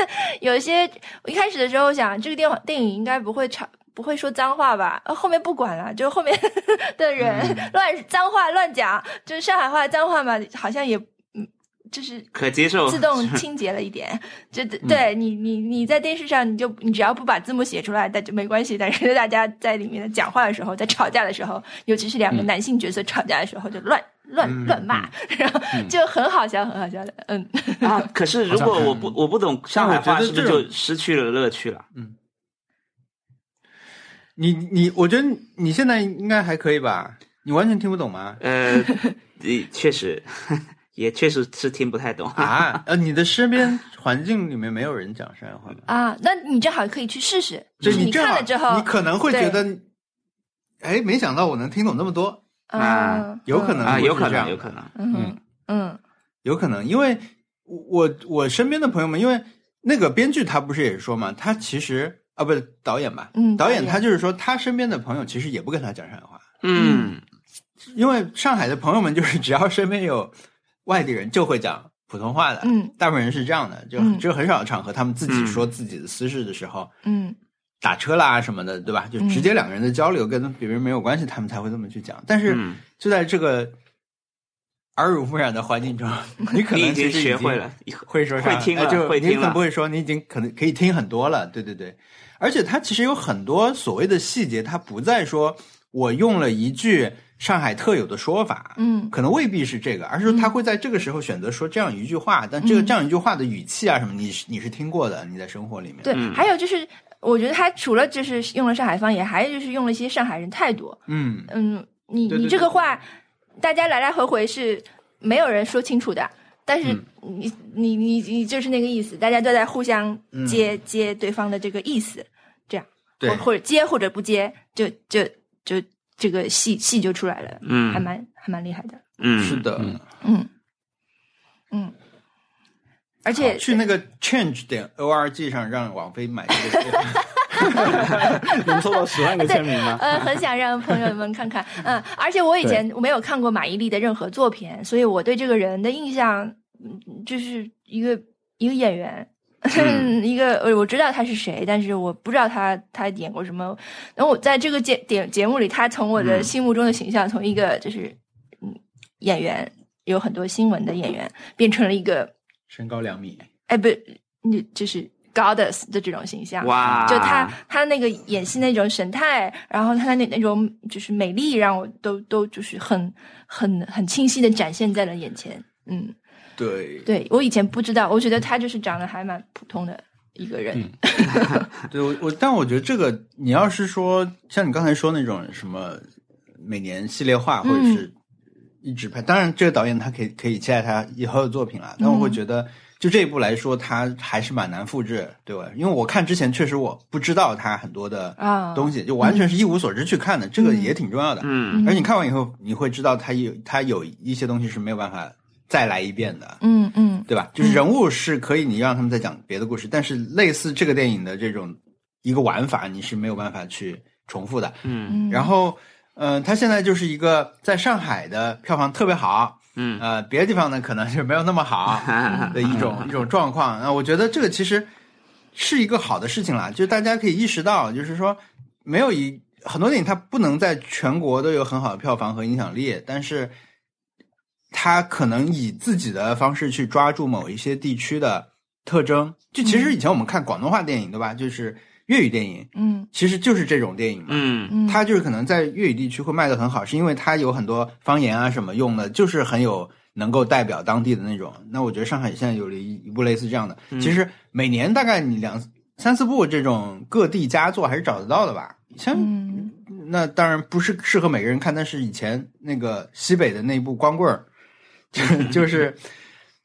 Speaker 3: 有一些，我一开始的时候想，这个电话电影应该不会吵，不会说脏话吧？呃，后面不管了，就后面 <laughs> 的人、乱脏话乱讲，就是上海话脏话嘛，好像也嗯，就是
Speaker 1: 可接
Speaker 4: 哦
Speaker 1: 受
Speaker 3: 自动清洁了一
Speaker 4: <laughs>
Speaker 3: 点。就
Speaker 4: 嗯
Speaker 3: 对你，你你在电视上，你就你只要不把字幕写出来，那就没关系。但是大家在里面的讲话的时候，在吵架的时候，尤其是两个男性角色吵架的时候，就乱乱
Speaker 4: 嗯
Speaker 3: 乱骂，然后就很好笑，很好笑的。嗯，
Speaker 1: <laughs> 啊。可是如果我不我不懂上海
Speaker 4: 但
Speaker 1: 话，
Speaker 4: 我觉得
Speaker 1: 是不是
Speaker 4: 这种
Speaker 1: 就失去了乐趣了？
Speaker 4: <laughs> 你你，我觉得你现在应该还可以吧？你完全听不
Speaker 3: <laughs>
Speaker 4: 懂吗？
Speaker 1: 呃，也确实也确实是听不太懂
Speaker 4: 啊，呃，你的身边环境里面没有人讲上海话
Speaker 3: <laughs>
Speaker 4: 吗？
Speaker 3: 啊，那你正好可以去试试，
Speaker 4: 就
Speaker 3: 就是
Speaker 4: 你正
Speaker 3: 看
Speaker 4: 好
Speaker 3: 了之后
Speaker 4: 你，可能会觉得，哎，没想到我能听懂这么多，
Speaker 3: 嗯，
Speaker 4: 有可能
Speaker 1: 啊，有可
Speaker 4: 会是这样
Speaker 1: 能，
Speaker 4: 的
Speaker 1: 有可能。
Speaker 3: 嗯，嗯嗯
Speaker 4: 有可能，因为我我我身边的朋友们，因为那个编剧他不是也说嘛，他其实啊，不是导演吧？
Speaker 3: 嗯
Speaker 4: 导演
Speaker 3: 导演
Speaker 4: 他就是说，他身边的朋友其实也不跟他讲上海话，
Speaker 1: 嗯
Speaker 4: 因为上海的朋友们就是只要身边有外地人就会讲普通话的，
Speaker 3: 嗯，
Speaker 4: 大部分人是这样的，就
Speaker 3: 嗯
Speaker 4: 就很少场合他们自己说自己的私事的时候，
Speaker 3: 嗯
Speaker 4: 打车啦什么的，对吧？就直
Speaker 1: 嗯
Speaker 4: 接两个人的交流跟别人没有关系，他们才会这么去讲。但是
Speaker 1: 嗯
Speaker 4: 就在这个耳濡目染的环
Speaker 1: <laughs>
Speaker 4: 境中，你可
Speaker 1: 你
Speaker 4: 能
Speaker 1: 已经
Speaker 4: 其实
Speaker 1: 学会了，
Speaker 4: 会说啥，
Speaker 1: 会听
Speaker 4: 哎
Speaker 1: 了
Speaker 4: 就
Speaker 1: 会
Speaker 4: 你
Speaker 1: 听
Speaker 4: 可能
Speaker 1: 了
Speaker 4: 不会说，你已经可能可以听很多了，对对对。而且它其实有很多所谓的细节，它不再说我用了一句上海特有的说法，
Speaker 3: 嗯
Speaker 4: 可能未必是这个，而是说他会在这个时候选择说这样一句话，但这个
Speaker 3: 嗯
Speaker 4: 这样一句话的语气啊什么，你是你是听过的，你在生活里面，
Speaker 3: 对，
Speaker 1: 嗯
Speaker 3: 还有就是，我觉得他除了就是用了上海方言，还有就是用了一些上海人态度。
Speaker 4: 嗯，
Speaker 3: 嗯，你
Speaker 4: 对对
Speaker 3: 你
Speaker 4: 对
Speaker 3: 这个话，大家来来回回是没有人说清楚的，但
Speaker 4: 嗯
Speaker 3: 是你、你你你就是那个意思，大家都在互相
Speaker 4: 嗯
Speaker 3: 接、接对方的这个意思，
Speaker 4: 对
Speaker 3: 或，或者接或者不接，就就就这个戏戏就出来了，还
Speaker 1: 嗯
Speaker 3: 蛮还蛮厉害的，
Speaker 1: 嗯，
Speaker 4: 是的，
Speaker 2: 嗯
Speaker 3: 嗯嗯，而
Speaker 1: 嗯
Speaker 3: 且
Speaker 4: 去那个 change 点 org 上让王菲买这个 <laughs> 碟。
Speaker 2: 能凑到十万个签名
Speaker 1: <laughs>
Speaker 3: <laughs>
Speaker 2: 吗？
Speaker 3: 呃，很想让朋友们看看，嗯，而且我以前没有看过马伊琍的任何作品，所以我对这个人的印象，嗯，就是一个一个演员，
Speaker 1: 嗯
Speaker 3: <laughs> 一个呃我知道他是谁，但是我不知道他他演过什么。然后我在这个节点节目里，他从我的
Speaker 1: 嗯
Speaker 3: 心目中的形象，从一个就是嗯演员，有很多新闻的演员，变成了一个
Speaker 4: 身高两米，
Speaker 3: 哎不，你就是 goddess 的这种形象，
Speaker 1: 哇，
Speaker 3: 就他
Speaker 4: 啊
Speaker 3: 他那个演戏那种神态，然后他的那那种就是美丽，让我都都就是很很很清晰的展现在了眼前。嗯，
Speaker 4: 对
Speaker 3: 对我以前不知道，我觉得他就是长得还蛮普通的一个人。
Speaker 2: 嗯
Speaker 4: 对，我我，但我觉得这个，你要是说像你刚才说那种什么每年系列化，或者
Speaker 3: 嗯
Speaker 4: 是一直拍，当然这个导演他可以可以期待他以后的作品啊，但我
Speaker 3: 嗯
Speaker 4: 会觉得就这一部来说，他还是蛮难复制，对吧？因为我看之前确实我不知道他很多的
Speaker 3: 啊
Speaker 4: 东西，就完全是一无所知去看的，这个
Speaker 3: 嗯
Speaker 4: 也挺重要的。
Speaker 1: 嗯
Speaker 4: 而你看完以后，你会知道他有他有一些东西是没有办法再来一遍的，
Speaker 3: 嗯嗯
Speaker 4: 对吧？就是人物是可以你让他们再讲别的故事，但是类似这个电影的这种一个玩法，你是没有办法去重复的。
Speaker 1: 嗯
Speaker 3: 嗯，
Speaker 4: 然后，嗯、它现在就是一个在上海的票房特别好，
Speaker 1: 嗯，
Speaker 4: 呃，别的地方呢可能是没有那么好的一种一种状况。那、我觉得这个其实是一个好的事情啦，就是大家可以意识到，就是说没有一很多电影它不能在全国都有很好的票房和影响力，但是它可能以自己的方式去抓住某一些地区的特征。就其实以前我们看广东话电影，对吧？就是粤语电影，
Speaker 3: 嗯
Speaker 4: 其实就是这种电影嘛。
Speaker 1: 嗯
Speaker 3: 嗯，
Speaker 4: 它就是可能在粤语地区会卖的很好，是因为它有很多方言啊什么用的，就是很有能够代表当地的那种。那我觉得上海现在有了一一部类似这样的，其实每年大概你两三四部这种各地佳作还是找得到的吧。像、
Speaker 3: 嗯
Speaker 4: 那当然不是适合每个人看，但是以前那个西北的那部《光棍儿》， <laughs> 就是就是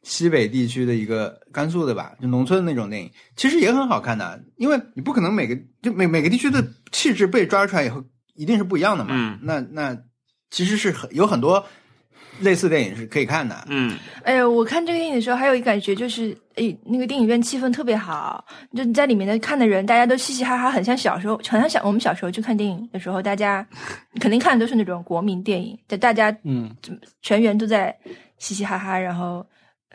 Speaker 4: 西北地区的一个甘肃的吧，就农村的那种电影，其实也很好看的，因为你不可能每个就每每个地区的气质被抓出来以后一定是不一样的嘛。
Speaker 1: 嗯
Speaker 4: 那那其实是很有很多类似电影是可以看的。
Speaker 1: 嗯
Speaker 3: 哎呀，我看这个电影的时候，还有一感觉就是，哎，那个电影院气氛特别好，就你在里面的看的人，大家都嘻嘻哈哈，很像小时候，很像小我们小时候去看电影的时候，大家肯定看的都是那种国民电影，但大家
Speaker 2: 嗯，
Speaker 3: 全员都在嘻嘻哈哈，然后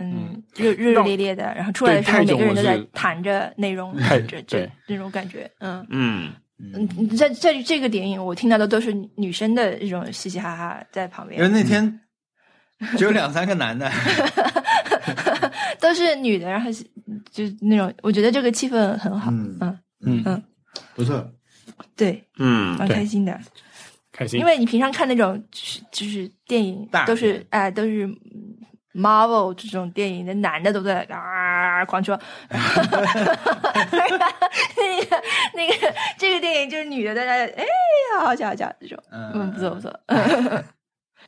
Speaker 3: 嗯，热热热烈烈的，然后出
Speaker 2: 对
Speaker 3: 来的时候
Speaker 2: 泰
Speaker 3: 每
Speaker 2: 囧
Speaker 3: 个人
Speaker 2: 我
Speaker 3: 都在
Speaker 2: 是
Speaker 3: 谈着
Speaker 2: <laughs>
Speaker 3: 内容，
Speaker 2: 泰
Speaker 3: 这这
Speaker 2: 对
Speaker 3: 那种感觉，嗯。
Speaker 1: 嗯
Speaker 3: 嗯，嗯在在这个电影，我听到的都是女生的这种嘻嘻哈哈在旁
Speaker 4: 因为
Speaker 3: 边，<laughs>
Speaker 4: 那天只有两三个男的，
Speaker 3: 都是女的，然后是就那种，我觉得这个气氛很好，
Speaker 4: 嗯
Speaker 3: 嗯，
Speaker 4: 不错。
Speaker 3: 对，
Speaker 1: 嗯
Speaker 3: 蛮
Speaker 2: 对
Speaker 3: 开心的。
Speaker 2: 开心
Speaker 3: 因。为你平常看那种就是就是电影
Speaker 4: 大，
Speaker 3: 都是
Speaker 4: 片
Speaker 3: 哎、都是 Marvel 这种电影的男的都在啊狂说， <laughs> 那个那个这个电影就是女的在那哎好好笑好笑这种，嗯
Speaker 4: 嗯，
Speaker 3: 不错不。错，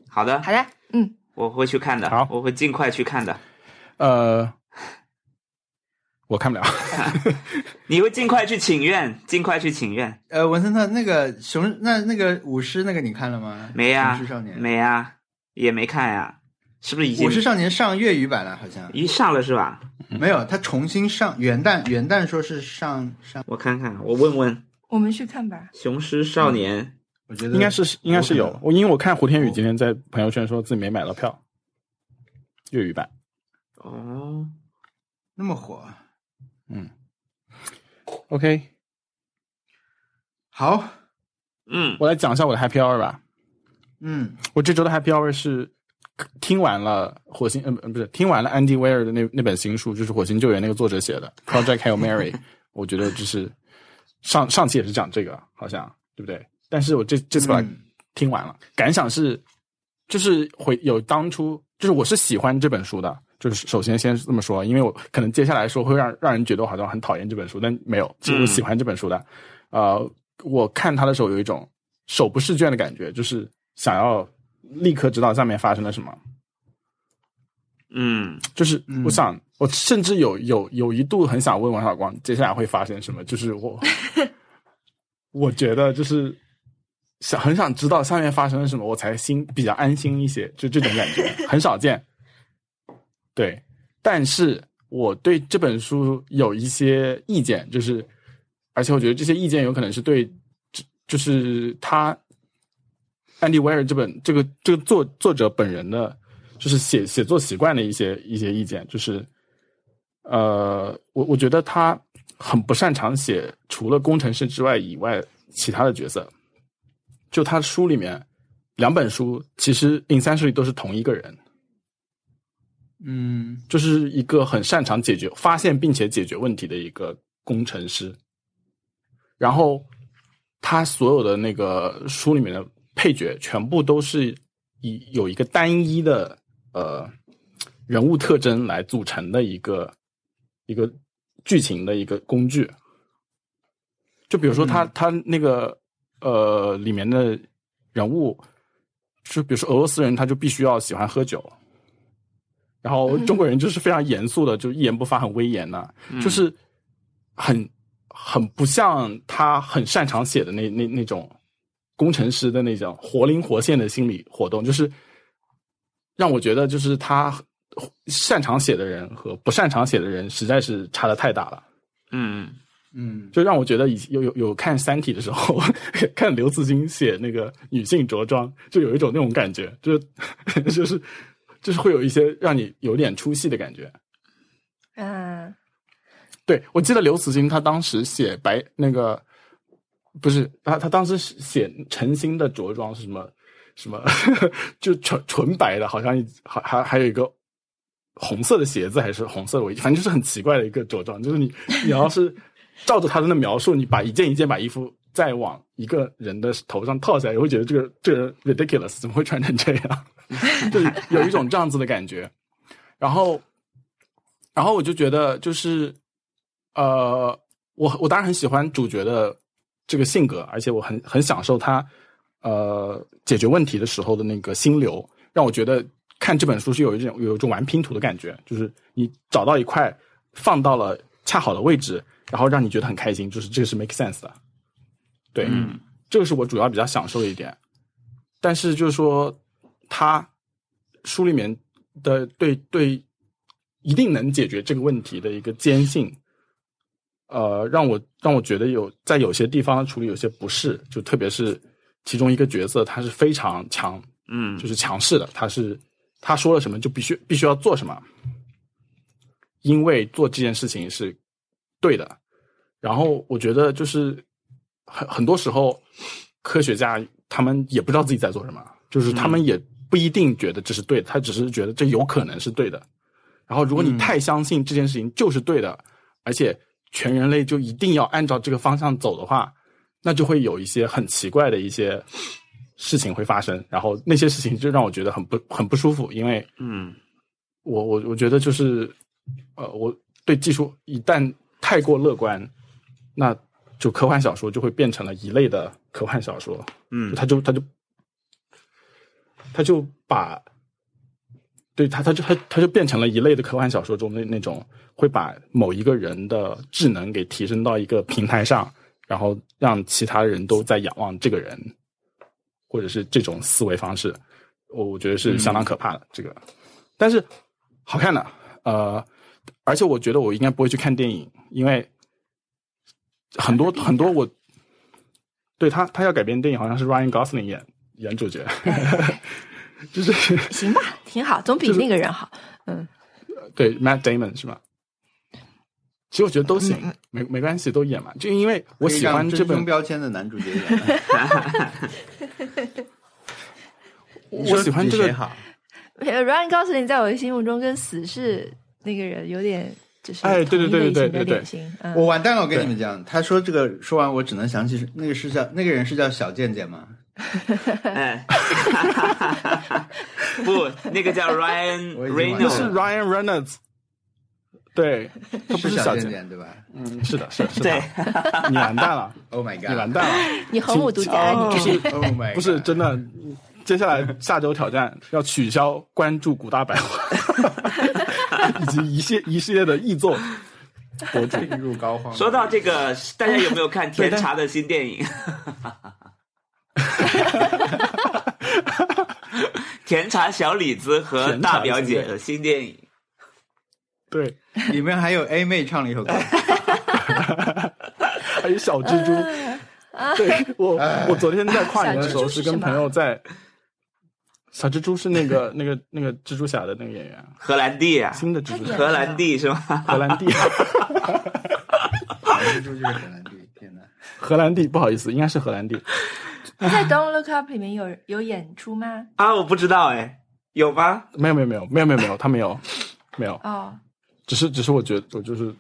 Speaker 1: 好的，
Speaker 3: 好的，嗯
Speaker 1: 我会去看的，
Speaker 2: 好
Speaker 1: 我会尽快去看的。
Speaker 2: 呃，我看不了。
Speaker 1: 你会尽快去请愿，尽快去请愿。
Speaker 4: 呃，文森特，那个熊，那那个舞狮，那个你看了吗？
Speaker 1: 没呀、
Speaker 4: 雄狮少年，
Speaker 1: 没呀、也没看呀、是不是已经
Speaker 4: 舞狮少年上粤语版了，好像
Speaker 1: 一上了是吧？
Speaker 4: 没有，他重新上元旦，元旦说是上上，
Speaker 1: 我看看，我问问《
Speaker 3: 我们去看吧，
Speaker 1: 雄狮少年》
Speaker 4: 呃我觉得
Speaker 2: 应该是应该是
Speaker 4: 我
Speaker 2: 有
Speaker 4: 看，
Speaker 2: 我因为我看胡天宇今天在朋友圈说自己没买到票，粤语版。
Speaker 1: 哦，
Speaker 4: 那么火。
Speaker 2: 嗯，OK，
Speaker 4: 好，
Speaker 1: 嗯
Speaker 2: 我来讲一下我的 Happy Hour 吧。
Speaker 4: 嗯
Speaker 2: 我这周的 Happy Hour 是听完了火星，呃，不不是听完了安迪威尔的那那本新书，就是《火星救援》那个作者写的《Project Hail Mary》，我觉得就是上上期也是讲这个，好像对不对？但是我这这次把它
Speaker 4: 嗯
Speaker 2: 听完了，感想是，就是会有当初，就是我是喜欢这本书的，就是首先先这么说，因为我可能接下来说会让让人觉得我好像很讨厌这本书，但没有，其实我喜欢这本书的。呃，我看它的时候有一种手不释卷的感觉，就是想要立刻知道下面发生了什么。
Speaker 1: 嗯
Speaker 2: 就是
Speaker 4: 嗯
Speaker 2: 我想，我甚至有有有一度很想问王小光接下来会发生什么，就是我我觉得就是想很想知道下面发生了什么，我才心比较安心一些，就这种感觉很少见。对，但是我对这本书有一些意见，就是而且我觉得这些意见有可能是对，就就是他安迪威尔这本这个这个作作者本人的，就是写写作习惯的一些一些意见，就是呃，我我觉得他很不擅长写除了工程师之外以外其他的角色。就他书里面两本书，其实 in essentially 都是同一个人，
Speaker 4: 嗯
Speaker 2: 就是一个很擅长解决、发现并且解决问题的一个工程师。然后他所有的那个书里面的配角，全部都是以有一个单一的呃人物特征来组成的一个一个剧情的一个工具。就比如说他、他那个呃里面的人物，就比如说俄罗斯人，他就必须要喜欢喝酒。然后中国人就是非常严肃的，就一言不发，很威严的、就是很很不像他很擅长写的那那那种工程师的那种活灵活现的心理活动，就是让我觉得就是他擅长写的人和不擅长写的人实在是差的太大了。
Speaker 1: 嗯
Speaker 4: 嗯
Speaker 2: 就让我觉得以有有有看《三体》的时候， <laughs> 看刘慈欣写那个女性着装，就有一种那种感觉，就是 <laughs> 就是就是会有一些让你有点出戏的感觉。
Speaker 3: 嗯，
Speaker 2: 对，我记得刘慈欣他当时写白那个，不是他他当时写陈星的着装是什么什么， <laughs> 就纯纯白的，好像一还还还有一个红色的鞋子还是红色的围巾，反正就是很奇怪的一个着装。就是你你要是照着他的那描述，你把一件一件把衣服再往一个人的头上套下来，你会觉得这个这个人 ridiculous，怎么会穿成这样？ <laughs> 就是有一种这样子的感觉。然后，然后我就觉得就是，呃，我我当然很喜欢主角的这个性格，而且我很很享受他呃解决问题的时候的那个心流，让我觉得看这本书是有一种有一种玩拼图的感觉，就是你找到一块放到了恰好的位置，然后让你觉得很开心，就是这个是 make sense 的，对，
Speaker 1: 嗯
Speaker 2: 这个是我主要比较享受的一点。但是就是说，他书里面的对对一定能解决这个问题的一个坚信，呃，让我让我觉得有在有些地方处理有些不适，就特别是其中一个角色他是非常强，
Speaker 1: 嗯，
Speaker 2: 就是强势的，他是他说了什么就必须必须要做什么，因为做这件事情是对的。然后我觉得就是很很多时候，科学家他们也不知道自己在做什么，就是他们也不一定觉得这是对的，他只是觉得这有可能是对的。然后如果你
Speaker 4: 嗯
Speaker 2: 太相信这件事情就是对的，而且全人类就一定要按照这个方向走的话，那就会有一些很奇怪的一些事情会发生，然后那些事情就让我觉得很不很不舒服，因为
Speaker 1: 嗯
Speaker 2: 我我我觉得就是，呃，我对技术一旦太过乐观，那就科幻小说就会变成了一类的科幻小说，
Speaker 1: 嗯
Speaker 2: 他就他就他就把，对他他就他他就变成了一类的科幻小说中的那种会把某一个人的智能给提升到一个平台上，然后让其他人都在仰望这个人，或者是这种思维方式，我我觉得是相当可怕的、这个。但是好看的，呃，而且我觉得我应该不会去看电影，因为很多很多我对他他要改编电影，好像是 Ryan Gosling 演演主角， <laughs> 就是
Speaker 3: 行吧，挺好，总比那个人好。嗯，
Speaker 2: 对 Matt Damon 是吧？其实我觉得都行，
Speaker 3: 嗯
Speaker 2: 没没关系，都演嘛。就因为我喜欢这
Speaker 4: 真
Speaker 2: 本
Speaker 4: 凶，标签的男主角演
Speaker 2: <laughs>
Speaker 4: 的，
Speaker 2: 我喜欢这
Speaker 4: 你说比谁
Speaker 2: 个
Speaker 4: 好，
Speaker 3: Ryan Gosling 在我的心目中跟死侍那个人有点就是
Speaker 2: 哎对对对对
Speaker 3: 同
Speaker 2: 对对
Speaker 3: 一类型的
Speaker 2: 对
Speaker 3: 脸型，嗯
Speaker 4: 我完蛋了，我跟你们讲，他说这个说完，我只能想起是那个是叫那个人是叫小贱贱吗？
Speaker 1: 哎， <laughs> 不，那个叫 Ryan
Speaker 4: 我已
Speaker 2: 那
Speaker 4: 经完了
Speaker 2: 是
Speaker 1: Reynolds，
Speaker 2: Ryan Reynolds，对他不
Speaker 4: 是
Speaker 2: 小
Speaker 4: 贱
Speaker 2: 贱，
Speaker 4: 贱对吧
Speaker 2: 嗯，是的，是的，是的
Speaker 1: 对，
Speaker 2: 你完蛋了，
Speaker 4: ？Oh my god！
Speaker 2: 你完蛋了。
Speaker 3: <laughs>
Speaker 2: 哦
Speaker 3: 你横我独家，
Speaker 1: 请
Speaker 3: 你
Speaker 2: 就
Speaker 3: 看
Speaker 2: 是
Speaker 4: o h my！
Speaker 2: 不是真的，接下来下周挑 <laughs> 战要取消关注古大白 <laughs> 话，以及一系一系列的译作。博主
Speaker 4: 病入膏肓了。
Speaker 1: 说到这个，大家有没有
Speaker 2: <laughs>
Speaker 1: 看甜茶的新电影？ <laughs> 甜茶小李子和大表姐的新电影，
Speaker 2: 对，
Speaker 4: 里面还有 A 妹唱了
Speaker 2: <laughs>
Speaker 4: 一首歌，
Speaker 2: 还有小蜘蛛。对我，我昨天在跨年的时候
Speaker 3: 小蜘蛛是
Speaker 2: 是跟
Speaker 3: 什么
Speaker 2: 朋友在。哎小蜘蛛是那个 <laughs> 那个那个蜘蛛侠的那个演员，
Speaker 1: 荷兰弟啊，
Speaker 2: 新的蜘蛛侠
Speaker 3: 他演
Speaker 1: 荷兰弟是吗？
Speaker 2: 荷兰 <laughs> 弟，
Speaker 4: 忍不住就是很难地，天哪！
Speaker 2: 荷兰弟，不好意思，应该是荷兰弟。
Speaker 3: <laughs> 在《Don't Look Up》里面有有演出吗？
Speaker 1: <laughs> 啊，我不知道哎，有吗？
Speaker 2: 没有没有没有没有没有没有，他没有没有，
Speaker 3: 哦，
Speaker 2: 只是只是我觉得我就是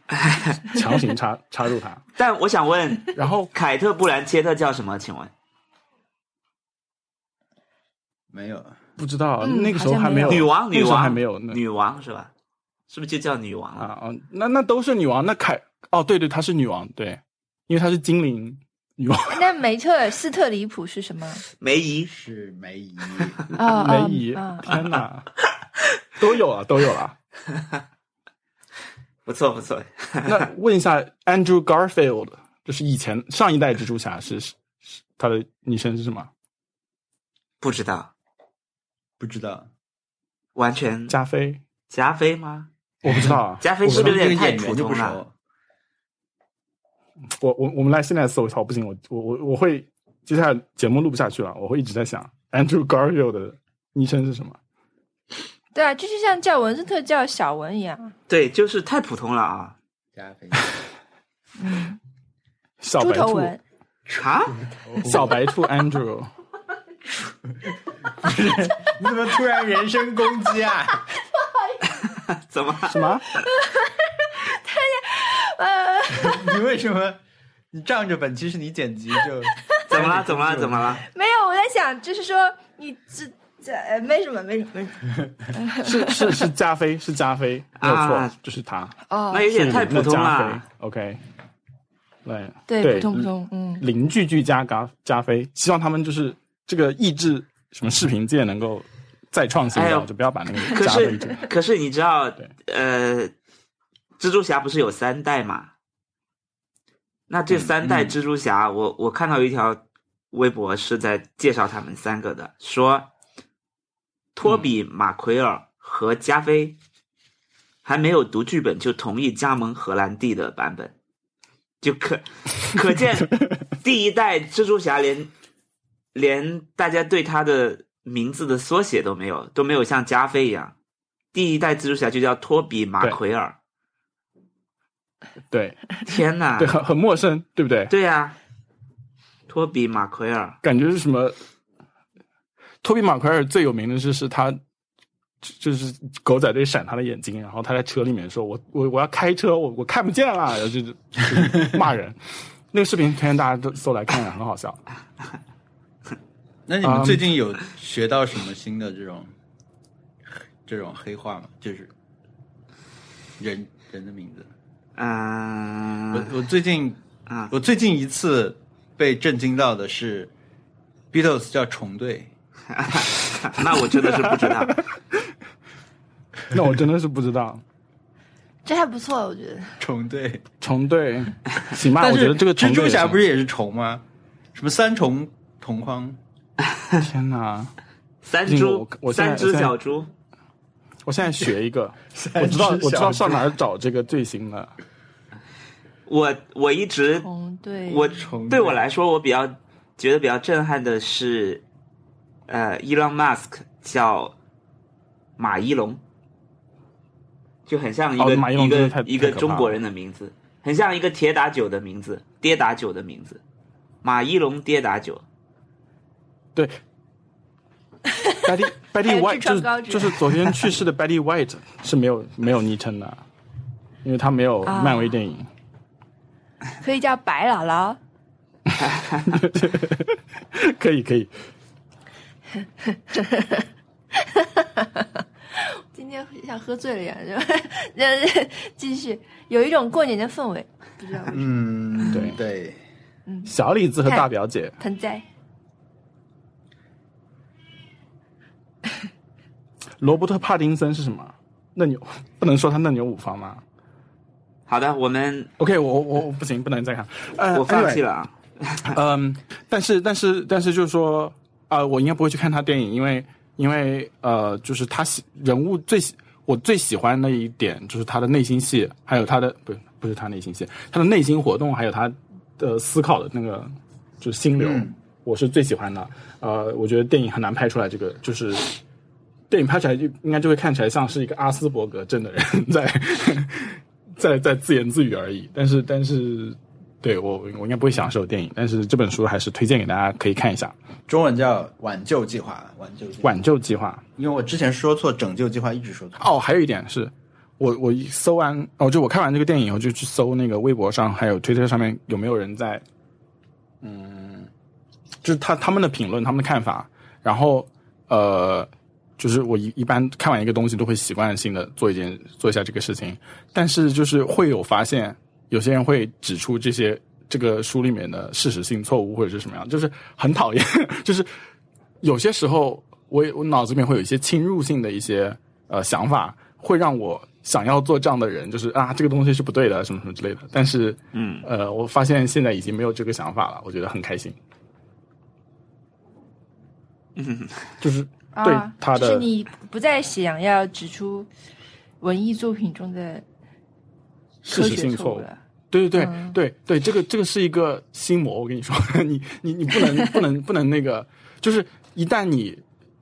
Speaker 2: 强行插插入他，
Speaker 1: 但我想问，
Speaker 2: 然后
Speaker 1: 凯特·布兰切特叫什么？请问
Speaker 4: 没有，
Speaker 2: 不知道，
Speaker 3: 嗯
Speaker 2: 那个时候还没有
Speaker 1: 女王，
Speaker 2: 哦那
Speaker 1: 女
Speaker 2: 个时候
Speaker 1: 王
Speaker 2: 还没有呢。
Speaker 1: 女王是吧？是不是就叫女王了？
Speaker 2: 啊哦，那那都是女王。那凯哦，对对，她是女王，对，因为她是精灵女王
Speaker 3: 那梅特尔斯特里普是什么？
Speaker 1: 梅姨，
Speaker 4: 是梅
Speaker 2: <laughs>
Speaker 4: 姨。
Speaker 3: 哦，
Speaker 2: 呃梅姨
Speaker 3: 嗯。嗯
Speaker 1: <laughs>
Speaker 2: 天哪，都有了，都有了。
Speaker 1: 不错不错。
Speaker 2: 那问一下 Andrew Garfield，就是以前上一代蜘蛛侠是是是他的昵称是什么？
Speaker 1: 不知道，
Speaker 4: 不知道，
Speaker 1: 完全
Speaker 2: 加菲？
Speaker 1: 加菲吗？
Speaker 2: 我不知道啊，
Speaker 1: <laughs> 加菲是不是有
Speaker 4: 这个
Speaker 1: 点太
Speaker 4: 演
Speaker 1: 普
Speaker 4: 员就不
Speaker 1: 通了？
Speaker 4: 熟。
Speaker 2: 我我我们来现在搜一下，不行，我我我我会接下来节目录不下去了，我会一直在想 Andrew Garfield 的昵称是什么。
Speaker 3: 对啊，就是像叫文森特叫小文一样，
Speaker 1: 对，就是太普通了啊！
Speaker 4: 加菲，
Speaker 2: 小
Speaker 3: 猪
Speaker 2: 白
Speaker 3: 头
Speaker 2: 兔，
Speaker 3: 文。
Speaker 1: 啊，
Speaker 2: 小白兔 Andrew。
Speaker 4: 你怎么突然人身攻击啊？ <laughs>
Speaker 1: 怎
Speaker 2: <laughs>
Speaker 1: 么？
Speaker 2: 什么？
Speaker 4: 你为什么？你仗着本期是你剪辑就
Speaker 1: <laughs> 怎
Speaker 4: <laughs>
Speaker 1: 么了？怎么了？怎么
Speaker 2: <laughs>
Speaker 1: 了？
Speaker 3: 没有，我在想，就是说你这这呃没什么，没什么，没什么。
Speaker 2: 是是是加菲，是加菲，没有错，
Speaker 1: 啊
Speaker 2: 就是他。
Speaker 1: 那
Speaker 3: 哦，
Speaker 1: 有点
Speaker 2: 是
Speaker 1: 太普通
Speaker 2: 那加菲
Speaker 1: 了。
Speaker 2: OK，对
Speaker 3: 对，普通普通，嗯，
Speaker 2: 零句句加嘎加菲，希望他们就是这个益智什么视频界能够再创新一
Speaker 1: 哎
Speaker 2: 下，
Speaker 1: 呦
Speaker 2: 我就不要把那个
Speaker 1: 可
Speaker 2: 加菲
Speaker 1: 是
Speaker 2: 这个。，
Speaker 1: 可是你知道
Speaker 2: 对，
Speaker 1: 呃，蜘蛛侠不是有三代嘛？那
Speaker 2: 嗯
Speaker 1: 这三代蜘蛛侠，我我看到一条微博是在介绍他们三个的，
Speaker 2: 嗯
Speaker 1: 说托比·马奎尔和加菲还没有读剧本就同意加盟荷兰弟的版本，就可 <laughs> 可见第一代蜘蛛侠连连大家对他的名字的缩写都没有，都没有像加菲一样，第一代蜘蛛侠就叫托比·马奎尔。
Speaker 2: 对
Speaker 1: 天哪！
Speaker 2: 对，很很陌生，对不对？
Speaker 1: 对呀、托比·马奎尔，
Speaker 2: 感觉是什么？托比马奎尔最有名的是是他，就就是狗仔队闪他的眼睛，然后他在车里面说：“我我我要开车，我我看不见了。”然后就是就是骂人。 <laughs> 那个视频推荐大家都搜来看看，很好
Speaker 4: <laughs>
Speaker 2: 笑。
Speaker 4: 那你们最近有学到什么新的这种、这种黑话吗？就是人人的名字。
Speaker 1: 嗯、
Speaker 4: 我我最近
Speaker 1: 啊
Speaker 4: 我最近一次被震惊到的是 Beatles 叫虫队，
Speaker 1: 那我真的是不知
Speaker 2: <laughs>
Speaker 1: 道。
Speaker 2: 那我真的是不知道
Speaker 3: 这还不错，我觉得。
Speaker 4: 虫队。
Speaker 2: 虫
Speaker 4: <laughs>
Speaker 2: 队，行吧？
Speaker 4: 但
Speaker 2: 我
Speaker 4: 是
Speaker 2: 觉得这个虫
Speaker 4: 蜘
Speaker 2: 队
Speaker 4: 蛛侠不
Speaker 2: 是
Speaker 4: 是也是虫吗？什么三重同框？
Speaker 2: 天哪！
Speaker 1: 三
Speaker 2: 这个
Speaker 1: 只
Speaker 2: 我我现在
Speaker 1: 三只小猪，
Speaker 2: 我现在学一
Speaker 4: <laughs>
Speaker 2: 个，我知道我知道上哪儿找这个最新的。
Speaker 1: 我我一直
Speaker 3: 红嗯对，
Speaker 1: 我
Speaker 4: 重
Speaker 1: 对
Speaker 4: 叠
Speaker 1: 我来说，我比较觉得比较震撼的是，呃，Elon Musk 叫马一龙，就很像一个、
Speaker 2: 哦马一龙
Speaker 1: 一
Speaker 2: 真的太
Speaker 1: 个
Speaker 2: 太
Speaker 1: 一个
Speaker 2: 可怕
Speaker 1: 中国
Speaker 2: 了
Speaker 1: 人的名字，很像一个铁打酒的名字，跌打酒的名字，马一龙跌打酒。
Speaker 2: 对， Betty
Speaker 3: <laughs> 还
Speaker 2: Betty
Speaker 3: 有
Speaker 2: White 就
Speaker 3: 痔疮
Speaker 2: 是
Speaker 3: 高脂
Speaker 2: 就是昨天去世的 Betty White 是没有没有昵称的，因为他没有
Speaker 3: 啊
Speaker 2: 漫威电影。
Speaker 3: 可以叫白姥姥。
Speaker 2: 可以可以，
Speaker 3: 今天像喝醉了一样，就 <laughs> 就继续有一种过年的氛围，不知道为什么。
Speaker 4: 嗯，
Speaker 2: 对
Speaker 4: 对，
Speaker 2: 小李子和
Speaker 3: 看
Speaker 2: 大表姐，
Speaker 1: 嗯
Speaker 3: 盆栽
Speaker 2: 罗伯特·帕丁森是什么？嫩牛，不能说他嫩牛五方吗
Speaker 1: 好的，我们
Speaker 2: ？OK，我我我不行，不能再看。呃，
Speaker 1: 我放
Speaker 2: anyway
Speaker 1: 弃了啊。
Speaker 2: 嗯，但是但是但是就是说，呃，我应该不会去看他电影，因为因为呃，就是他喜人物最喜我最喜欢的一点就是他的内心戏，还有他的不是不是他内心戏，他的内心活动，还有他的思考的那个就是心流，
Speaker 4: 嗯
Speaker 2: 我是最喜欢的。呃，我觉得电影很难拍出来这个，就是电影拍起来就应该就会看起来像是一个阿斯伯格症的人 <laughs> 在在在自言自语而已。但是但是，对我我应该不会享受电影，但是这本书还是推荐给大家可以看一下，
Speaker 4: 中文叫挽救计划，挽救计
Speaker 2: 《
Speaker 4: 划，
Speaker 2: 挽救计划》。
Speaker 4: 因为我之前说错拯救计划，一直说错。
Speaker 2: 哦，还有一点是，我我一搜完哦，就我看完这个电影以后，就去搜那个微博上还有推特上面有没有人在，嗯，就是他他们的评论、他们的看法，然后呃，就是我一一般看完一个东西都会习惯性的做一件做一下这个事情，但是就是会有发现，有些人会指出这些这个书里面的事实性错误或者是什么样，就是很讨厌， <laughs> 就是有些时候我也我脑子里面会有一些侵入性的一些呃想法，会让我想要做这样的人，就是啊这个东西是不对的，什么什么之类的。但是
Speaker 1: 嗯，
Speaker 2: 呃，我发现现在已经没有这个想法了，我觉得很开心。
Speaker 1: 嗯，
Speaker 2: 就是
Speaker 3: 啊，
Speaker 2: 对他的
Speaker 3: 就是你不再想要指出文艺作品中的
Speaker 2: 事
Speaker 3: 科
Speaker 2: 实
Speaker 3: 学
Speaker 2: 性
Speaker 3: 错
Speaker 2: 错
Speaker 3: 误
Speaker 2: 误，
Speaker 3: 了。
Speaker 2: 对对对、
Speaker 3: 嗯
Speaker 2: 对对，这个这个是一个心魔，我跟你说， <laughs> 你你你不能不能不能那个，就是一旦你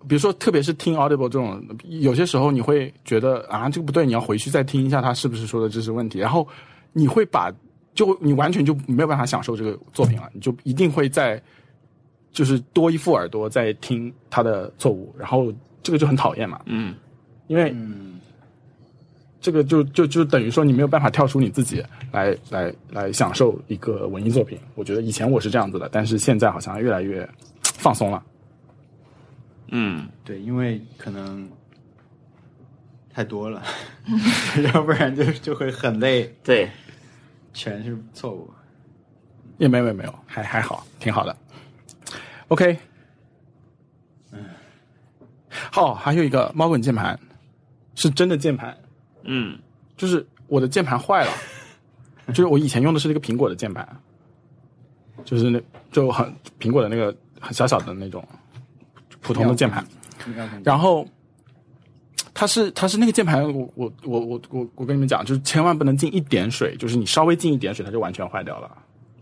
Speaker 2: 比如说特别是听 Audible 这种，有些时候你会觉得啊这个不对，你要回去再听一下他是不是说的这是问题，然后你会把就你完全就没有办法享受这个作品了，你就一定会在就是多一副耳朵在听他的错误，然后这个就很讨厌嘛，
Speaker 1: 嗯，
Speaker 2: 因为
Speaker 4: 嗯，
Speaker 2: 这个就就就等于说你没有办法跳出你自己来来来享受一个文艺作品。我觉得以前我是这样子的，但是现在好像越来越放松了。
Speaker 1: 嗯，
Speaker 4: 对，因为可能太
Speaker 2: <laughs>
Speaker 4: 多了，要不然就就会很累，
Speaker 1: 对，
Speaker 4: 全是错误。
Speaker 2: 也没有没有没有，还还好，挺好的。OK，嗯，好，还有一个猫滚键盘，是真的键盘，
Speaker 1: 嗯，
Speaker 2: 就是我的键盘坏了，就是我以前用的是那个苹果的键盘，就是那就很苹果的那个很小小的那种普通的键盘。然后它是它是那个键盘，我我我我我我跟你们讲，就是千万不能进一点水，就是你稍微进一点水，它就完全坏掉了，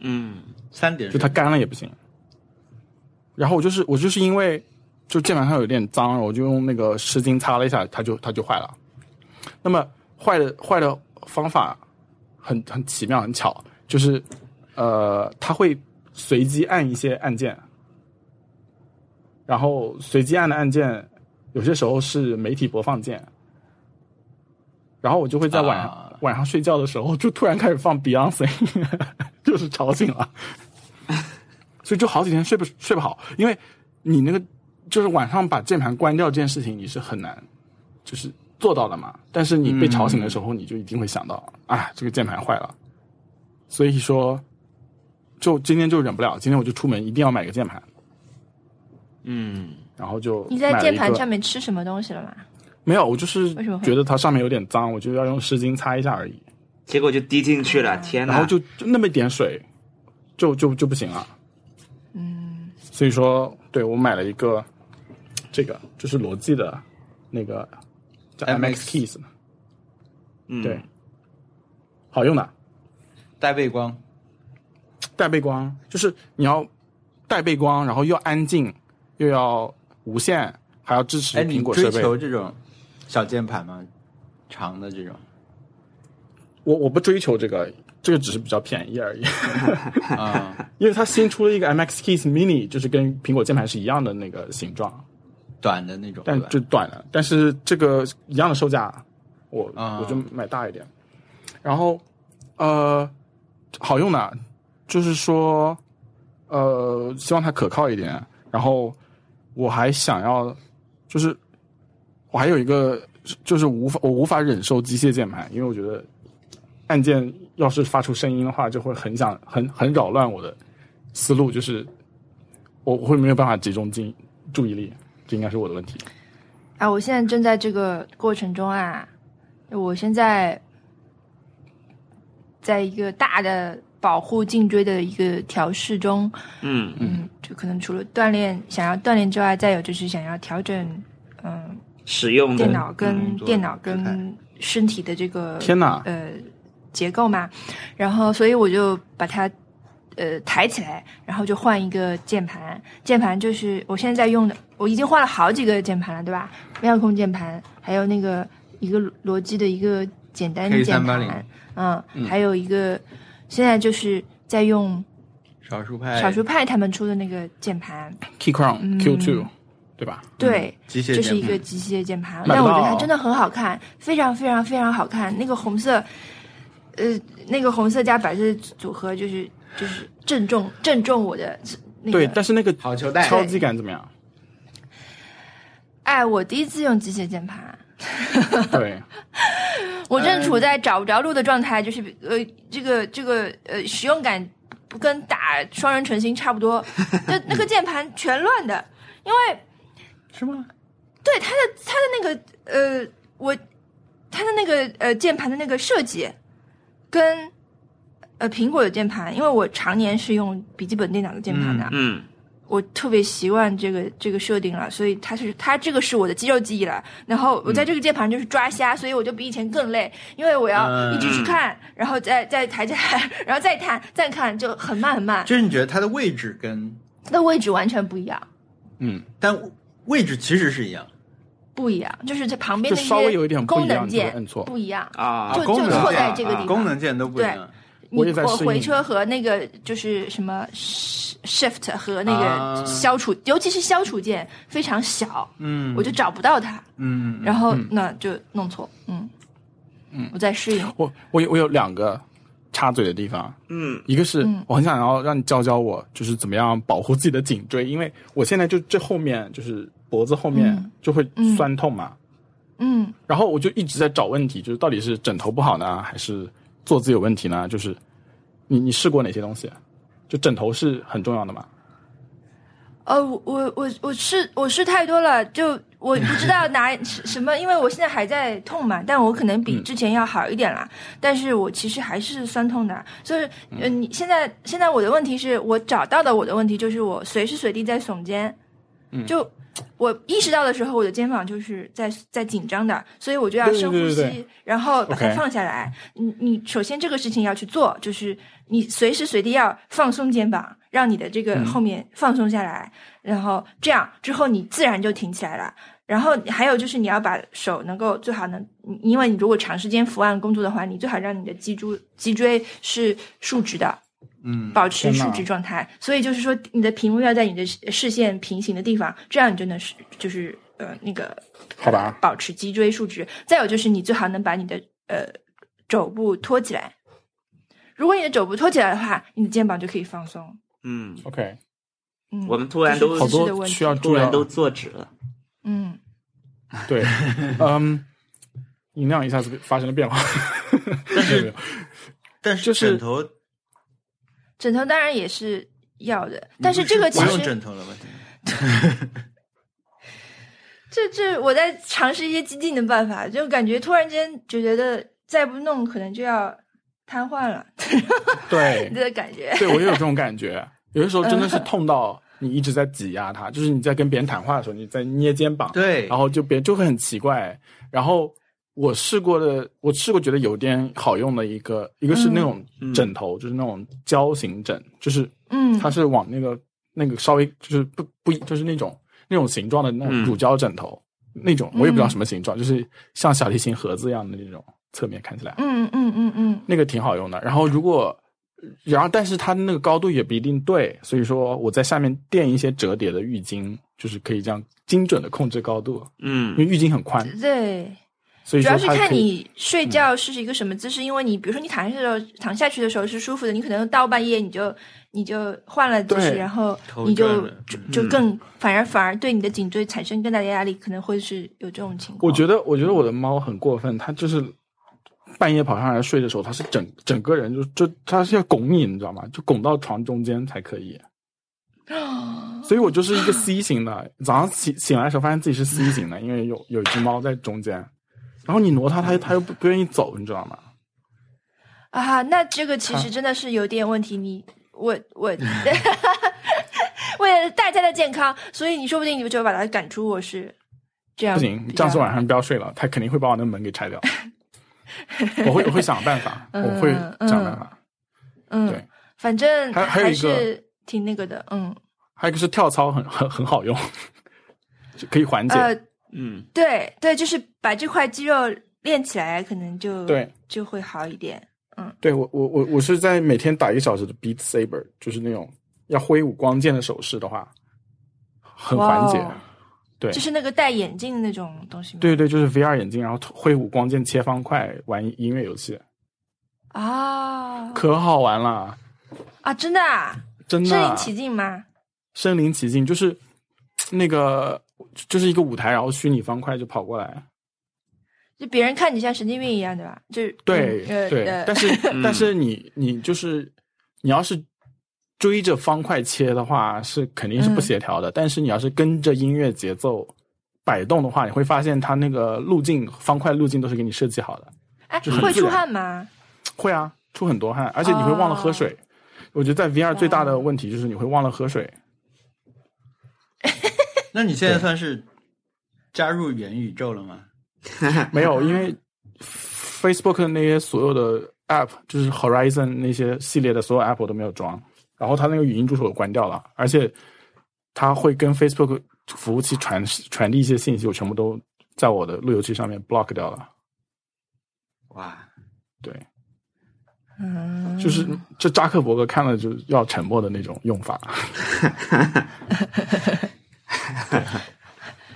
Speaker 1: 嗯，
Speaker 4: 三点
Speaker 2: 就它干了也不行。然后我就是我就是因为就键盘上有点脏，我就用那个湿巾擦了一下，它就它就坏了。那么坏的坏的方法很很奇妙很巧，就是呃，它会随机按一些按键，然后随机按的按键有些时候是媒体播放键，然后我就会在晚上、
Speaker 4: 啊
Speaker 2: 晚上睡觉的时候就突然开始放 Beyonce，就是吵醒了， <laughs> 所以就好几天睡不睡不好，因为你那个就是晚上把键盘关掉这件事情你是很难就是做到的嘛，但是你被吵醒的时候你就一定会想到啊、这个键盘坏了，所以说。就今天就忍不了，今天我就出门一定要买个键盘，
Speaker 1: 嗯，
Speaker 2: 然后就
Speaker 3: 你在
Speaker 2: 买了
Speaker 3: 键
Speaker 2: 一
Speaker 3: 盘
Speaker 2: 个
Speaker 3: 上面吃什么东西了吗？
Speaker 2: 没有，我就是
Speaker 3: 为什么会
Speaker 2: 觉得它上面有点脏，我就要用湿巾擦一下而已。
Speaker 1: 结果就滴进去了，天哪！
Speaker 2: 然后就就那么一点水，就就就不行了。嗯，所以说，对我买了一个这个，就是罗技的那个叫
Speaker 4: MX
Speaker 2: MX Keys，嘛
Speaker 1: 嗯
Speaker 2: 对，好用的，
Speaker 4: 带背光，
Speaker 2: 带背光，就是你要带背光，然后又安静，又要无线，还要支持
Speaker 4: 哎，你
Speaker 2: 苹果
Speaker 4: 追
Speaker 2: 设备。
Speaker 4: 求这种小键盘吗？长的
Speaker 2: <laughs>
Speaker 4: 这种
Speaker 2: 我我不追求这个，这个只是比较便宜而已。 <laughs>
Speaker 4: 啊，
Speaker 2: 因为它新出了一个 MX Keys Mini，就是跟苹果键盘是一样的那个形状，
Speaker 4: 短的那种，
Speaker 2: 但
Speaker 4: 对吧
Speaker 2: 就短了。但是这个一样的售价，我、
Speaker 4: 啊
Speaker 2: 我就买大一点。然后呃，好用的，就是说呃，希望它可靠一点。然后我还想要，就是我还有一个，就是无法我无法忍受机械键盘，因为我觉得按键要是发出声音的话，就会很想很很扰乱我的思路，就是我我会没有办法集中精注意力，这应该是我的问题。
Speaker 3: 啊，我现在正在这个过程中啊，我现在在一个大的保护颈椎的一个调试中，
Speaker 1: 嗯，
Speaker 3: 嗯，就可能除了锻炼，想要锻炼之外，再有就是想要调整，嗯，
Speaker 1: 使用的
Speaker 3: 电脑跟
Speaker 4: 工作
Speaker 3: 电脑
Speaker 4: 姿
Speaker 3: 跟
Speaker 4: 态
Speaker 3: 身体的这个
Speaker 2: 天哪，
Speaker 3: 呃结构嘛，然后所以我就把它呃抬起来，然后就换一个键盘，键盘就是我现在在用的，我已经换了好几个键盘了，对吧？妙控键盘，还有那个一个罗技的一个简单的键
Speaker 4: K380
Speaker 3: 盘，嗯，还有一个现在就是在用
Speaker 4: 少数派
Speaker 3: 少数派他们出的那个键盘，
Speaker 2: Key Crown
Speaker 3: 嗯
Speaker 2: Q Two，、对吧？
Speaker 3: 对。
Speaker 4: 机械
Speaker 3: 这是
Speaker 4: 键
Speaker 3: 一个
Speaker 4: 盘，
Speaker 3: 机械键盘，
Speaker 2: 买不
Speaker 3: 但我觉
Speaker 2: 到啊
Speaker 3: 得它真的很好看，非常非常非常好看。那个红色，呃，那个红色加白色组合就是就是正中正中我的那
Speaker 2: 对，
Speaker 3: 个。
Speaker 2: 但是那个
Speaker 4: 好球带，
Speaker 2: 敲击感怎么
Speaker 3: <laughs>
Speaker 2: 样？
Speaker 3: 哎，我第一次用机械键盘，
Speaker 2: 对，
Speaker 3: 我正
Speaker 2: 嗯
Speaker 3: 处在找不着路的状态，就是呃，这个这个呃，使用感不跟打双人成行差
Speaker 2: <laughs>
Speaker 3: 不多，就那个键盘全乱的，因为
Speaker 2: 是吗？
Speaker 3: 对它的它的那个呃，我它的那个呃键盘的那个设计，跟呃苹果的键盘，因为我常年是用笔记本电脑的键盘的，啊
Speaker 1: 嗯，
Speaker 3: 我特别习惯这个这个设定了，所以它是它这个是我的肌肉记忆了。然后我在
Speaker 2: 嗯
Speaker 3: 这个键盘就是抓瞎，所以我就比以前更累，因为我要一直
Speaker 2: 嗯
Speaker 3: 去看，然后再再抬起来，然后再弹再看，就很慢很慢，
Speaker 4: 就是你觉得它的位置跟，
Speaker 3: 它的位置完全不一样，
Speaker 2: 嗯，
Speaker 4: 但位置其实是一样，
Speaker 3: 不一样，就是这旁边
Speaker 2: 就
Speaker 3: 的
Speaker 2: 稍微有一点不
Speaker 3: 功
Speaker 2: 一样，
Speaker 3: 能
Speaker 2: 你就会
Speaker 3: 键
Speaker 2: 摁错。
Speaker 3: 不一样。
Speaker 1: 啊，
Speaker 3: 就
Speaker 4: 功能
Speaker 3: 就错
Speaker 4: 键
Speaker 3: 在这个地方
Speaker 4: 功能键都不一样，
Speaker 2: 我也
Speaker 3: 你
Speaker 2: 在适应
Speaker 3: 回车和那个就是什么 sh- shift 和那
Speaker 4: 啊
Speaker 3: 个消除，尤其是消除键非常小，
Speaker 4: 嗯，
Speaker 3: 我就找不到它，
Speaker 4: 嗯，
Speaker 3: 然后那就弄错，嗯，我在适应，
Speaker 2: 我我有我有两个插嘴的地方，
Speaker 1: 嗯
Speaker 2: 一个是
Speaker 3: 嗯
Speaker 2: 我很想要让你教教我，就是怎么样保护自己的颈椎，因为我现在就这后面就是脖子后面
Speaker 3: 嗯
Speaker 2: 就会酸痛嘛，
Speaker 3: 嗯
Speaker 2: 然后我就一直在找问题，就是到底是枕头不好呢，还是坐姿有问题呢？就是你你试过哪些东西？就枕头是很重要的嘛？
Speaker 3: 呃，我我我我试我试太多了，就我不知道哪什什么，因为我现在还在痛嘛，但我可能比之前要好一点啦。但是我其实还是酸痛的，就是呃，你现在现在我的问题是我找到的我的问题就是我随时随地在耸肩，就我意识到的时候，我的肩膀就是在在紧张的，所以我就要深呼
Speaker 2: 对对
Speaker 3: 吸，
Speaker 2: 对对
Speaker 3: 然后把它
Speaker 2: OK
Speaker 3: 放下来。你你首先这个事情要去做，就是你随时随地要放松肩膀，让你的这
Speaker 2: 嗯
Speaker 3: 个后面放松下来，然后这样之后你自然就挺起来了。然后还有就是你要把手能够最好能，你因为你如果长时间伏案工作的话，你最好让你的脊柱脊椎是竖直的，
Speaker 4: 嗯，
Speaker 3: 保持
Speaker 2: 天哪
Speaker 3: 竖直状态。所以就是说，你的屏幕要在你的视视线平行的地方，这样你就能是就是呃那个
Speaker 2: 好吧
Speaker 3: 保持脊椎竖直。再有就是你最好能把你的呃肘部托起来。如果你的肘部托起来的话，你的肩膀就可以放松。
Speaker 1: 嗯，
Speaker 2: ，OK，
Speaker 3: 嗯，
Speaker 1: 我们突然都
Speaker 3: 这
Speaker 2: 好
Speaker 3: 是姿势的
Speaker 2: 多
Speaker 3: 问题
Speaker 2: 需要
Speaker 1: 突
Speaker 2: 注意
Speaker 1: 然
Speaker 2: 到
Speaker 1: 都坐直了。
Speaker 3: 嗯，
Speaker 2: <laughs> 对，嗯，音量一下子发生了变化，没有
Speaker 4: 但
Speaker 2: 没
Speaker 4: 是
Speaker 2: 有
Speaker 4: 但
Speaker 2: 就是是
Speaker 4: 枕头
Speaker 3: 枕头当然也是要的，但是这个其
Speaker 4: 不用
Speaker 3: 实
Speaker 4: 枕头了吧？
Speaker 3: 这这我在尝试一些激进的办法，就感觉突然间就觉得再不弄可能就要瘫痪了
Speaker 2: <laughs> 对，
Speaker 3: 的感觉。
Speaker 2: 对我也有这种感觉，有的时候真的是痛到你一直在挤压它，就是你在跟别人谈话的时候，你在捏肩膀，哦
Speaker 4: 对，
Speaker 2: 然后就别人就会很奇怪。然后我试过的，我试过觉得有点好用的一个，一个是那种
Speaker 1: 嗯
Speaker 2: 枕头，就是那种胶型枕，就是
Speaker 3: 嗯，
Speaker 2: 它是往那个那个稍微就是不不就是那种那种形状的那种
Speaker 1: 嗯
Speaker 2: 乳胶枕头，
Speaker 3: 嗯
Speaker 2: 那种我也不知道什么形状，就是像小提琴盒子一样的那种，侧面看起来，
Speaker 3: 嗯嗯嗯嗯
Speaker 2: 那个挺好用的。然后如果然后但是它的那个高度也不一定对，所以说我在下面垫一些折叠的浴巾，就是可以这样精准的控制高度，因为
Speaker 1: 嗯
Speaker 2: 浴巾很宽，
Speaker 3: 对，
Speaker 2: 所以
Speaker 3: 主
Speaker 2: 说
Speaker 3: 要是
Speaker 2: 它
Speaker 3: 看
Speaker 2: 可以嗯
Speaker 3: 你睡觉是一个什么姿势，因为你比如说你躺下的时候，躺下去的时候是舒服的，你可能到半夜你就你就换了姿势，
Speaker 2: 对嗯
Speaker 3: 然后
Speaker 4: 头
Speaker 3: 你
Speaker 4: 转
Speaker 3: 就
Speaker 4: 了
Speaker 3: 就就更反而反而对你的颈椎产生更大的压力，可能会是有这种情况。
Speaker 2: 我觉得，我觉得我的猫很过分，它就是半夜跑上来睡的时候，它是整整个人就就它是要拱你，你知道吗？就拱到床中间才可
Speaker 3: <gasps>
Speaker 2: 以。所以我就是一个 C 型的，早上醒醒来的时候发现自己是 C 型的，因为有有一只猫在中间，然后你挪它，它它又不不愿意走，你知道吗？
Speaker 3: 啊，那这个其实真的是有点问题。你我我， <laughs> 为了大家的健康，所以你说不定你就把它赶出卧室，这样
Speaker 2: 不行，
Speaker 3: 比
Speaker 2: 这样
Speaker 3: 较
Speaker 2: 子晚上不要睡了，它肯定会把我那门给拆掉。我会我会想办法，
Speaker 3: <laughs> 嗯
Speaker 2: 我会想办法。
Speaker 3: 嗯
Speaker 2: 对，
Speaker 3: 反正
Speaker 2: 还还有一个
Speaker 3: 是挺那个的，嗯
Speaker 2: 还有一个是跳操很很很好用， <laughs> 就可以缓解。
Speaker 3: 呃，
Speaker 1: 嗯，
Speaker 3: 对对，就是把这块肌肉练起来，可能就
Speaker 2: 对，
Speaker 3: 就会好一点。
Speaker 2: 对我我我我是在每天打一个小时的 Beat Saber，就是那种要挥舞光剑的手势的话，很缓解。
Speaker 3: 哇哦
Speaker 2: 对
Speaker 3: 就是那个戴眼镜的那种东西吗？
Speaker 2: 对对，就是 VR 眼镜，然后挥舞光剑切方块，玩音乐游戏，
Speaker 3: 啊
Speaker 2: 可好玩了，
Speaker 3: 啊，真的啊，
Speaker 2: 真的
Speaker 3: 身
Speaker 2: 啊
Speaker 3: 临其境吗？
Speaker 2: 身临其境，就是那个就是一个舞台，然后虚拟方块就跑过来。
Speaker 3: 就别人看你像神经病一样，对吧？就是
Speaker 2: 对、
Speaker 3: 嗯呃
Speaker 2: 对，
Speaker 3: 呃
Speaker 2: 但是
Speaker 1: 嗯
Speaker 2: 但是你你就是你要是追着方块切的话，是肯定是
Speaker 3: 嗯
Speaker 2: 不协调的。但是你要是跟着音乐节奏摆动的话，你会发现它那个路径方块路径都是给你设计好的。
Speaker 3: 哎，
Speaker 2: 就很
Speaker 3: 会
Speaker 2: 自
Speaker 3: 出
Speaker 2: 然
Speaker 3: 汗吗？
Speaker 2: 会啊，出很多汗，而且你会忘了
Speaker 3: 哦
Speaker 2: 喝水。我觉得在 VR 最大的问题就是你会忘了喝水。
Speaker 4: 那你现在算是加入元宇宙了吗？
Speaker 2: 没有，因为 Facebook 那些所有的 App，就是 Horizon 那些系列的所有 App 我都没有装，然后它那个语音助手我关掉了，而且它会跟 Facebook 服务器传传递一些信息，我全部都在我的路由器上面 block 掉了。
Speaker 4: 哇，
Speaker 2: 对，
Speaker 3: 嗯，
Speaker 2: 就是这扎克伯格看了就要沉默的那种用法。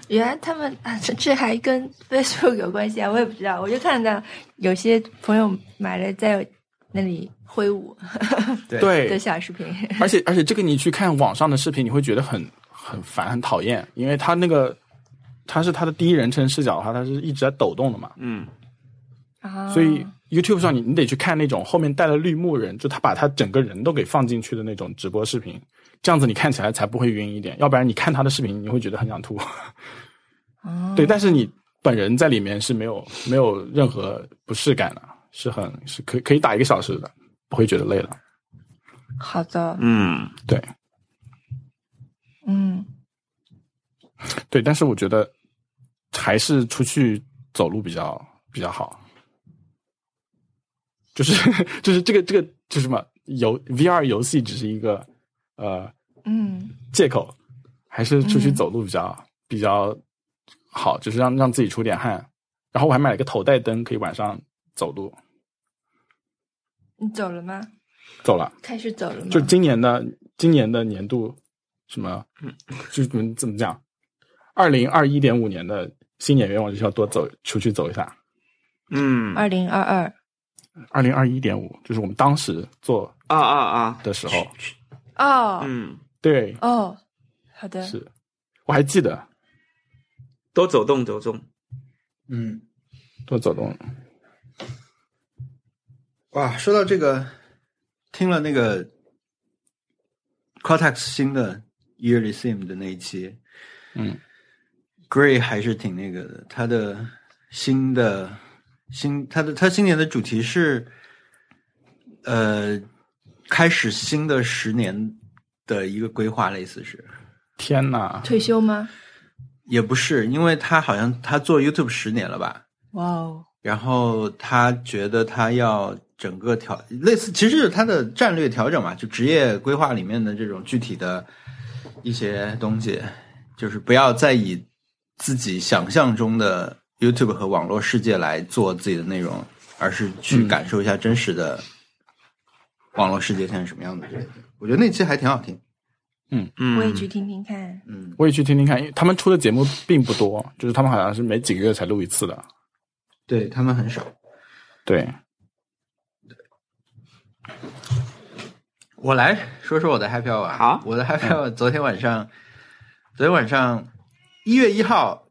Speaker 3: 原来他们啊，这这还跟 <laughs> Facebook 有关系啊！我也不知道，我就看到有些朋友买了在那里挥舞 <laughs>
Speaker 4: 对
Speaker 3: 的小视频，
Speaker 2: 而且而且这个你去看网上的视频，你会觉得很很烦、很讨厌，因为它那个它是它的第一人称视角的话，它是一直在抖动的嘛。
Speaker 1: 嗯，
Speaker 3: 啊
Speaker 2: 所以 YouTube 上你你得去看那种后面带了绿幕人，就他把他整个人都给放进去的那种直播视频，这样子你看起来才不会晕一点，要不然你看他的视频你会觉得很想吐。
Speaker 3: 嗯啊哦
Speaker 2: 对，但是你本人在里面是没有没有任何不适感的，是很是可以可以打一个小时的，不会觉得累的。
Speaker 3: 好的，
Speaker 1: 嗯，
Speaker 2: 对
Speaker 3: 嗯，
Speaker 2: 对，但是我觉得还是出去走路比较比较好，就是就是 <laughs> 这个这个就是什么游 VR 游戏只是一个呃
Speaker 3: 嗯，
Speaker 2: 借口，还是出去走路比较、比较好，就是让让自己出点汗。然后我还买了个头戴灯，可以晚上走路。
Speaker 3: 你走了吗？
Speaker 2: 走了，
Speaker 3: 开始走了吗？
Speaker 2: 就今年的今年的年度什么，就怎么怎么讲？二零二一点五年的新年愿望就是要多走出去走一下。
Speaker 1: 嗯，啊
Speaker 3: 二零二二，
Speaker 2: 二零二一点五就是我们当时做
Speaker 1: 啊啊，
Speaker 2: 的时候，
Speaker 3: 哦
Speaker 1: 嗯，
Speaker 2: 对，
Speaker 3: 哦，好的，
Speaker 2: 是，我还记得
Speaker 1: 多走动走动，
Speaker 4: 嗯，
Speaker 2: 多走动，
Speaker 4: 哇，说到这个，听了那个 Cortex 新的 Yearly Sim 的那一期
Speaker 2: 嗯，
Speaker 4: ，Gray 还是挺那个的。他的新的新，他的他今年的主题是，呃，开始新的十年的一个规划，类似是。
Speaker 2: 天呐，
Speaker 3: 退休吗？
Speaker 4: 也不是，因为他好像他做 YouTube 十年了吧，
Speaker 3: 哇哦，
Speaker 4: 然后他觉得他要整个调类似，其实就是他的战略调整嘛，就职业规划里面的这种具体的一些东西，就是不要再以自己想象中的 YouTube 和网嗯络世界来做自己的内容，而是去感受一下真实的网络世界现在什么样子。我觉得那期还挺好听。
Speaker 1: 嗯，
Speaker 3: 我也去听听看。
Speaker 4: 嗯，
Speaker 2: 我也去听听看，因为他们出的节目并不多，就是他们好像是每几个月才录一次的。
Speaker 4: 对他们很少。
Speaker 2: 对，
Speaker 4: 我来说说我的 Happy Hour。啊
Speaker 1: 好
Speaker 4: 我的 Happy
Speaker 2: 嗯
Speaker 4: Hour 昨天晚上，昨天晚上一月一号，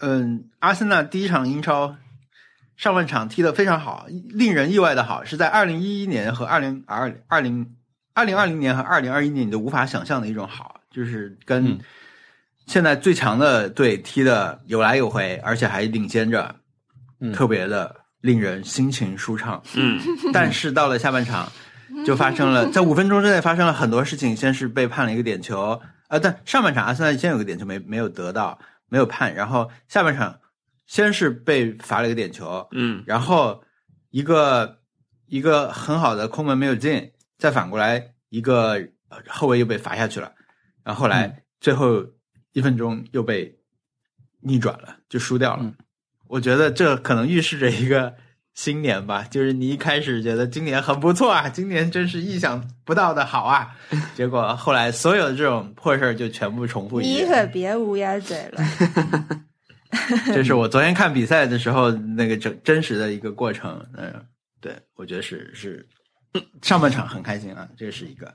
Speaker 4: 嗯，阿森纳第一场英超上半场踢得非常好，令人意外的好，是在二零一一年和二零二二零二零二零年和二零二一年你都无法想象的一种好，就是跟
Speaker 2: 嗯
Speaker 4: 现在最强的队踢的有来有回，而且还领先着，
Speaker 2: 嗯
Speaker 4: 特别的令人心情舒畅。
Speaker 1: 嗯
Speaker 4: 但是到了下半场，就发生了在五分钟之内发生了很多事情。先是被判了一个点球，呃，但上半场阿森纳先有个点球没没有得到，没有判，然后下半场先是被罚了一个点球，
Speaker 1: 嗯
Speaker 4: 然后一个一个很好的空门没有进，再反过来一个呃后卫又被罚下去了，然后后来最后一分钟又被逆转了，就输掉了。
Speaker 2: 嗯
Speaker 4: 我觉得这可能预示着一个新年吧，就是你一开始觉得今年很不错啊，今年真是意想不到的好啊，结果后来所有的这种破事儿就全部重复一
Speaker 3: 你
Speaker 4: 遍。
Speaker 3: 可别乌鸦嘴了，
Speaker 4: 这是我昨天看比赛的时候那个真真实的一个过程。嗯，对，我觉得是是上半场很开心啊，这是一个。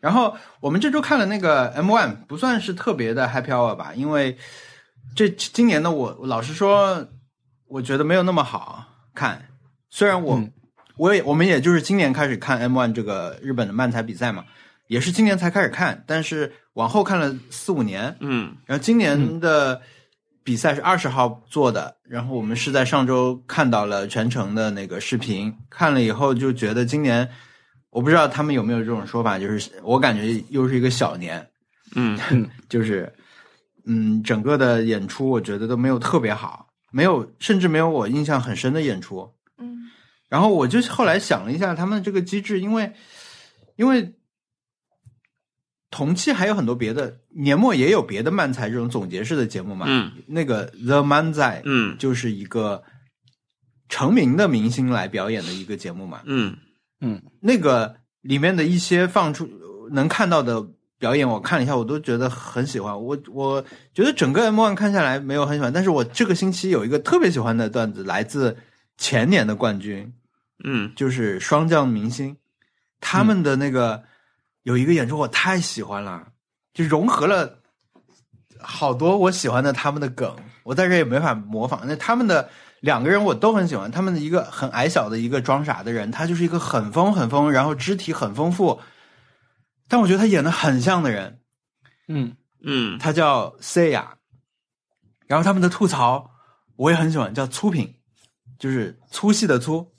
Speaker 4: 然后我们这周看了那个 M One，不算是特别的 Happy Hour 吧，因为这今年的我，我老实说，我觉得没有那么好看。虽然我、
Speaker 2: 嗯
Speaker 4: 我也我们也就是今年开始看 M One 这个日本的漫才比赛嘛，也是今年才开始看，但是往后看了四五年，
Speaker 1: 嗯
Speaker 4: 然后今年的比赛是二十号做的，然后我们是在上周看到了全程的那个视频，看了以后就觉得今年，我不知道他们有没有这种说法，就是我感觉又是一个小年，
Speaker 1: 嗯
Speaker 4: 就是嗯，整个的演出我觉得都没有特别好，没有甚至没有我印象很深的演出，
Speaker 3: 嗯，
Speaker 4: 然后我就后来想了一下他们这个机制，因为因为同期还有很多别的年末也有别的漫才这种总结式的节目嘛。
Speaker 1: 嗯
Speaker 4: 那个 The 漫才
Speaker 1: 嗯
Speaker 4: 就是一个成名的明星来表演的一个节目嘛。
Speaker 1: 嗯
Speaker 4: 那个里面的一些放出能看到的表演，我看了一下，我都觉得很喜欢。我我觉得整个 M One 看下来没有很喜欢，但是我这个星期有一个特别喜欢的段子，来自前年的冠军，
Speaker 1: 嗯
Speaker 4: 就是霜降明星，他们的那个、有一个演出我太喜欢了，就融合了好多我喜欢的他们的梗，我在这也没法模仿。那他们的两个人我都很喜欢，他们的一个很矮小的一个装傻的人，他就是一个很疯很疯，然后肢体很丰富，但我觉得他演的很像的人，
Speaker 2: 嗯
Speaker 1: 嗯
Speaker 4: 他叫 Saya，然后他们的吐槽我也很喜欢，叫粗品，就是粗细的粗，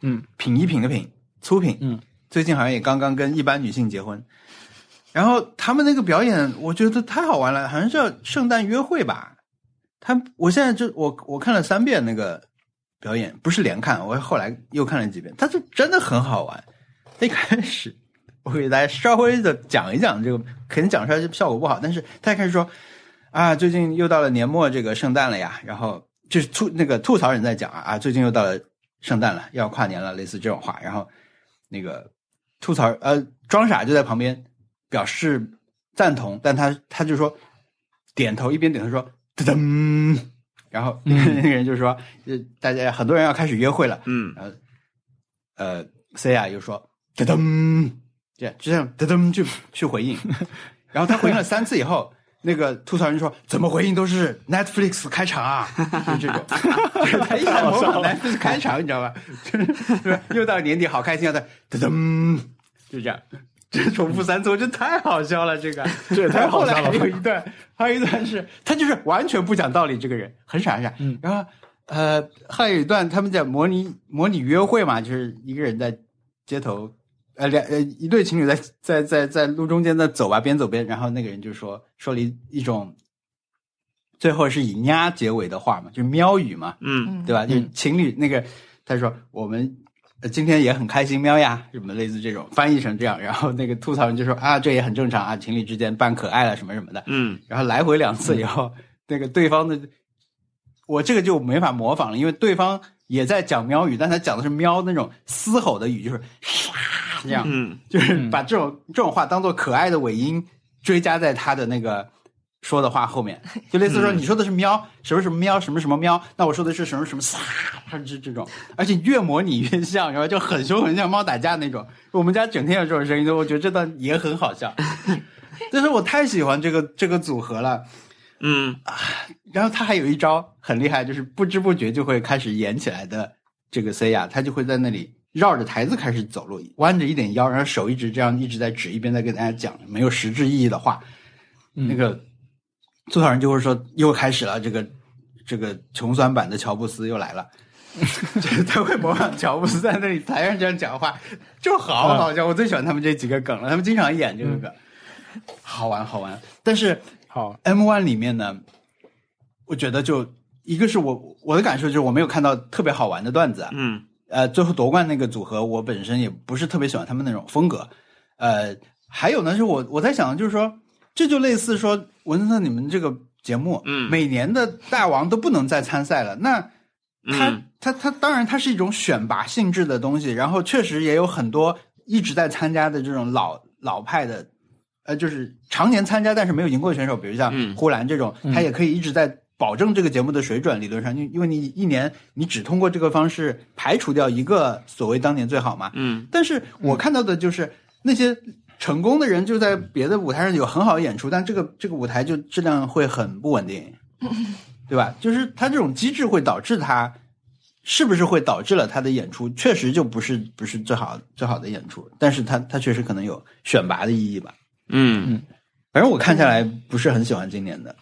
Speaker 2: 嗯
Speaker 4: 品一品的品，粗品。
Speaker 2: 嗯，
Speaker 4: 最近好像也刚刚跟一般女性结婚。然后他们那个表演，我觉得太好玩了，好像叫圣诞约会吧。他，我现在就我我看了三遍那个表演，不是连看，我后来又看了几遍，他就真的很好玩。一开始我给大家稍微的讲一讲这个，肯定讲出来就效果不好，但是他一开始说啊，最近又到了年末这个圣诞了呀，然后就是吐那个吐槽人在讲啊啊，最近又到了圣诞了，要跨年了，类似这种话，然后那个吐槽呃装傻就在旁边表示赞同，但他他就说点头一边点头说噔噔，然后 <laughs> 那个人就说，呃大家很多人要开始约会了。
Speaker 1: 嗯
Speaker 4: 然后呃，C 亚又说噔噔，这样就这样噔噔去去回应，然后他回应了三次以后。那个吐槽人说：“怎么回应都是 Netflix 开场啊，就这种，就是他一直在模仿 Netflix 开场，你知道吧？ <laughs> 就是就是又到年底，好开心啊！他噔噔，就这样，这重复三次，我觉得太好笑了。
Speaker 2: <laughs>
Speaker 4: 这个
Speaker 2: 这也太好笑了吧
Speaker 4: 然后后来还有一段，还有一段是他就是完全不讲道理，这个人很傻很傻。
Speaker 2: 嗯
Speaker 4: 然后呃，还有一段他们在模拟模拟约会嘛，就是一个人在街头，呃两呃一对情侣在在在在路中间在走吧，边走边，然后那个人就说说了一一种。最后是以“呀”结尾的话嘛，就是喵语嘛，
Speaker 1: 嗯
Speaker 4: 对吧？就是情侣那个，他说我们呃今天也很开心，喵呀，什么类似这种翻译成这样，然后那个吐槽人就说啊，这也很正常啊，情侣之间扮可爱了什么什么的，
Speaker 1: 嗯
Speaker 4: 然后来回两次以后，那个对方的我这个就没法模仿了，因为对方也在讲喵语，但他讲的是喵那种嘶吼的语，就是唰这样，
Speaker 1: 嗯，
Speaker 4: 就是把这种这种话当做可爱的尾音追加在他的那个说的话后面，就类似说你说的是喵什么什么喵什么什么喵，那我说的是什么什么 <laughs> 撒，这这种，而且越模拟越像，然后就很凶很像猫打架那种。我们家整天有这种声音，所以我觉得这段也很好笑， <laughs> 但是我太喜欢这个这个组合了。
Speaker 1: 嗯，
Speaker 4: 然后他还有一招很厉害，就是不知不觉就会开始演起来的这个 C 呀，他就会在那里绕着台子开始走路，弯着一点腰，然后手一直这样一直在指，一边在跟大家讲没有实质意义的话。那个做导人就会说又开始了，这个这个穷酸版的乔布斯又来了。就是他会模仿乔布斯在那里台上这样讲话，就好好笑。我最喜欢他们这几个梗了，他们经常演这个梗，好玩好玩。但是
Speaker 2: 好，
Speaker 4: M One 里面呢，我觉得就一个是我我的感受就是我没有看到特别好玩的段子啊，
Speaker 1: 嗯，
Speaker 4: 呃，最后夺冠那个组合，我本身也不是特别喜欢他们那种风格，呃，还有呢是我我在想就是说，这就类似说文森特你们这个节目，
Speaker 1: 嗯
Speaker 4: 每年的大王都不能再参赛了，那它
Speaker 1: 嗯
Speaker 4: 它它当然它是一种选拔性质的东西，然后确实也有很多一直在参加的这种老老派的，呃，就是常年参加但是没有赢过的选手，比如像
Speaker 1: 嗯
Speaker 4: 呼兰这种，他也可以一直在保证这个节目的水准。理论上，因因为你一年你只通过这个方式排除掉一个所谓当年最好嘛。
Speaker 1: 嗯，
Speaker 4: 但是我看到的就是那些成功的人就在别的舞台上有很好的演出，但这个这个舞台就质量会很不稳 <laughs> 定，对吧？就是他这种机制会导致他是不是会导致了他的演出确实就不是不是最好最好的演出，但是他他确实可能有选拔的意义吧。
Speaker 1: 嗯，
Speaker 4: 反正我看下来不是很喜欢今年的，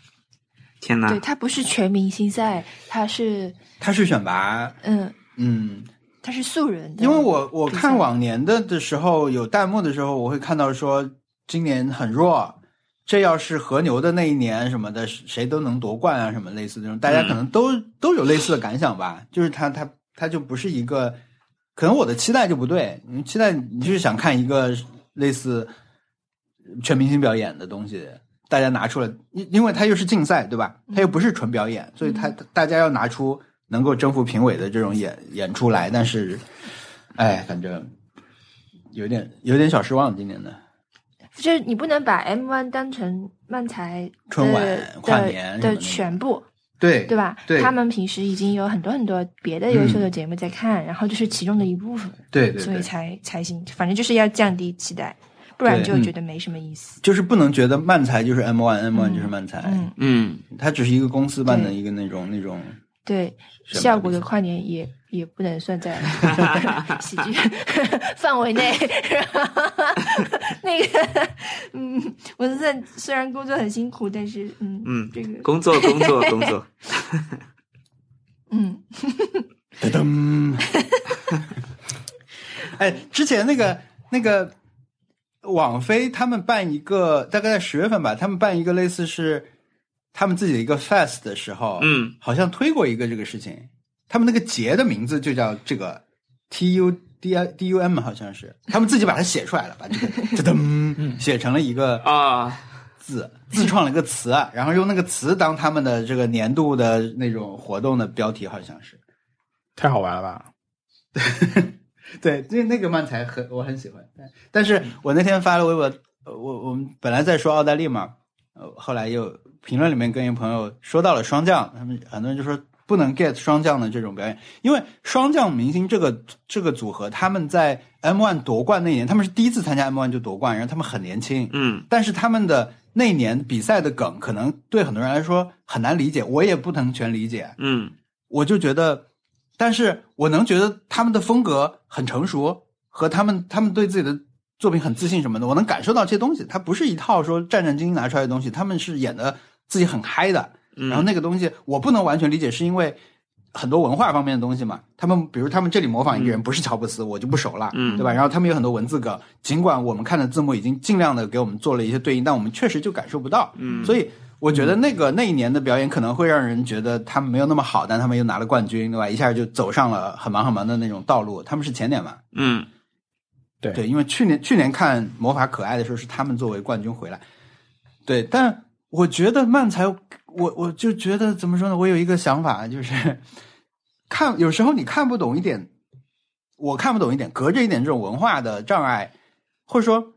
Speaker 1: 天哪
Speaker 3: 对，，它不是全明星赛，它是
Speaker 4: 他是选拔，
Speaker 3: 嗯，
Speaker 4: 嗯，
Speaker 3: 它是素人的。
Speaker 4: 因为我我
Speaker 3: 比赛
Speaker 4: 看往年的的时候有弹幕的时候，我会看到说今年很弱，这要是和牛的那一年什么的，谁都能夺冠啊什么类似这种，大家
Speaker 3: 嗯
Speaker 4: 可能都、都有类似的感想吧。就是他他他就不是一个，可能我的期待就不对，你期待你就是想看一个类似全明星表演的东西。大家拿出了，因因为它又是竞赛，对吧？它又不是纯表演，所以它
Speaker 3: 嗯
Speaker 4: 大家要拿出能够征服评委的这种演演出来，但是哎，反正有点有点小失望，今年的
Speaker 3: 就是你不能把 M One 当成漫才的
Speaker 4: 春晚
Speaker 3: 的
Speaker 4: 跨年什么
Speaker 3: 的
Speaker 4: 的
Speaker 3: 全部，
Speaker 4: 对
Speaker 3: 对吧？
Speaker 4: 对嗯
Speaker 3: 他们平时已经有很多很多别的优秀的节目在看，然后这是其中的一部分，
Speaker 4: 对对
Speaker 3: 所以
Speaker 4: 对，
Speaker 3: 才才行。反正就是要降低期待，不然
Speaker 4: 对
Speaker 3: 就
Speaker 2: 嗯
Speaker 3: 觉得没什么意思。
Speaker 4: 就是不能觉得漫才就是 M one，M one 就是漫才，
Speaker 3: 嗯，
Speaker 1: 嗯
Speaker 4: 它只是一个公司办的
Speaker 3: 对
Speaker 4: 一个那种那种
Speaker 3: 对，
Speaker 4: 选拔
Speaker 3: 效果的
Speaker 4: 比赛
Speaker 3: 跨年也也不能算
Speaker 4: <laughs>
Speaker 3: 在 <laughs> 喜剧范围内。 <laughs> 那个，嗯，文森特虽然工作很辛苦，但是，嗯
Speaker 1: 嗯，
Speaker 3: 这个，
Speaker 1: 工作工作工作，
Speaker 3: 嗯，
Speaker 4: 噔噔。哎，之前那个那个网飞他们办一个，大概在十月份吧，他们办一个类似是他们自己的一个 fest 的时候，
Speaker 1: 嗯，
Speaker 4: 好像推过一个这个事情。他们那个节的名字就叫这个 T U D I D U M，好像是他们自己把它写出来了，把这个噔噔写成了一个
Speaker 1: 啊，
Speaker 4: 字，自创了一个词，啊然后用那个词当他们的这个年度的那种活动的标题，好像是。
Speaker 2: 太好玩了吧？
Speaker 4: <laughs> 对，那那个漫才很我很喜欢，但但是我那天发了微博，呃我我们本来在说奥黛丽嘛，呃，后来又评论里面跟一个朋友说到了霜降，他们很多人就说不能 get 霜降的这种表演，因为霜降明星这个这个组合，他们在 M One 夺冠那年，他们是第一次参加 M One 就夺冠，然后他们很年轻，
Speaker 1: 嗯
Speaker 4: 但是他们的那一年比赛的梗，可能对很多人来说很难理解，我也不能全理解，
Speaker 1: 嗯
Speaker 4: 我就觉得，但是我能觉得他们的风格很成熟，和他们他们对自己的作品很自信什么的，我能感受到这些东西。它不是一套说战战兢兢拿出来的东西，他们是演的自己很嗨的。
Speaker 1: 嗯，
Speaker 4: 然后那个东西我不能完全理解，是因为很多文化方面的东西嘛。他们比如他们这里模仿一个人不是乔布斯，我就不熟了，
Speaker 1: 嗯
Speaker 4: 对吧？然后他们有很多文字梗，尽管我们看的字幕已经尽量的给我们做了一些对应，但我们确实就感受不到。
Speaker 1: 嗯
Speaker 4: 所以我觉得那个那一年的表演可能会让人觉得他们没有那么好，但他们又拿了冠军，对吧？一下就走上了很忙很忙的那种道路。他们是前年嘛，
Speaker 1: 嗯
Speaker 2: 对
Speaker 4: 对，因为去年去年看《魔法可爱》的时候是他们作为冠军回来，对，但我觉得漫才，我我就觉得怎么说呢？我有一个想法，就是看有时候你看不懂一点，我看不懂一点，隔着一点这种文化的障碍，或者说，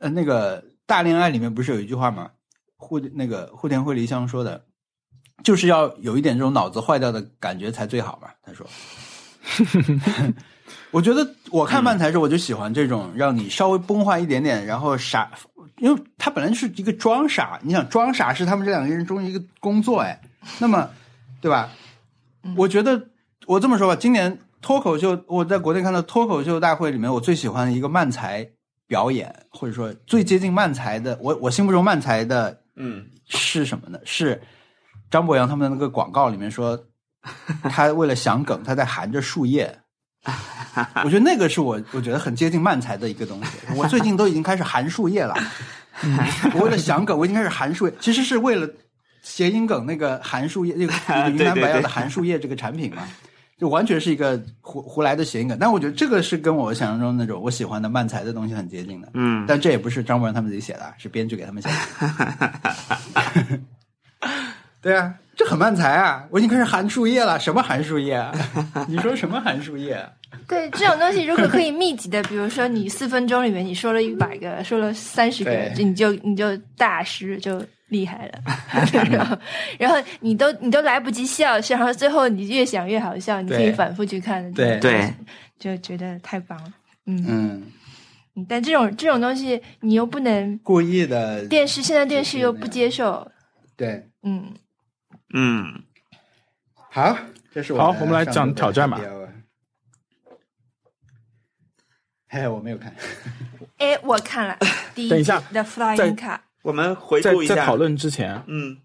Speaker 4: 呃，那个大恋爱里面不是有一句话吗？户那个户田惠梨香说的，就是要有一点这种脑子坏掉的感觉才最好嘛。他说，我觉得我看漫才时候我就喜欢这种让你稍微崩坏一点点，然后傻，因为他本来就是一个装傻，你想装傻是他们这两个人中的一个工作，哎，那么对吧？我觉得我这么说吧，今年脱口秀，我在国内看到脱口秀大会里面，我最喜欢的一个漫才表演，或者说最接近漫才的，我我心目中漫才的
Speaker 1: 嗯，
Speaker 4: 是什么呢？是张博洋他们的那个广告里
Speaker 1: <laughs>
Speaker 4: 面说，他为了想梗，他在含着树叶。我觉得那个是我我觉得很接近漫才的一个东西。我最近都已经开始含树
Speaker 1: <laughs>
Speaker 4: 叶了，
Speaker 1: 嗯
Speaker 4: 我为了想梗，我已经开始含树叶，其实是为了谐音梗那个含树叶，那个
Speaker 1: <laughs>
Speaker 4: 云
Speaker 1: 对
Speaker 4: 南白药
Speaker 1: 对对
Speaker 4: 的含树叶这个产品嘛，就完全是一个胡胡来的谐音梗。但我觉得这个是跟我想象中那种我喜欢的漫才的东西很接近的。
Speaker 1: 嗯，
Speaker 4: 但这也不是张博洋他们自己写的啊，是编剧给他们写的。对啊，这很漫才啊！我已经开始含树叶了，什么含树叶？啊？ <laughs> 你说什么含树叶
Speaker 2: <laughs>
Speaker 4: 啊？
Speaker 3: 对这种东西，如果可以密集的，比如说你四分钟里面你说了一
Speaker 2: <laughs>
Speaker 3: 百个，说了三十个，
Speaker 4: 对
Speaker 3: 就你就你就大师就厉害了。然后，然后你都你都来不及笑，然后最后你越想越好笑，你可以
Speaker 4: 对
Speaker 3: 反复去看。
Speaker 4: 对
Speaker 1: 对，
Speaker 3: 就觉得太棒了。嗯，
Speaker 4: 嗯，
Speaker 3: 但这种这种东西你又不能
Speaker 4: 故意的，
Speaker 3: 电视，现在电视又不接受。
Speaker 4: 对，
Speaker 3: 嗯，
Speaker 1: 嗯，
Speaker 4: 好，这是我
Speaker 2: 好我们来讲挑战吧
Speaker 4: 吧。哎，我没有看，
Speaker 3: 哎，我
Speaker 2: <laughs>
Speaker 3: 看了第一
Speaker 2: 等一下
Speaker 3: 集的 Flying Car，
Speaker 1: 我们回
Speaker 2: 在
Speaker 1: 顾一
Speaker 2: 在
Speaker 1: 下
Speaker 2: 讨，论之前，
Speaker 1: 嗯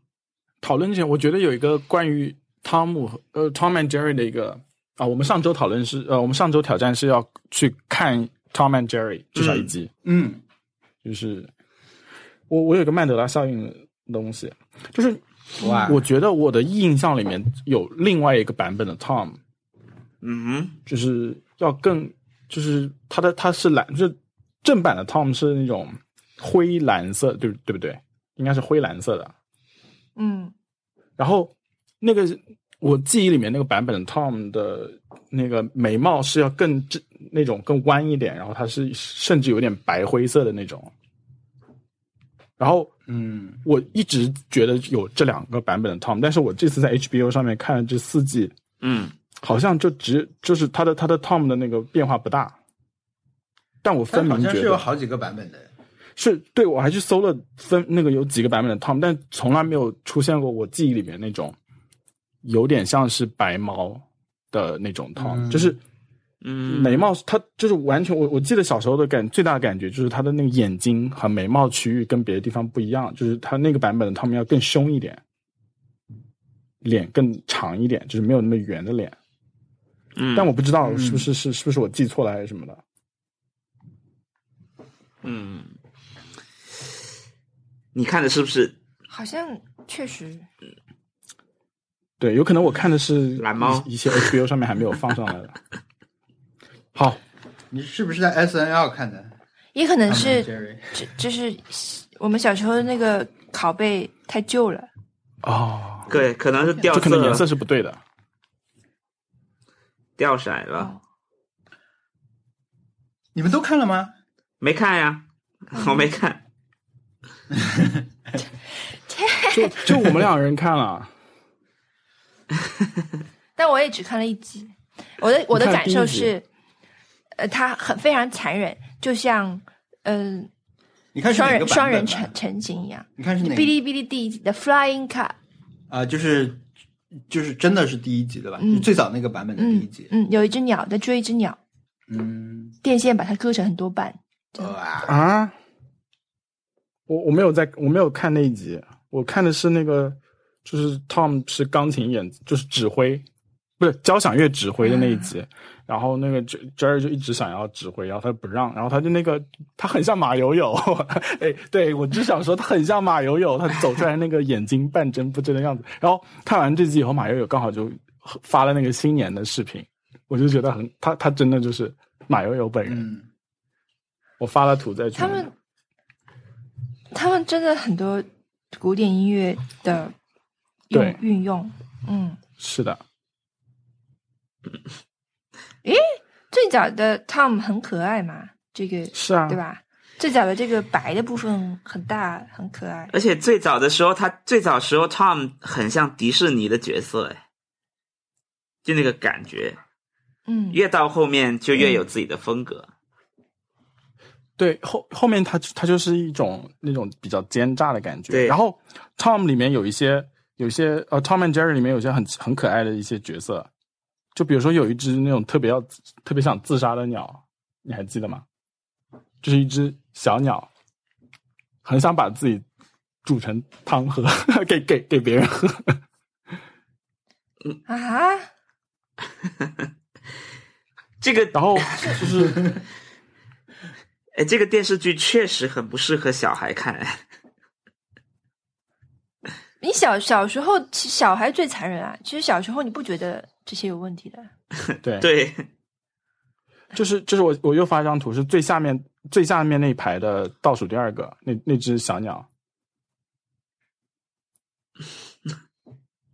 Speaker 2: 讨论之前，我觉得有一个关于汤姆和呃 Tom and Jerry 的一个啊，我们上周讨论是呃，我们上周挑战是要去看 Tom and Jerry 至少一集，
Speaker 4: 嗯
Speaker 2: 就是我我有一个曼德拉效应的东西，就是
Speaker 4: 哇
Speaker 1: 啊
Speaker 2: 我觉得我的印象里面有另外一个版本的 Tom，
Speaker 1: 嗯
Speaker 2: 就是要更就是他的他是蓝，就是正版的 Tom 是那种灰蓝色，对对不对？应该是灰蓝色的，
Speaker 3: 嗯，
Speaker 2: 然后那个我记忆里面那个版本的 Tom 的那个眉毛是要更正那种更弯一点，然后它是甚至有点白灰色的那种。然后
Speaker 4: 嗯，
Speaker 2: 我一直觉得有这两个版本的 Tom，但是我这次在 HBO 上面看了这四季，
Speaker 1: 嗯，
Speaker 2: 好像就只就是他的他的 Tom 的那个变化不大。但我分
Speaker 4: 但
Speaker 2: 明
Speaker 4: 好像
Speaker 2: 觉
Speaker 4: 是有
Speaker 2: 得
Speaker 4: 好几个版本的，
Speaker 2: 是对我还去搜了分那个有几个版本的 Tom，但从来没有出现过我记忆里面那种有点像是白毛的那种 Tom，、
Speaker 4: 嗯
Speaker 2: 就是
Speaker 1: 嗯，
Speaker 2: 眉毛它就是完全我我记得小时候的感最大的感觉就是他的那个眼睛和眉毛区域跟别的地方不一样，就是他那个版本的 Tom 要更凶一点，脸更长一点，就是没有那么圆的脸。
Speaker 1: 嗯，
Speaker 2: 但我不知道是不是是是不是我记错了还是什么的。
Speaker 1: 嗯，你看的是不是
Speaker 3: 好像确实，
Speaker 2: 对，有可能我看的是
Speaker 1: 蓝猫
Speaker 2: 一一些 HBO 上面还没有放上来
Speaker 1: <laughs>
Speaker 2: 的。好，
Speaker 4: 你是不是在 S N L 看的？
Speaker 3: 也可能
Speaker 2: 啊
Speaker 4: Tom and
Speaker 3: 是
Speaker 4: Jerry
Speaker 3: 这这是我们小时候那个拷贝太旧了。
Speaker 2: 哦，
Speaker 1: 对，可能是掉
Speaker 2: 这可
Speaker 1: 色
Speaker 2: 能颜
Speaker 1: 了，
Speaker 2: 色是不对的。
Speaker 1: 掉色
Speaker 4: 啊
Speaker 3: 哦
Speaker 1: 了，
Speaker 4: 你们都看了吗？
Speaker 1: 没看呀， <laughs> 我没看，
Speaker 2: 就就我们两人看啊了，
Speaker 3: 但我也只看了一集。我的我的
Speaker 2: 你看了
Speaker 3: 感受
Speaker 2: 第一集
Speaker 3: 是，呃，他很非常残忍，就像嗯、
Speaker 4: 你看是
Speaker 3: 双
Speaker 4: 哪
Speaker 3: 人
Speaker 4: 个版
Speaker 3: 双
Speaker 4: 本
Speaker 3: 人
Speaker 4: 的
Speaker 3: 成成型一样。
Speaker 4: 你看是哪
Speaker 3: 哔
Speaker 4: 个
Speaker 3: 哩哔哩第一集的 Flying Car，
Speaker 4: 啊、就是就是真的是第一集对吧？
Speaker 3: 嗯
Speaker 4: 就最早那个版本的第一
Speaker 3: 嗯
Speaker 4: 集。
Speaker 3: 嗯，有一只鸟在追一只鸟，
Speaker 4: 嗯，
Speaker 3: 电线把它割成很多瓣。
Speaker 4: 哇，
Speaker 2: 啊，我我没有在，我没有看那一集，我看的是那个，就是 Tom 是钢琴演，就是指挥，不是交响乐指挥的那一集。然后那个 Jer- Jerry 就一直想要指挥，然后他不让，然后他就那个他很像马友 <laughs> 友，哎，对我就想说他很像马友友，他走出来那个眼睛半睁不睁的样子。然后看完这集以后，马友友刚好就发了那个新年的视频，我就觉得很他他真的就是马友友本人。
Speaker 4: 嗯，
Speaker 2: 我发了图在群
Speaker 3: 他
Speaker 2: 里。
Speaker 3: 们他们真的很多古典音乐的用
Speaker 2: 对
Speaker 3: 运用，嗯，
Speaker 2: 是的，
Speaker 3: 最早的 Tom 很可爱嘛，这个
Speaker 2: 是啊
Speaker 3: 对，吧？最早的这个白的部分很大，很可爱。
Speaker 1: 而且最早的时候，他最早时候 Tom 很像迪士尼的角色，哎，就那个感觉。
Speaker 3: 嗯，
Speaker 1: 越到后面就越有自己的风格。
Speaker 2: 对后后面他他就是一种那种比较奸诈的感觉。
Speaker 1: 对
Speaker 2: 然后 Tom 里面有一些有一些呃 Tom and Jerry 里面有一些很很可爱的一些角色，就比如说有一只那种特别要特别想自杀的鸟，你还记得吗？就是一只小鸟，很想把自己煮成汤喝， <laughs> 给给给别人喝。
Speaker 3: 啊，
Speaker 1: 这个
Speaker 2: 然后就是
Speaker 1: 哎，这个电视剧确实很不适合小孩看。哎
Speaker 3: 你小小时候，其实小孩最残忍啊。其实小时候你不觉得这些有问题的，
Speaker 2: 对
Speaker 1: 对，
Speaker 2: 就是就是我我又发一张图，是最下面最下面那一排的倒数第二个那那只小鸟，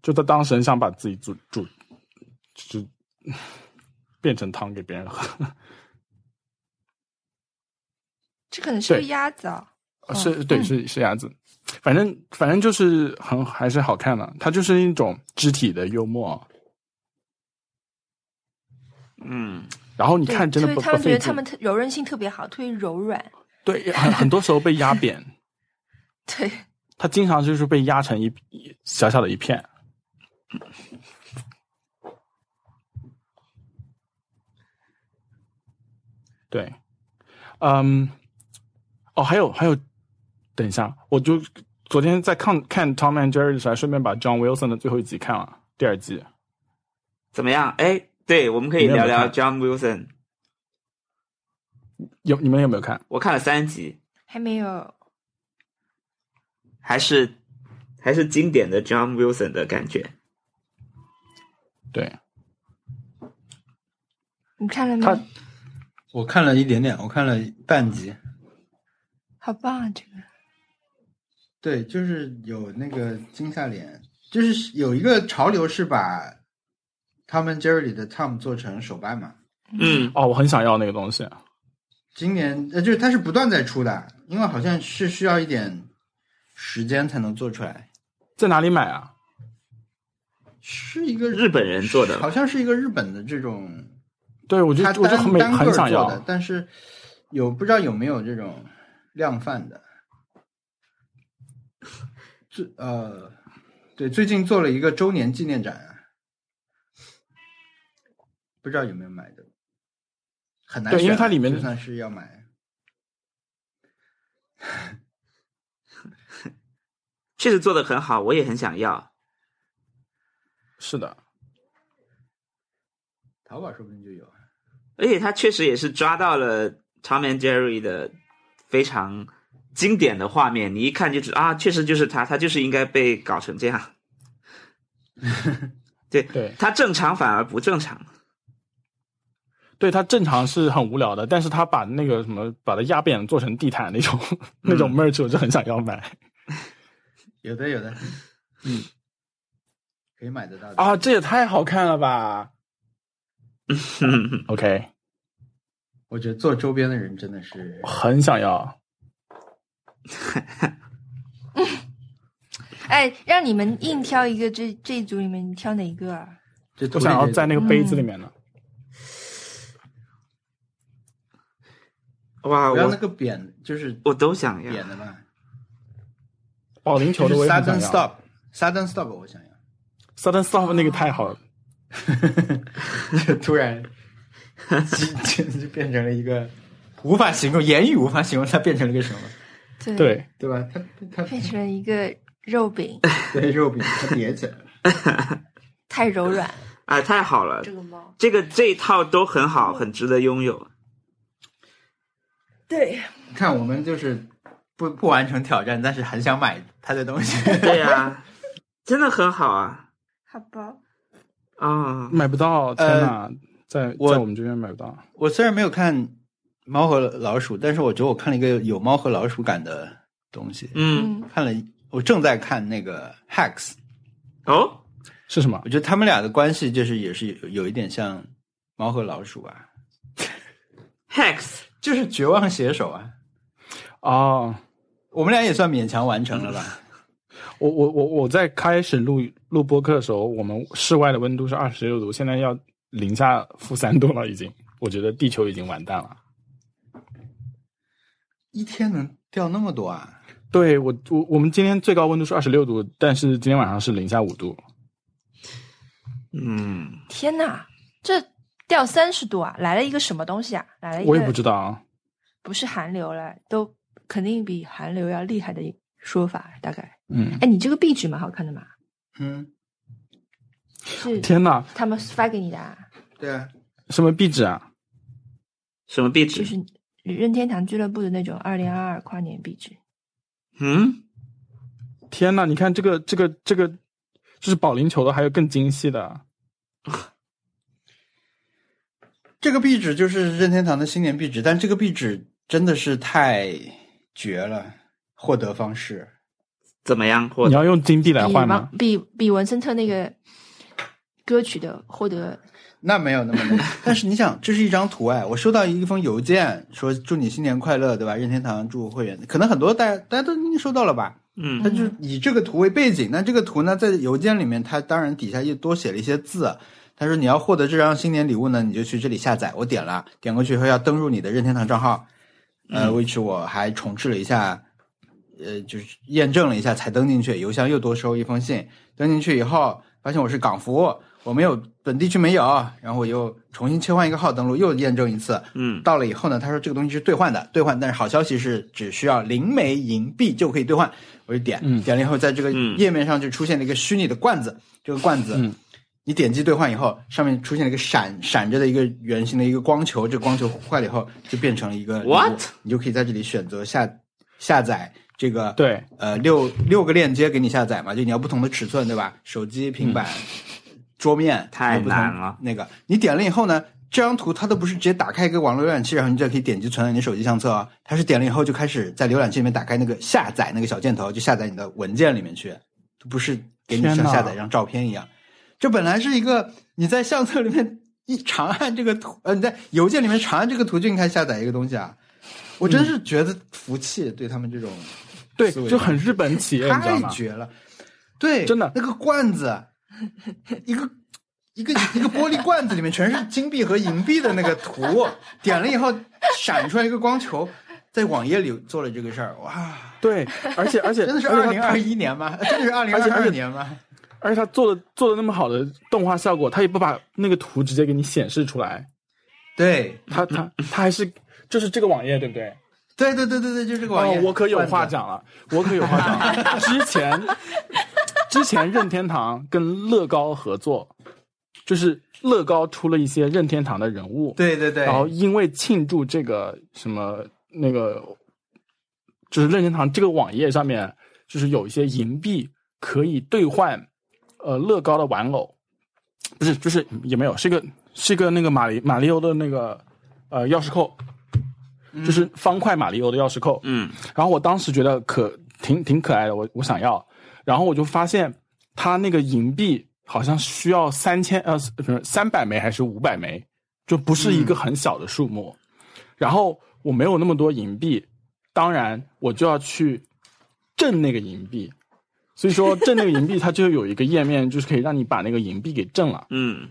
Speaker 2: 就它当时很想把自己煮煮就变成汤给别人喝，
Speaker 3: 这可能是个
Speaker 2: 对
Speaker 3: 鸭子啊、哦
Speaker 2: 是对
Speaker 3: 嗯
Speaker 2: 是是鸭子，反正反正就是很还是好看的，它就是一种肢体的幽默，啊
Speaker 1: 嗯，
Speaker 2: 然后你
Speaker 3: 对，
Speaker 2: 看真的
Speaker 3: 所以
Speaker 2: 不
Speaker 3: 他
Speaker 2: 不
Speaker 3: 们觉
Speaker 2: 费
Speaker 3: 得
Speaker 2: 劲
Speaker 3: 他，们特柔韧性特别好，特别柔软。
Speaker 2: 对很很多时候被压扁，
Speaker 3: 对，
Speaker 2: 它经常就是被压成一一小小的一片。对，嗯，哦，还有还有，等一下，我就昨天在看看《Tom and Jerry》的时候，还顺便把 John Wilson 的最后一集看了，第二季。
Speaker 1: 怎么样？哎，对，我们可以
Speaker 2: 你有没
Speaker 1: 聊
Speaker 2: 有
Speaker 1: 聊 John Wilson。
Speaker 2: 有你们有没有看？
Speaker 1: 我看了三集，
Speaker 3: 还没有。
Speaker 1: 还是还是经典的 John Wilson 的感觉。
Speaker 2: 对
Speaker 3: 你看了
Speaker 2: 他
Speaker 3: 吗？
Speaker 4: 我看了一点点，我看了半集。
Speaker 3: 好棒啊！这个
Speaker 4: 对，就是有那个惊吓脸，就是有一个潮流是把 Tom and Jerry 里的 Tom 做成手办嘛。
Speaker 1: 嗯，
Speaker 2: 哦，我很想要那个东西。
Speaker 4: 今年呃，就是它是不断在出的，因为好像是需要一点时间才能做出来，
Speaker 2: 在哪里买啊？
Speaker 4: 是一个
Speaker 1: 嗯日本人做的
Speaker 4: 好像是一个日本的这种，
Speaker 2: 对，我就
Speaker 4: 它
Speaker 2: 我就很
Speaker 4: 单
Speaker 2: 美
Speaker 4: 单个
Speaker 2: 很想
Speaker 4: 儿
Speaker 2: 要
Speaker 4: 做的，但是有不知道有没有这种量贩的。最呃，对，最近做了一个周年纪念展啊，不知道有没有买的，很难
Speaker 2: 对因为
Speaker 4: 选啊
Speaker 2: 它里面
Speaker 4: 就算是要买，
Speaker 1: 确实做的很好，我也很想要。
Speaker 2: 是的，
Speaker 4: 淘宝说不定就有。
Speaker 1: 而且他确实也是抓到了 Tom and Jerry 的非常经典的画面，你一看就知啊，确实就是他，他就是应该被搞成这样。对
Speaker 2: 对
Speaker 1: 他正常反而不正常，
Speaker 2: 对它正常是很无聊的，但是它把那个什么把它压扁做成地毯那种 <laughs> 那种 merch，我就很想要买
Speaker 4: 有的有的，嗯，可以买得到的。
Speaker 2: 啊！这也太好看了吧！OK，
Speaker 4: 我觉得做周边的人真的是
Speaker 2: 很想要。
Speaker 3: 哎，让你们硬挑一个这这一组里面，你挑哪一个啊？
Speaker 4: 这
Speaker 2: 我
Speaker 4: 图里
Speaker 2: 想要
Speaker 4: 这
Speaker 2: 在那个杯子里面呢。
Speaker 1: <laughs> 哇，
Speaker 4: 不要那
Speaker 1: 我
Speaker 4: 个扁，就是
Speaker 1: 我都想要。
Speaker 4: 扁的嘛。
Speaker 2: 保龄球
Speaker 4: 就
Speaker 2: 的
Speaker 4: 是
Speaker 2: 我也很想
Speaker 4: sudden
Speaker 2: 要。
Speaker 4: stop sudden stop，我想要。
Speaker 2: Sudden stop 那个太好了，
Speaker 4: 就 <laughs> 突然就就就变成了一个无法形容，言语无法形容它变成了一个什么，
Speaker 3: 对，
Speaker 2: 对，
Speaker 4: 对吧？它它
Speaker 3: 变成了一个肉饼，
Speaker 4: 对肉饼它叠起来了。
Speaker 3: 太柔软。
Speaker 1: 哎，太好了，
Speaker 3: 这个猫，
Speaker 1: 这个这一套都很好，很值得拥有。
Speaker 3: 对，
Speaker 4: 看我们就是不不完成挑战，但是很想买它的东西。
Speaker 1: <laughs>
Speaker 4: <laughs>
Speaker 1: 对啊呀、真的很好啊
Speaker 3: 好吧，
Speaker 1: 啊、
Speaker 2: 买不到，天哪，在
Speaker 4: 我
Speaker 2: 呃在我们这边买不到。
Speaker 4: 我虽然没有看《猫和老鼠》，但是我觉得我看了一个有猫和老鼠感的东西。
Speaker 1: 嗯
Speaker 3: 嗯，
Speaker 4: 看了一，我正在看那个 Hacks，
Speaker 1: 哦，
Speaker 2: 是什么
Speaker 4: 我？觉得他们俩的关系就是也是有有一点像猫和老鼠吧，
Speaker 1: Hex，
Speaker 4: 就是绝望写手啊。
Speaker 2: 哦，
Speaker 4: 我们俩也算勉强完成了吧？
Speaker 2: 我我我我在开始录录播客的时候，我们室外的温度是二十六度，现在要零下负三度了，已经。我觉得地球已经完蛋了。
Speaker 4: 一天能掉那么多啊？
Speaker 2: 对我我我们今天最高温度是二十六度，但是今天晚上是零下五度。
Speaker 1: 嗯，
Speaker 3: 天哪，这掉三十度啊！来了一个什么东西啊？来了一个
Speaker 2: 我也不知道啊，
Speaker 3: 不是寒流了，都肯定比寒流要厉害的说法，大概。
Speaker 2: 嗯，
Speaker 3: 哎，你这个壁纸蛮好看的嘛，
Speaker 4: 嗯，
Speaker 3: 是
Speaker 2: 天哪，
Speaker 3: 他们发给你的、啊，
Speaker 5: 对啊，
Speaker 2: 什么壁纸啊？
Speaker 1: 什么壁
Speaker 3: 就
Speaker 1: 纸？
Speaker 3: 是任天堂俱乐部的那种二零二二跨年壁纸。
Speaker 1: 嗯，
Speaker 2: 天哪，你看这个这个这个，就是保龄球的，还有更精细的。
Speaker 4: 这个壁纸就是任天堂的新年壁纸，但这个壁纸真的是太绝了，获得方式。
Speaker 1: 怎么样？或
Speaker 2: 你
Speaker 1: 者
Speaker 2: 要用金币来
Speaker 3: 比
Speaker 2: 换
Speaker 3: 王
Speaker 2: 啊吗？
Speaker 3: 比比文森特那个歌曲的获
Speaker 2: <laughs>
Speaker 3: 得
Speaker 4: 那没有那么难，但是你想，这是一张图哎，我收到一封邮件说祝你新年快乐，对吧？任天堂祝会员，可能很多大家大家都已经收到了吧？
Speaker 1: 嗯
Speaker 4: 它就是以这个图为背景，那这个图呢，在邮件里面，它当然底下又多写了一些字。啊他说你要获得这张新年礼物呢，你就去这里下载。我点了，点过去以后要登入你的任天堂账号，呃、w h i c h 我还重置了一下，呃，就是验证了一下才登进去。邮箱又多收一封信，登进去以后发现我是港服，我没有本地区没有，啊然后我又重新切换一个号登录，又验证一次，
Speaker 1: 嗯，
Speaker 4: 到了以后呢，他说这个东西是兑换的，兑换，但是好消息是只需要零枚银币就可以兑换。我就点，
Speaker 2: 嗯
Speaker 4: 点了以后，在这个
Speaker 1: 嗯
Speaker 4: 页面上就出现了一个虚拟的罐子，这个罐子，
Speaker 2: 嗯
Speaker 4: 你点击兑换以后，上面出现了一个闪闪着的一个圆形的一个光球，这个光球坏了以后就变成了一个礼物
Speaker 1: What？
Speaker 4: 你就可以在这里选择下下载这个
Speaker 2: 对，
Speaker 4: 呃六六个链接给你下载嘛，就你要不同的尺寸对吧？手机、平板、桌面，
Speaker 1: 嗯太
Speaker 4: 有不同
Speaker 1: 难了。
Speaker 4: 那个你点了以后呢，这张图它都不是直接打开一个网络浏览器，然后你就可以点击存到你的手机相册啊、它是点了以后就开始在浏览器里面打开那个下载那个小箭头，就下载你的文件里面去，不是给你
Speaker 2: 天
Speaker 4: 像
Speaker 2: 哪
Speaker 4: 下载一张照片一样。这本来是一个你在相册里面一长按这个图，呃，你在邮件里面长按这个途径开下载一个东西啊。我
Speaker 1: 嗯
Speaker 4: 真是觉得服气，对他们这种
Speaker 2: 对，
Speaker 4: 思维
Speaker 2: 就很日本企业，你知道
Speaker 4: 太
Speaker 2: 吗？
Speaker 4: 绝了，对，
Speaker 2: 真的
Speaker 4: 那个罐子，一个一个一个玻璃罐子里面全是金币和银币的那个图，点了以后闪出来一个光球，在网页里做了这个事儿，哇，
Speaker 2: 对，而且而且
Speaker 4: <laughs> 真的是
Speaker 2: 而且
Speaker 4: 二
Speaker 2: 它
Speaker 4: 零二一年吗？真的是二零
Speaker 2: 而且
Speaker 4: 二
Speaker 2: 而且
Speaker 4: 二年吗？
Speaker 2: 而且他做的做的那么好的动画效果，他也不把那个图直接给你显示出来，
Speaker 4: 对，
Speaker 2: 他他他还是就是这个网页对不对？
Speaker 4: 对对对对对，就这个网页，
Speaker 2: 哦，我可有话
Speaker 4: 罐子。
Speaker 2: 讲了，我可有话讲了。之前之前任天堂跟乐高合作，就是乐高出了一些任天堂的人物，
Speaker 4: 对对对
Speaker 2: 然，后因为庆祝这个什么那个，就是任天堂这个网页上面，就是有一些银币可以兑换呃乐高的玩偶，不是，就是也没有，是一个是一个那个马里马里欧的那个呃钥匙扣，就是方块马里欧的钥匙扣，
Speaker 1: 嗯，
Speaker 2: 然后我当时觉得可挺挺可爱的，我我想要，然后我就发现它那个银币好像需要三千呃不是三百枚还是五百枚，就不是一个很小的数目。然后我没有那么多银币，当然我就要去挣那个银币。所以说挣那个银币，它就有一个页面，就是可以让你把那个银币给挣了。
Speaker 1: 嗯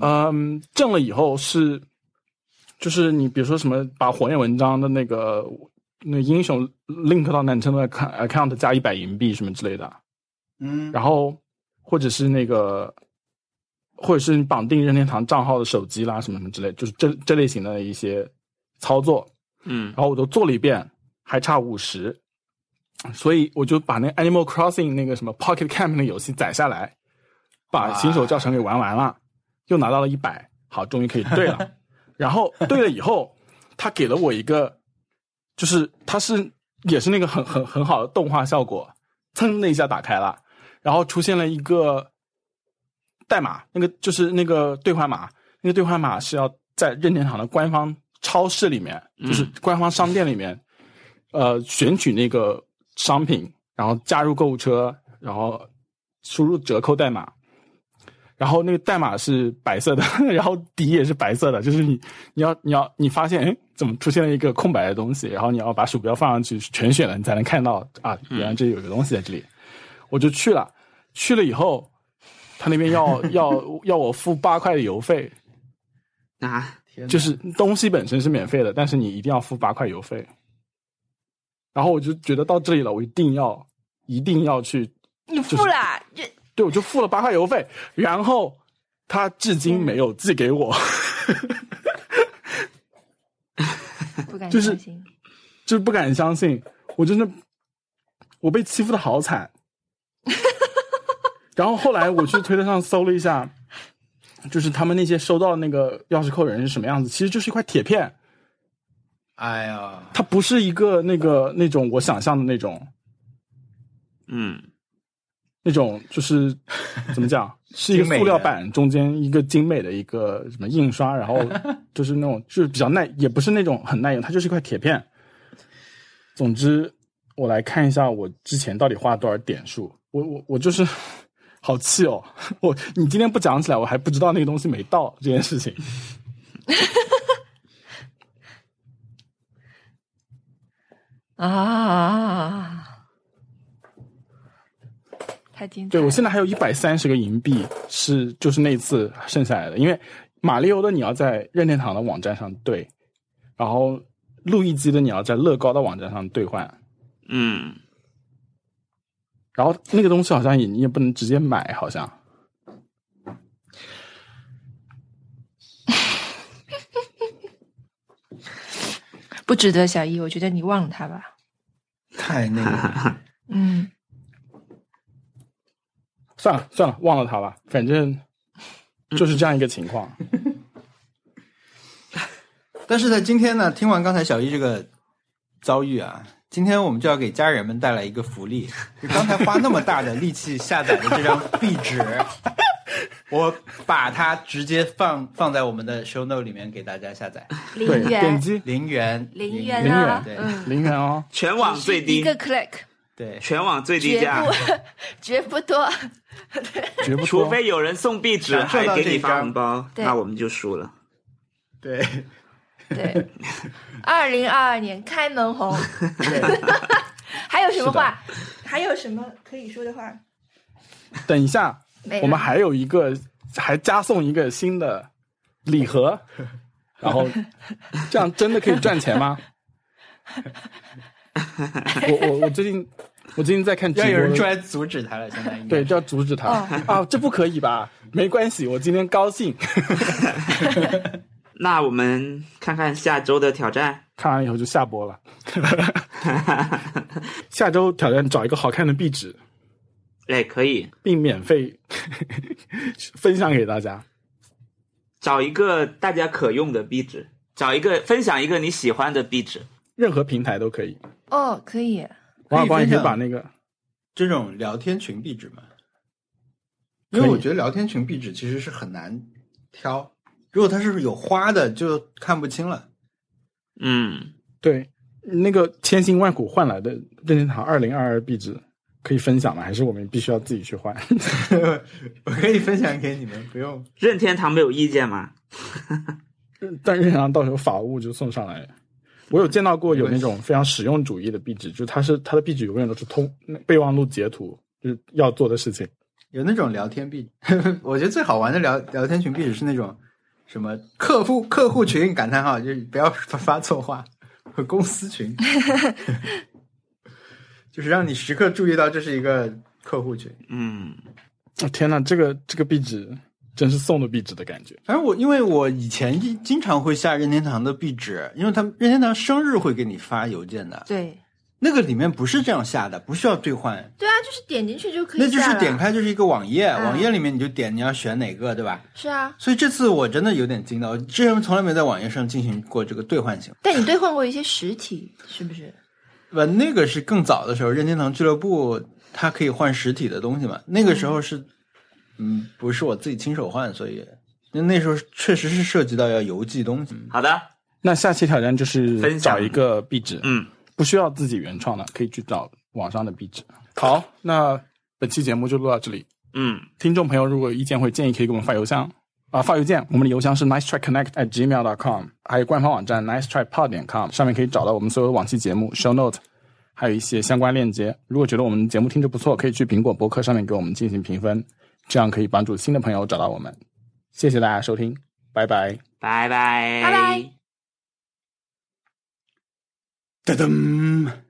Speaker 2: 嗯，挣了以后是，就是你比如说什么，把火焰文章的那个那英雄 link 到男生的 account account 加一百银币什么之类的，
Speaker 4: 嗯，
Speaker 2: 然后或者是那个，或者是你绑定任天堂账号的手机啦什么什么之类，就是这这类型的一些操作。
Speaker 1: 嗯
Speaker 2: 然后我都做了一遍，还差五十，所以我就把那 Animal Crossing 那个什么 Pocket Camp 的游戏载下来，把新手教程给玩完了，又拿到了一百，好，终于可以对了。然后对了以后，他给了我一个，就是它是也是那个很很很好的动画效果，噌的一下打开了，然后出现了一个代码，那个就是那个兑换码，那个兑换码是要在任天堂的官方超市里面，就是官方商店里面，呃，选取那个商品，然后加入购物车，然后输入折扣代码，然后那个代码是白色的， <laughs> 然后底也是白色的，就是你你要你要你发现哎怎么出现了一个空白的东西，然后你要把鼠标放上去全选了，你才能看到啊，原来这有个东西在这里。我就去了，去了以后，他那边要 <laughs> 要要我付八块的邮费，
Speaker 1: 啊，
Speaker 5: 天哪
Speaker 2: 就是东西本身是免费的，但是你一定要付八块邮费。然后我就觉得到这里了，我一定要一定要去
Speaker 3: 你付了，这
Speaker 2: <laughs> 对，我就付了八块邮费，然后他至今没有寄给我，
Speaker 3: 不敢
Speaker 2: 就是
Speaker 3: 相信。
Speaker 2: 就是不敢相信，我真的我被欺负的好惨。然后后来我去推特上搜了一下，就是他们那些收到那个钥匙扣的人是什么样子，其实就是一块铁片，
Speaker 4: 哎呀，
Speaker 2: 它不是一个那个那种我想象的那种
Speaker 1: 嗯，
Speaker 2: 那种就是怎么
Speaker 4: <laughs>
Speaker 2: 讲，是一个
Speaker 4: 精美
Speaker 2: 塑料
Speaker 4: 的
Speaker 2: 板中间一个精美的一个什么印刷，
Speaker 4: <laughs>
Speaker 2: 然后就是那种就是比较耐，也不是那种很耐用，它就是一块铁片。总之，我来看一下我之前到底花了多少点数。我我我就是 <laughs> 好气哦！ <laughs> 我你今天不讲起来，我还不知道那个东西没到这件事情。
Speaker 3: 啊，太精彩了！
Speaker 2: 对我现在还有一百三十个银币是就是那一次剩下来的，因为马里欧的你要在任天堂的网站上兑，然后路易基的你要在乐高的网站上兑换，
Speaker 1: 嗯，
Speaker 2: 然后那个东西好像也你也不能直接买，好像
Speaker 3: 不值得，小一，我觉得你忘了他吧。
Speaker 5: 太那个，
Speaker 3: 嗯，
Speaker 2: 算了算了，忘了它吧，反正就是这样一个情
Speaker 3: <laughs>
Speaker 2: 况。
Speaker 4: 但是在今天呢，听完刚才小易这个遭遇啊，今天我们就要给家人们带来一个福利，就刚才花那么大的力气下载的这张壁纸， <laughs> 我把它直接放放在我们的 show note 里面给大家下载，
Speaker 3: 零
Speaker 2: 对，点
Speaker 3: 元，
Speaker 2: 击
Speaker 4: 零元，
Speaker 3: 零
Speaker 2: 零
Speaker 3: 元啊
Speaker 2: 元，
Speaker 4: 对
Speaker 3: 嗯，
Speaker 2: 零元哦，
Speaker 1: 全网最
Speaker 3: 一
Speaker 1: 低，
Speaker 3: 个 click，
Speaker 4: 对，
Speaker 1: 全网最低
Speaker 3: 绝
Speaker 1: 价，
Speaker 3: 不 <laughs> 绝不多。
Speaker 2: 绝不
Speaker 1: 除
Speaker 2: 多。
Speaker 1: 非有人送壁纸
Speaker 4: 享受
Speaker 1: 还
Speaker 4: 到
Speaker 1: 给
Speaker 4: 这
Speaker 1: 你
Speaker 4: 一
Speaker 1: 发
Speaker 4: 张
Speaker 1: 红包，
Speaker 3: 对
Speaker 1: 那我们就输了。
Speaker 4: 对，
Speaker 3: 对，二零二二年开门 <laughs> 红。还有什么话？还有什么可以说的话？
Speaker 2: 等一下，
Speaker 3: 没了
Speaker 2: 我们还有一个，还加送一个新的礼盒，然后这样真的可以赚钱吗？我我我最近我最近在看直
Speaker 4: 要有人
Speaker 2: 播
Speaker 4: 出
Speaker 2: 的，
Speaker 4: 来阻止他了，相当于
Speaker 2: 对，就要阻止他、啊，这不可以吧？没关系，我今天高兴。
Speaker 1: 那我们看看下周的挑战， <laughs>
Speaker 2: 看完以后就下播了。下周挑战找一个好看的壁纸，
Speaker 1: 哎，可以
Speaker 2: 并免费 <laughs> 分享给大家。
Speaker 1: 找一个大家可用的壁纸，找一个分享一个你喜欢的壁纸。
Speaker 2: 任何平台都可以。
Speaker 3: 哦，可以，
Speaker 2: 王小光也可以
Speaker 4: 可以分享
Speaker 2: 把那个
Speaker 4: 这种聊天群壁纸嘛，
Speaker 5: 因为
Speaker 2: 可以
Speaker 5: 我觉得聊天群壁纸其实是很难挑，
Speaker 4: 如果它是有花的就看不清了，
Speaker 1: 嗯，
Speaker 2: 对那个千辛万苦换来的任天堂二零二二壁纸可以分享吗？还是我们必须要自己去换？ <laughs>
Speaker 4: <laughs> 我可以分享给你们，不用。
Speaker 1: 任天堂没有意见吗？
Speaker 2: 但任天堂到时候法务就送上来。我有见到过有那种非常实用主义的壁纸，就是它是它的壁纸永远都是通备忘录截图，就是要做的事情。
Speaker 4: 有那种聊天壁， <laughs> 我觉得最好玩的聊聊天群壁纸是那种什么客户客户群感叹号，就是不要发发错话，和公司 <laughs> 群，就是让你时刻注意到这是一个客户群。
Speaker 1: 嗯，
Speaker 2: 哦天呐，这个这个壁纸真是送的壁纸的感觉。
Speaker 4: 反正我因为我以前一经常会下任天堂的壁纸，因为他们任天堂生日会给你发邮件的，
Speaker 3: 对，
Speaker 4: 那个里面不是这样下的，不需要兑换，
Speaker 3: 对啊，就是点进去就可以
Speaker 4: 那就
Speaker 3: 下
Speaker 4: 是
Speaker 3: 了
Speaker 4: 点，开就是一个网页，
Speaker 3: 嗯
Speaker 4: 网页里面你就点你要选哪个，对吧？
Speaker 3: 是啊。
Speaker 4: 所以这次我真的有点惊到，我之前从来没在网页上进行过这个兑换行为。
Speaker 3: 但你兑换过一些实体，是不是？
Speaker 4: 呃，那个是更早的时候，任天堂俱乐部它可以换实体的东西嘛？那个时候是，嗯，不是我自己亲手换，所以那那时候确实是涉及到要邮寄东西。
Speaker 1: 好的，
Speaker 2: 那下期挑战就
Speaker 1: 分
Speaker 2: 是
Speaker 1: 享
Speaker 2: 找一个壁纸，
Speaker 1: 嗯，
Speaker 2: 不需要自己原创的，可以去找网上的壁纸。好，那本期节目就录到这里，
Speaker 1: 嗯，
Speaker 2: 听众朋友如果有意见或者建议，可以给我们发邮箱啊，发邮件。我们的邮箱是 nice try connect at gmail dot com，还有官方网站 nice try pod 点 com，上面可以找到我们所有的往期节目 show note，还有一些相关链接。如果觉得我们节目听着不错，可以去苹果博客上面给我们进行评分，这样可以帮助新的朋友找到我们。谢谢大家收听，拜拜。
Speaker 1: 拜拜，
Speaker 3: 拜拜。
Speaker 4: 噔噔。